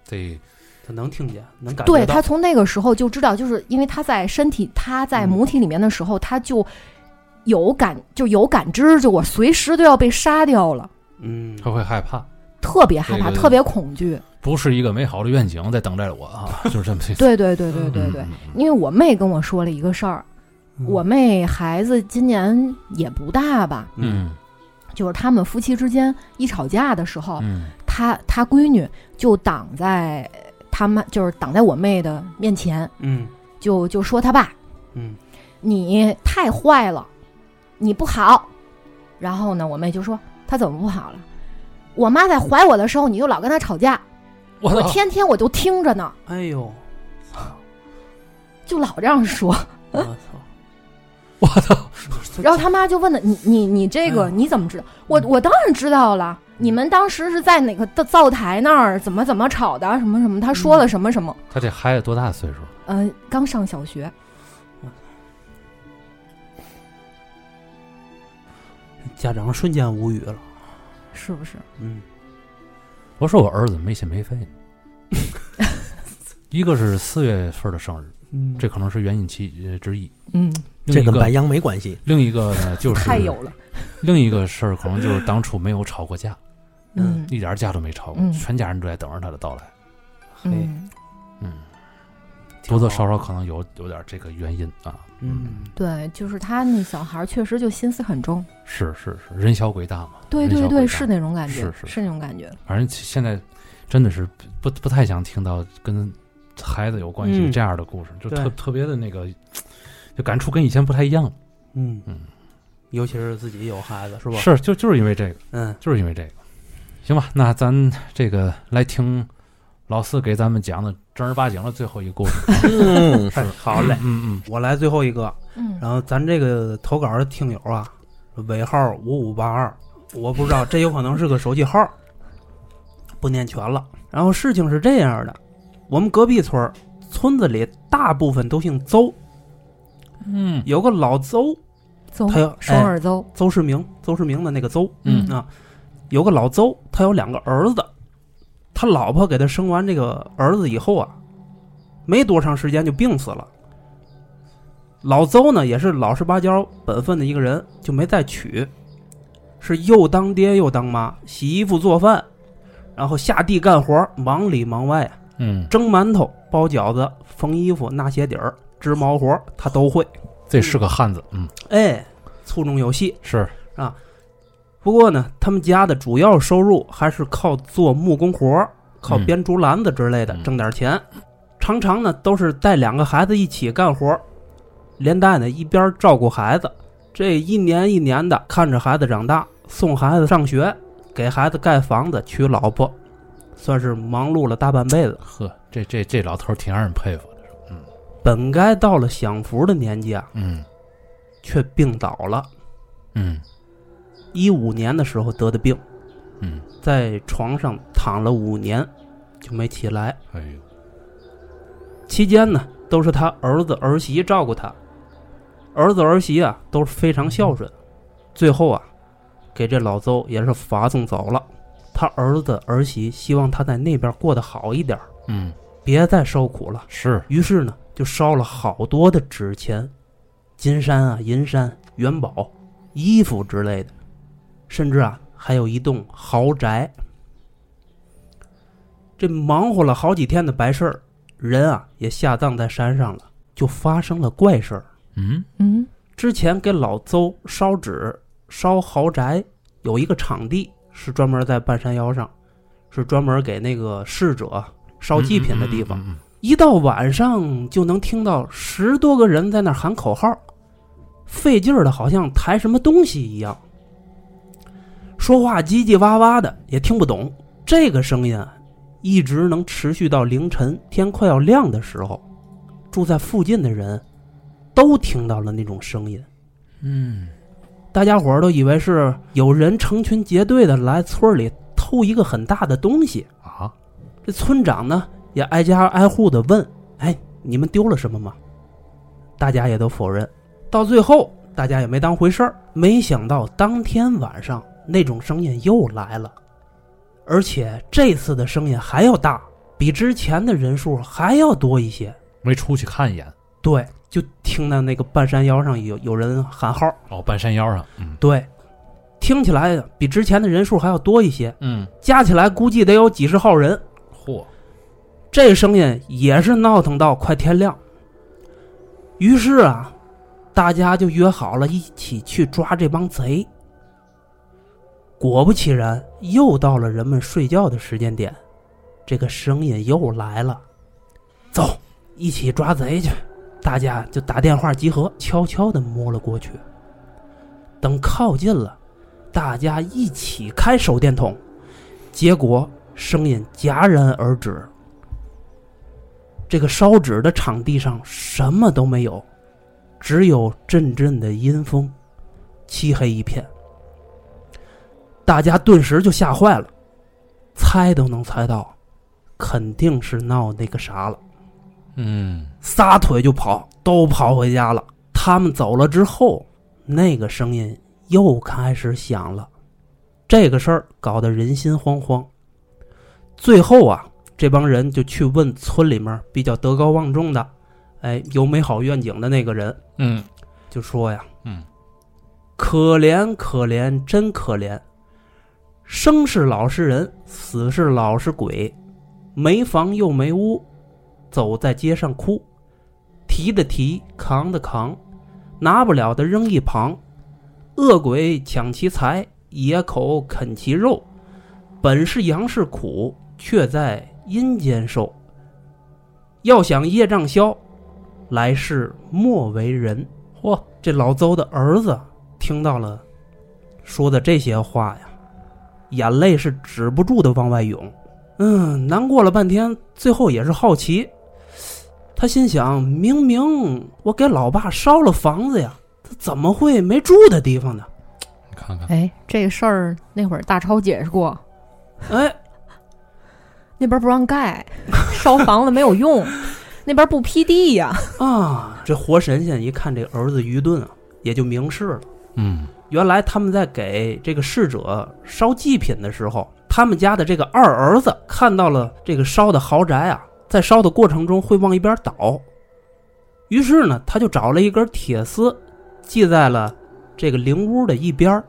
F: 这
D: 他能听见，能
A: 啊
D: 感
B: 对
D: 觉到。
B: 他从那个时候就知道，就是因为他在身体他在母体里面的时候，他就有感就有感知，就我随时都要被杀掉了，
D: 嗯，
A: 他会害怕，
B: 特别害
A: 对
B: 怕，
A: 对对嗯
B: 特别恐惧。
A: 不是一个美好的愿景在等待着我啊，就是这么对
B: 对对对对对
A: 嗯
B: 对，
A: 嗯嗯
B: 因为我妹跟我说了一个事儿，
D: 嗯
B: 我妹孩子今年也不大吧，
A: 嗯
B: 就是他们夫妻之间一吵架的时候，
A: 嗯
B: 她她闺女就挡在他妈就是挡在我妹的面前，
D: 嗯
B: 就就说他爸，
D: 嗯
B: 你太坏了，你不好。然后呢，我妹就说她怎么不好了？我妈在怀我的时候，你就老跟她吵架，
A: 我
B: 我
A: 操
B: 天天我就听着呢，
D: 哎呦，
B: 就老这样说。
D: 我操！
A: 我 操，
B: 然后他妈就问她：“你你你这
D: 哎
B: 个
D: 呦
B: 你怎么知道？我我当然知道了，你们当时是在哪个灶灶台那儿怎么怎么吵的，什么什么？她说了什么什么？
A: 他这孩子多大岁数？啊
B: 呃，刚上小学，
D: 家长瞬间无语了。
B: 是不是？
D: 嗯
A: 我说我儿子没心没肺呢， 一个是四月份的生日，
D: 嗯
A: 这可能是原因其呃之一。
B: 嗯，
C: 这
A: 另一
C: 跟白
A: 个
C: 羊没关系。
A: 另一个呢，就是
B: 太有了，
A: 另一个事儿，可能就是当初没有吵过架，
B: 嗯
A: 一点儿架都没吵过，
B: 嗯
A: 全家人都在等着他的到来。
B: 嗯，
A: 嗯，多多少少可能有有点这个原因啊。
D: 嗯，
B: 对，就是他那小孩儿确实就心思很重。”
A: 是是是，人小鬼大嘛。
B: 对
A: 人
B: 对
A: 小
B: 对，
A: 鬼
B: 是
A: 大
B: 那种感觉，
A: 是是
B: 那种感觉。
A: 反正现在真的是不不太想听到跟孩子有关系
D: 嗯
A: 这样的故事，就特
D: 对
A: 特别的那个，就感触跟以前不太一样了。
D: 嗯
A: 嗯，
D: 尤其是自己有孩子是吧？
A: 是，就就是因为这个，
D: 嗯，
A: 就是因为这个。行吧，那咱这个来听老四给咱们讲的正儿八经的最后一个故事。
C: 嗯，
D: 哎好嘞，
A: 嗯嗯
D: 我来最后一个。啊
B: 嗯
D: 然后咱这个投稿的听友啊，尾号五五八二，我不知道这有可能是个手机号，不念全了。然后事情是这样的，我们隔壁村儿村子里大部分都姓邹，
A: 嗯
D: 有个老邹，
B: 邹
D: 他有
B: 双耳邹，
D: 邹市明，邹市明的那个邹，
A: 嗯
D: 啊，有个老邹，他有两个儿子，他老婆给他生完这个儿子以后啊，没多长时间就病死了。老邹呢也是老实巴交、本分的一个人，就没再娶，是又当爹又当妈，洗衣服做饭，然后下地干活，忙里忙外啊，
A: 嗯，
D: 蒸馒头、包饺子、缝衣服、纳鞋底儿、织毛活，他都会。
A: 这是个汉子，嗯，
D: 哎，粗中有细，
A: 是，
D: 不过呢，他们家的主要收入还是靠做木工活儿，靠
A: 嗯
D: 编竹篮子之类的、
A: 嗯
D: 挣点钱。常常呢都是带两个孩子一起干活儿，连带呢一边照顾孩子。这一年一年的看着孩子长大，送孩子上学，给孩子盖房子、娶老婆，算是忙碌了大半辈子。
A: 呵，这这这老头儿挺让人佩服的，
D: 本该到了享福的年纪啊，
A: 嗯
D: 却病倒了。
A: 嗯
D: 一五年的时候得的病，
A: 嗯，
D: 在床上躺了五年，就没起来。
A: 哎呦，
D: 期间呢，都是他儿子儿媳照顾他，儿子儿媳啊都是非常孝顺。最后啊，给这老邹也是罚送走了。他儿子儿媳希望他在那边过得好一点儿，
A: 嗯，
D: 别再受苦了。
A: 是，
D: 于是呢，就烧了好多的纸钱、金山啊、银山、元宝、衣服之类的，甚至啊，还有一栋豪宅。这忙活了好几天的白事儿，人啊也下葬在山上了，就发生了怪事儿。
A: 嗯
B: 嗯
D: 之前给老邹烧纸、烧豪宅，有一个场地是专门在半山腰上，是专门给那个逝者烧祭品的地方。
A: 嗯，嗯嗯嗯
D: 一到晚上就能听到十多个人在那儿喊口号，费劲儿的，好像抬什么东西一样。说话叽叽哇哇的，也听不懂。这个声音啊，一直能持续到凌晨天快要亮的时候。住在附近的人都听到了那种声音，
A: 嗯
D: 大家伙儿都以为是有人成群结队的来村里偷一个很大的东西。
E: 啊，
D: 这村长呢也挨家挨户的问：“哎，你们丢了什么吗？”大家也都否认。到最后，大家也没当回事儿。没想到当天晚上那种声音又来了，而且这次的声音还要大，比之前的人数还要多一些。
E: 没出去看一眼。
D: 对，就听到那个半山腰上有有人喊号，
E: 哦，半山腰上，嗯
D: 对，听起来比之前的人数还要多一些，
E: 嗯，
D: 加起来估计得有几十号人。
E: 嚯，
D: 这声音也是闹腾到快天亮。于是啊，大家就约好了一起去抓这帮贼。果不其然，又到了人们睡觉的时间点，这个声音又来了。走，一起抓贼去！大家就打电话集合，悄悄地摸了过去。等靠近了，大家一起开手电筒，结果声音戛然而止。这个烧纸的场地上什么都没有，只有阵阵的阴风，漆黑一片。大家顿时就吓坏了，猜都能猜到，肯定是闹那个啥了，
E: 嗯，
D: 撒腿就跑，都跑回家了。他们走了之后，那个声音又开始响了，这个事儿搞得人心惶惶。最后啊，这帮人就去问村里面比较德高望重的，哎，有美好愿景的那个人，
E: 嗯，
D: 就说呀，
E: 嗯，
D: 可怜可怜，真可怜，生是老实人，死是老实鬼，没房又没屋，走在街上哭，提的提，扛的扛，拿不了的扔一旁，恶鬼抢其财，野口啃其肉，本是阳世苦，却在阴间受。要想业障消，来世莫为人。嚯，这老邹的儿子听到了说的这些话呀，眼泪是止不住的往外涌。嗯，难过了半天，最后也是好奇。他心想：明明我给老爸烧了房子呀，他怎么会没住的地方呢？
E: 你看看，
B: 哎，这个事儿那会儿大超解释过，
D: 哎，
B: 那边不让盖，烧房子没有用，那边不批地呀、
D: 啊，这活神仙一看这儿子愚钝啊，也就明示了。
E: 嗯，
D: 原来他们在给这个逝者烧祭品的时候，他们家的这个二儿子看到了这个烧的豪宅啊，在烧的过程中会往一边倒，于是呢，他就找了一根铁丝，系在了这个灵屋的一边儿，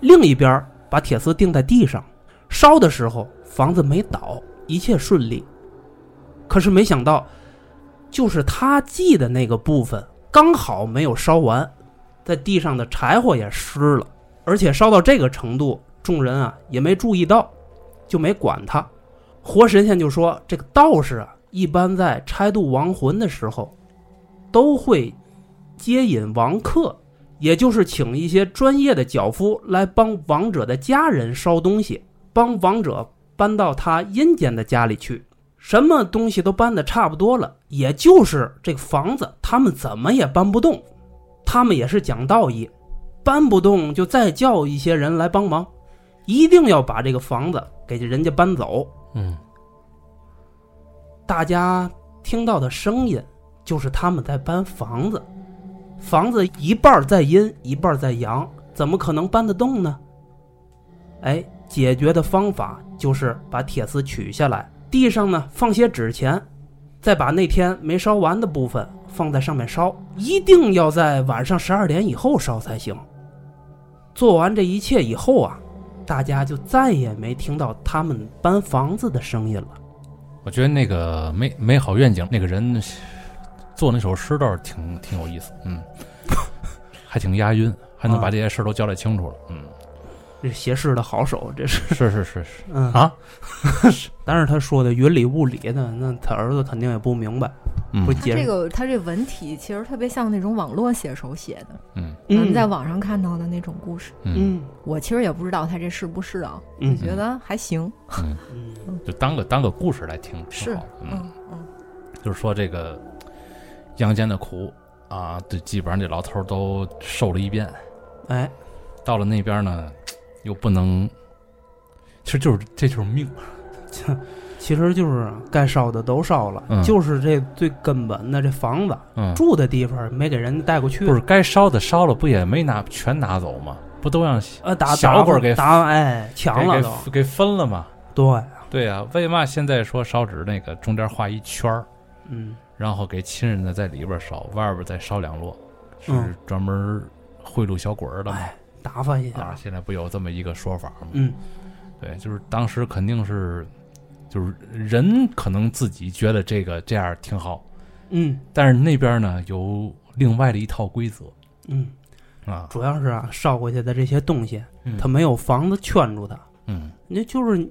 D: 另一边儿把铁丝钉在地上。烧的时候房子没倒，一切顺利。可是没想到，就是他系的那个部分刚好没有烧完，在地上的柴火也湿了，而且烧到这个程度，众人啊也没注意到，就没管他。活神仙就说：“这个道士啊，一般在超度亡魂的时候，都会接引亡客，也就是请一些专业的脚夫来帮亡者的家人烧东西，帮亡者搬到他阴间的家里去。什么东西都搬的差不多了，也就是这个房子，他们怎么也搬不动。”他们也是讲道义，搬不动就再叫一些人来帮忙，一定要把这个房子给人家搬走。
E: 嗯，
D: 大家听到的声音就是他们在搬房子，房子一半儿在阴，一半儿在阳，怎么可能搬得动呢？哎，解决的方法就是把铁丝取下来，地上呢放些纸钱，再把那天没烧完的部分放在上面烧，一定要在晚上十二点以后烧才行。做完这一切以后啊，大家就再也没听到他们搬房子的声音了。
E: 我觉得那个美美好愿景那个人做那首诗倒是挺挺有意思， 嗯，还挺押韵，还
A: 啊
E: 能把这些事儿都交代清楚了，嗯，
D: 这斜视的好手，这是
E: 是是是是，
D: 嗯
E: 啊，
D: 但是他说的云里雾里的，那他儿子肯定也不明白，
E: 嗯
D: 不
B: 他
D: 解释。
B: 这个他这文体其实特别像那种网络写手写的，
E: 嗯
B: 咱们
D: 嗯，
B: 在网上看到的那种故事。
E: 嗯，
D: 嗯
B: 我其实也不知道他这是不是啊，我
D: 嗯
B: 觉得还行。
D: 嗯
E: 就当个当个故事来听，挺
B: 是
E: 好的，嗯。
B: 嗯嗯，
E: 就是说这个阳间的苦啊，这基本上这老头儿都受了一遍。
D: 哎，
A: 到了那边呢，又不能，其实就是这就是命，
D: 其实就是该烧的都烧了，
A: 嗯
D: 就是这最根本的这房子
A: 嗯，
D: 住的地方没给人带过去，
A: 不是该烧的烧了，不也没拿全拿走吗？不都让
D: 呃打
A: 小鬼儿给
D: 打哎抢了都，
A: 给给给分了吗？
D: 对，
A: 对呀、为嘛现在说烧纸那个中间画一圈儿，
D: 嗯
A: 然后给亲人的在里边儿烧，外边儿再烧两摞，是
D: 嗯
A: 专门儿贿赂小鬼儿的嘛？
D: 打发一
A: 啊
D: 下，，
A: 现在不有这么一个说法吗？
D: 哎嗯
A: 对，就是当时肯定是，就是人可能自己觉得这个这样挺好，
D: 嗯
A: 但是那边呢有另外的一套规则
D: 嗯，
A: 啊，
D: 主要是啊烧过去的这些东西，
A: 嗯
D: 它没有房子圈住它，
A: 嗯
D: 那就是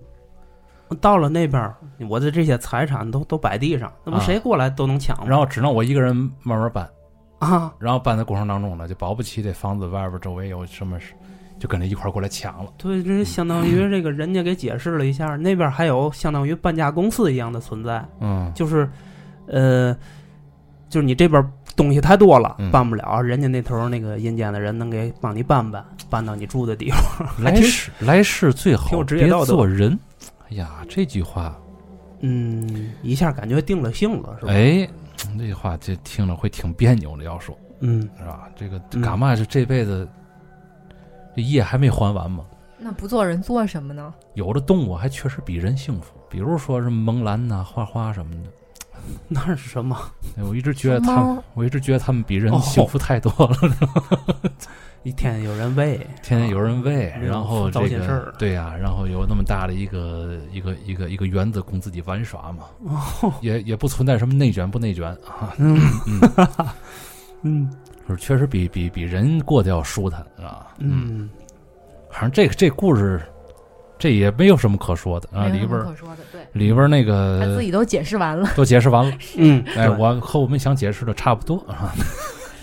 D: 到了那边儿，我的这些财产都都摆地上，那不
A: 啊
D: 谁过来都能抢吗？
A: 然后只能我一个人慢慢搬，
D: 啊，
A: 然后搬的过程当中呢，就保不齐这房子外边周围有什么事，就跟着一块儿过来抢了。
D: 对，这相当 于这个人家给解释了一下，那边还有相当于搬家公司一样的存在，
A: 嗯，
D: 就是，呃，就是你这边东西太多了，
A: 嗯
D: 搬不了，人家那头那个阴间的人能给帮你搬搬，搬到你住的地方。
A: 来世来世最
D: 挺
A: 好
D: 有职业
A: 别
D: 道德
A: 做人。哎呀，这句话，
D: 嗯，一下感觉定了性了，是吧？
A: 哎，这句话这听着会挺别扭的，要说
D: 嗯，
A: 是吧？这个
D: 嗯
A: 干嘛是这辈子这业还没还完嘛？
B: 那不做人做什么呢？
A: 有的动物还确实比人幸福，比如说是蒙兰呐、花花什么的。
D: 那是什么？
A: 哎我一直觉得他们
B: 猫，
A: 我一直觉得他们比人
D: 哦
A: 幸福太多了。
D: 一天有人喂，
A: 天天有人喂，
D: 啊
A: 然后这
D: 糟心事
A: 个
D: 儿
A: 对呀、然后有那么大的一个一个一个一个园子供自己玩耍嘛，
D: 哦，
A: 也也不存在什么内卷不内卷啊，
D: 嗯
A: 嗯
D: 嗯
A: 就是确实比比比人过得要舒坦啊。，
D: 嗯，
A: 反正这个这故事，这也没有什么可说的啊，
B: 没
A: 里
B: 有什
A: 边
B: 么
A: 儿
B: 可说的，对，
A: 里边儿那
B: 他自
A: 个
B: 己都解释完了。
A: 都解释完了。
D: 嗯，
A: 哎，
D: 对
A: 我和我们想解释的差不多啊。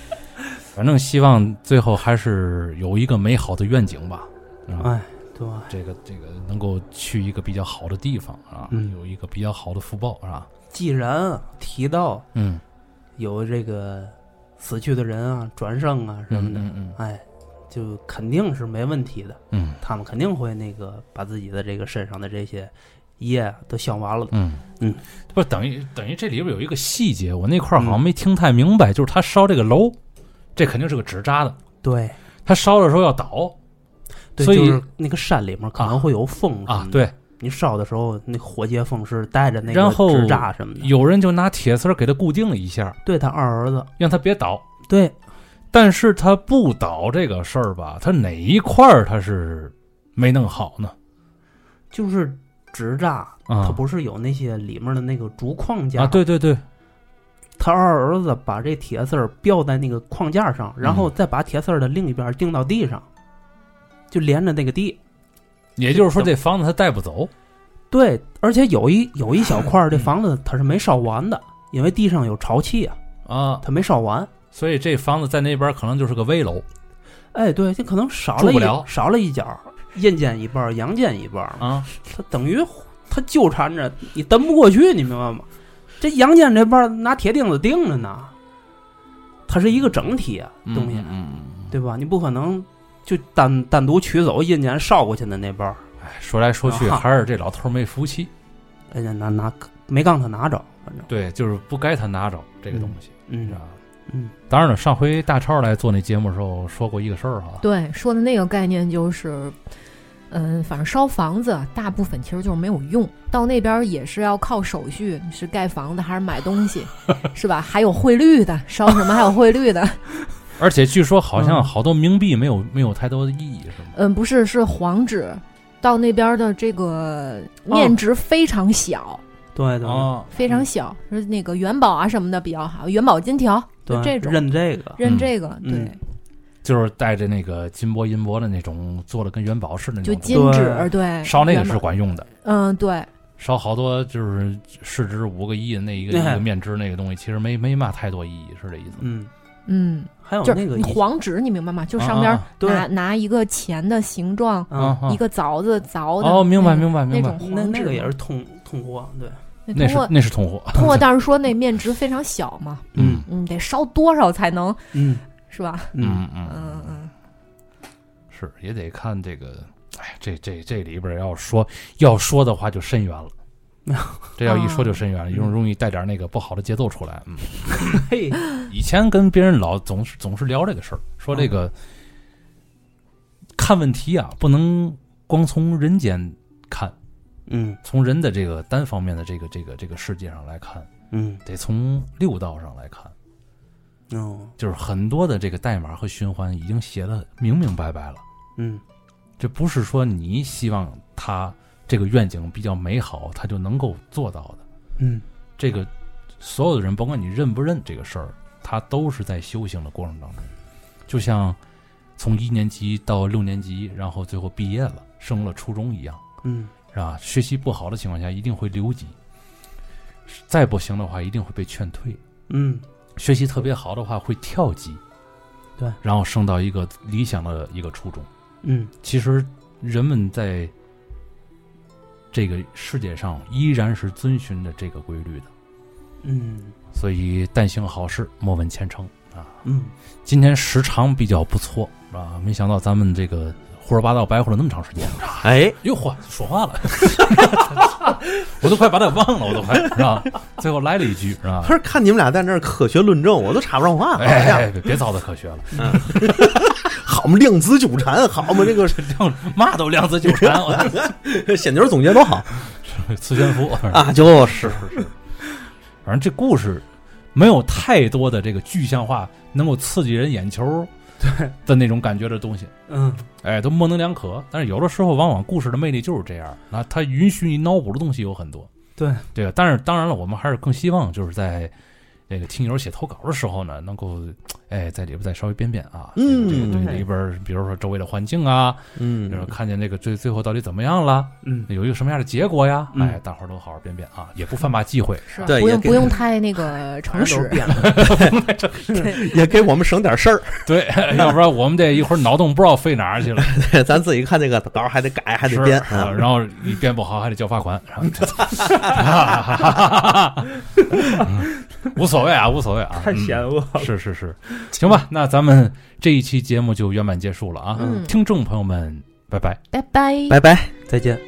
A: 反正希望最后还是有一个美好的愿景吧。啊，
D: 哎，对，
A: 这个这个能够去一个比较好的地方啊，
D: 嗯
A: 有一个比较好的福报是吧？
D: 既然提到
A: 嗯，
D: 有这个死去的人啊、转生啊什么的，
A: 嗯嗯
D: 哎，就肯定是没问题的。
A: 嗯
D: 他们肯定会那个把自己的这个身上的这些业啊都消完了的。
A: 嗯
D: 嗯，
A: 不是等于等于这里边有一个细节，我那块儿好像
D: 嗯
A: 没听太明白，就是他烧这个楼，这肯定是个纸扎的，
D: 对，
A: 他烧的时候要倒
D: 对，
A: 所以
D: 就是那个山里面可能会有风
A: 啊
D: 什，么的，
A: 对，
D: 你烧的时候那火接风是带着那
A: 然
D: 个
A: 后
D: 纸扎什么的。
A: 有人就拿铁丝儿给他固定了一下，
D: 对他二儿子，
A: 让他别倒。
D: 对，
A: 但是他不倒这个事儿吧，他哪一块儿他是没弄好呢？
D: 就是纸扎，
A: 啊，
D: 它不是有那些里面的那个竹框架
A: 啊，对对对，
D: 他二儿子把这铁丝儿吊在那个框架上，然
A: 嗯
D: 后再把铁丝儿的另一边儿钉到地上，就连着那个地。
A: 也就是说这房子他带不走，
D: 对，而且有一有一小
A: 嗯
D: 块儿，这房子它是没烧完的，因为地上有潮气啊，
A: 啊，
D: 它没烧完。
A: 所以这房子在那边可能就是个危楼
D: 哎，对，这可能少
A: 住
D: 了
A: 不
D: 一
A: 了
D: 少了一角儿，阴间一半儿，阳间一半儿嘛，
A: 啊，
D: 它等于它纠缠着你蹬不过去，你明白吗？这阳间这半儿拿铁钉子钉着呢，它是一个整体啊，
A: 嗯
D: 东西。
A: 嗯嗯，
D: 对吧？你不可能就单单独取走印年捎过去的那包儿，
A: 哎说来说去
D: 啊
A: 还是这老头儿没福气，
D: 人哎家拿拿没让他拿着，反正
A: 对，就是不该他拿着这个东西，是
D: 嗯
A: 吧？
D: 嗯，
A: 当然了，上回大超来做那节目的时候说过一个事儿哈，
B: 对，说的那个概念就是，嗯，反正烧房子大部分其实就是没有用，到那边儿也是要靠手续，你是盖房子还是买东 西，是吧？还有汇率的，烧什么还有汇 率的，
A: 而且据说好像
D: 嗯
A: 好多冥币没有没有太多的意义，是吗？
B: 嗯，不是，是黄纸。到那边儿的这个
A: 哦
B: 面值非常小，
D: 对对
A: 啊，
B: 非常小，是那个元宝啊什么的比较好，元宝金条就
D: 对，
B: 这种
D: 认这个，
B: 认这个，
D: 嗯
B: 对，
A: 就是带着那个金箔银箔的那种，做的跟元宝似的那
B: 就
A: 种东西，
B: 金纸，
D: 对
B: 对，
A: 烧那个
B: 元
A: 是
B: 宝
A: 管用的，
B: 嗯，对，
A: 烧好多就是市值五个亿的那一个一
D: 哎
A: 个面值那个东西，其实没没嘛太多意义，是这意思吗？
D: 嗯，
B: 嗯，
D: 还
A: 哦
D: 有
B: 就
D: 那
B: 是
D: 个
B: 你
D: 以
B: 黄纸，你明白吗？就上边儿
A: 啊
D: 对
B: 拿拿一个钱的形状，
A: 啊
D: 啊，
A: 啊
B: 一个凿子凿的，
A: 哦，明白
B: 那种
A: 明白明
B: 那
A: 白
B: 种，
D: 那
B: 黄纸
D: 那个也
B: 嘛
D: 是通通货，啊对，
A: 那
B: 那
A: 是
B: 通过
A: 那是通货，
B: 通过，但是说那面值非常小嘛，
A: 嗯
B: 嗯，得烧多少才能
D: 嗯
B: 是吧？
D: 嗯
A: 嗯嗯，
B: 嗯嗯，
A: 是是也得看这个，哎，这这这里边要说要说的话就深 远了。这要一说
B: 啊
A: 就深远了，容
B: 嗯
A: 容易带点那个不好的节奏出来。嗯，
D: 嘿，
A: 以前跟别人老总是总是聊这个事儿，说这个、看问题啊，不能光从人间看，
D: 嗯
A: 从人的这个单方面的这个这个这个世界上来看，
D: 嗯
A: 得从六道上来看。
D: 哦
A: 就是很多的这个代码和循环已经写的明明白白了，
D: 嗯
A: 这不是说你希望他这个愿景比较美好，他就能够做到的。
D: 嗯
A: 这个所有的人，甭管你认不认这个事儿，他都是在修行的过程当中。就像从一年级到六年级，然后最后毕业了，升了初中一样，
D: 嗯
A: 是吧？学习不好的情况下，一定会留级；再不行的话，一定会被劝退。
D: 嗯
A: 学习特别好的话，会跳级，
D: 对，
A: 然后升到一个理想的一个初中。
D: 嗯
A: 其实人们在这个世界上依然是遵循着这个规律的，
D: 嗯
A: 所以但行好事，莫问前程啊。
D: 嗯，
A: 今天时长比较不错啊，没想到咱们这个胡说八道白活了那么长时间，
C: 哎，
A: 哟嚯，说话 了，我都快把他忘了，我都快是吧？最后来了一句是 吧？
C: 可是看你们俩在那儿科学论证，我都插不上话。好家伙
A: 哎，别别糟蹋科学了，
C: 好嘛，量子纠缠，好嘛，这 个
A: 嘛都量子纠缠， 我
C: 仙女总结多好
A: 磁悬浮
C: 啊！就是
A: 反正这故事没有太多的这个具象化，能够刺激人眼球 的那种感觉的东西，
D: 嗯
A: 哎，都模棱两可。但是有的时候，往往故事的魅力就是这样，那它允许你脑补的东西有很多。
D: 对
A: 对啊，但是当然了，我们还是更希望就是在那个听友写投稿的时候呢，能够哎在里边再稍微编编啊，
C: 嗯
A: 这个这个
B: 对
A: 里边比如说周围的环境啊，然后
C: 嗯，
A: 看见这个最最后到底怎么样了，
D: 嗯
A: 有一个什么样的结果呀？
D: 嗯
A: 哎，大伙儿都好好编编啊，也 不犯骂忌讳。啊
B: 是
C: 对
B: 不
C: 也
B: 用
C: 给
B: 不用太那个诚
D: 都
B: 实，
D: 变了，
C: 也给我们省点事儿。
A: 对，
C: 哎
A: 要不然我们这一会儿脑洞不知道飞哪儿去了，
C: 咱自己看这个稿还得改， 还
A: 是
C: 得编
A: 啊
C: 啊。
A: 然后你编不好还得交罚款， 无所谓啊，无所谓啊，
D: 太险
A: 嗯
D: 恶了。
A: 是是是，行吧，那咱们这一期节目就圆满结束了啊，
B: 嗯
A: 听众朋友们，拜拜。
B: 拜拜。
C: 拜拜。
D: 再见。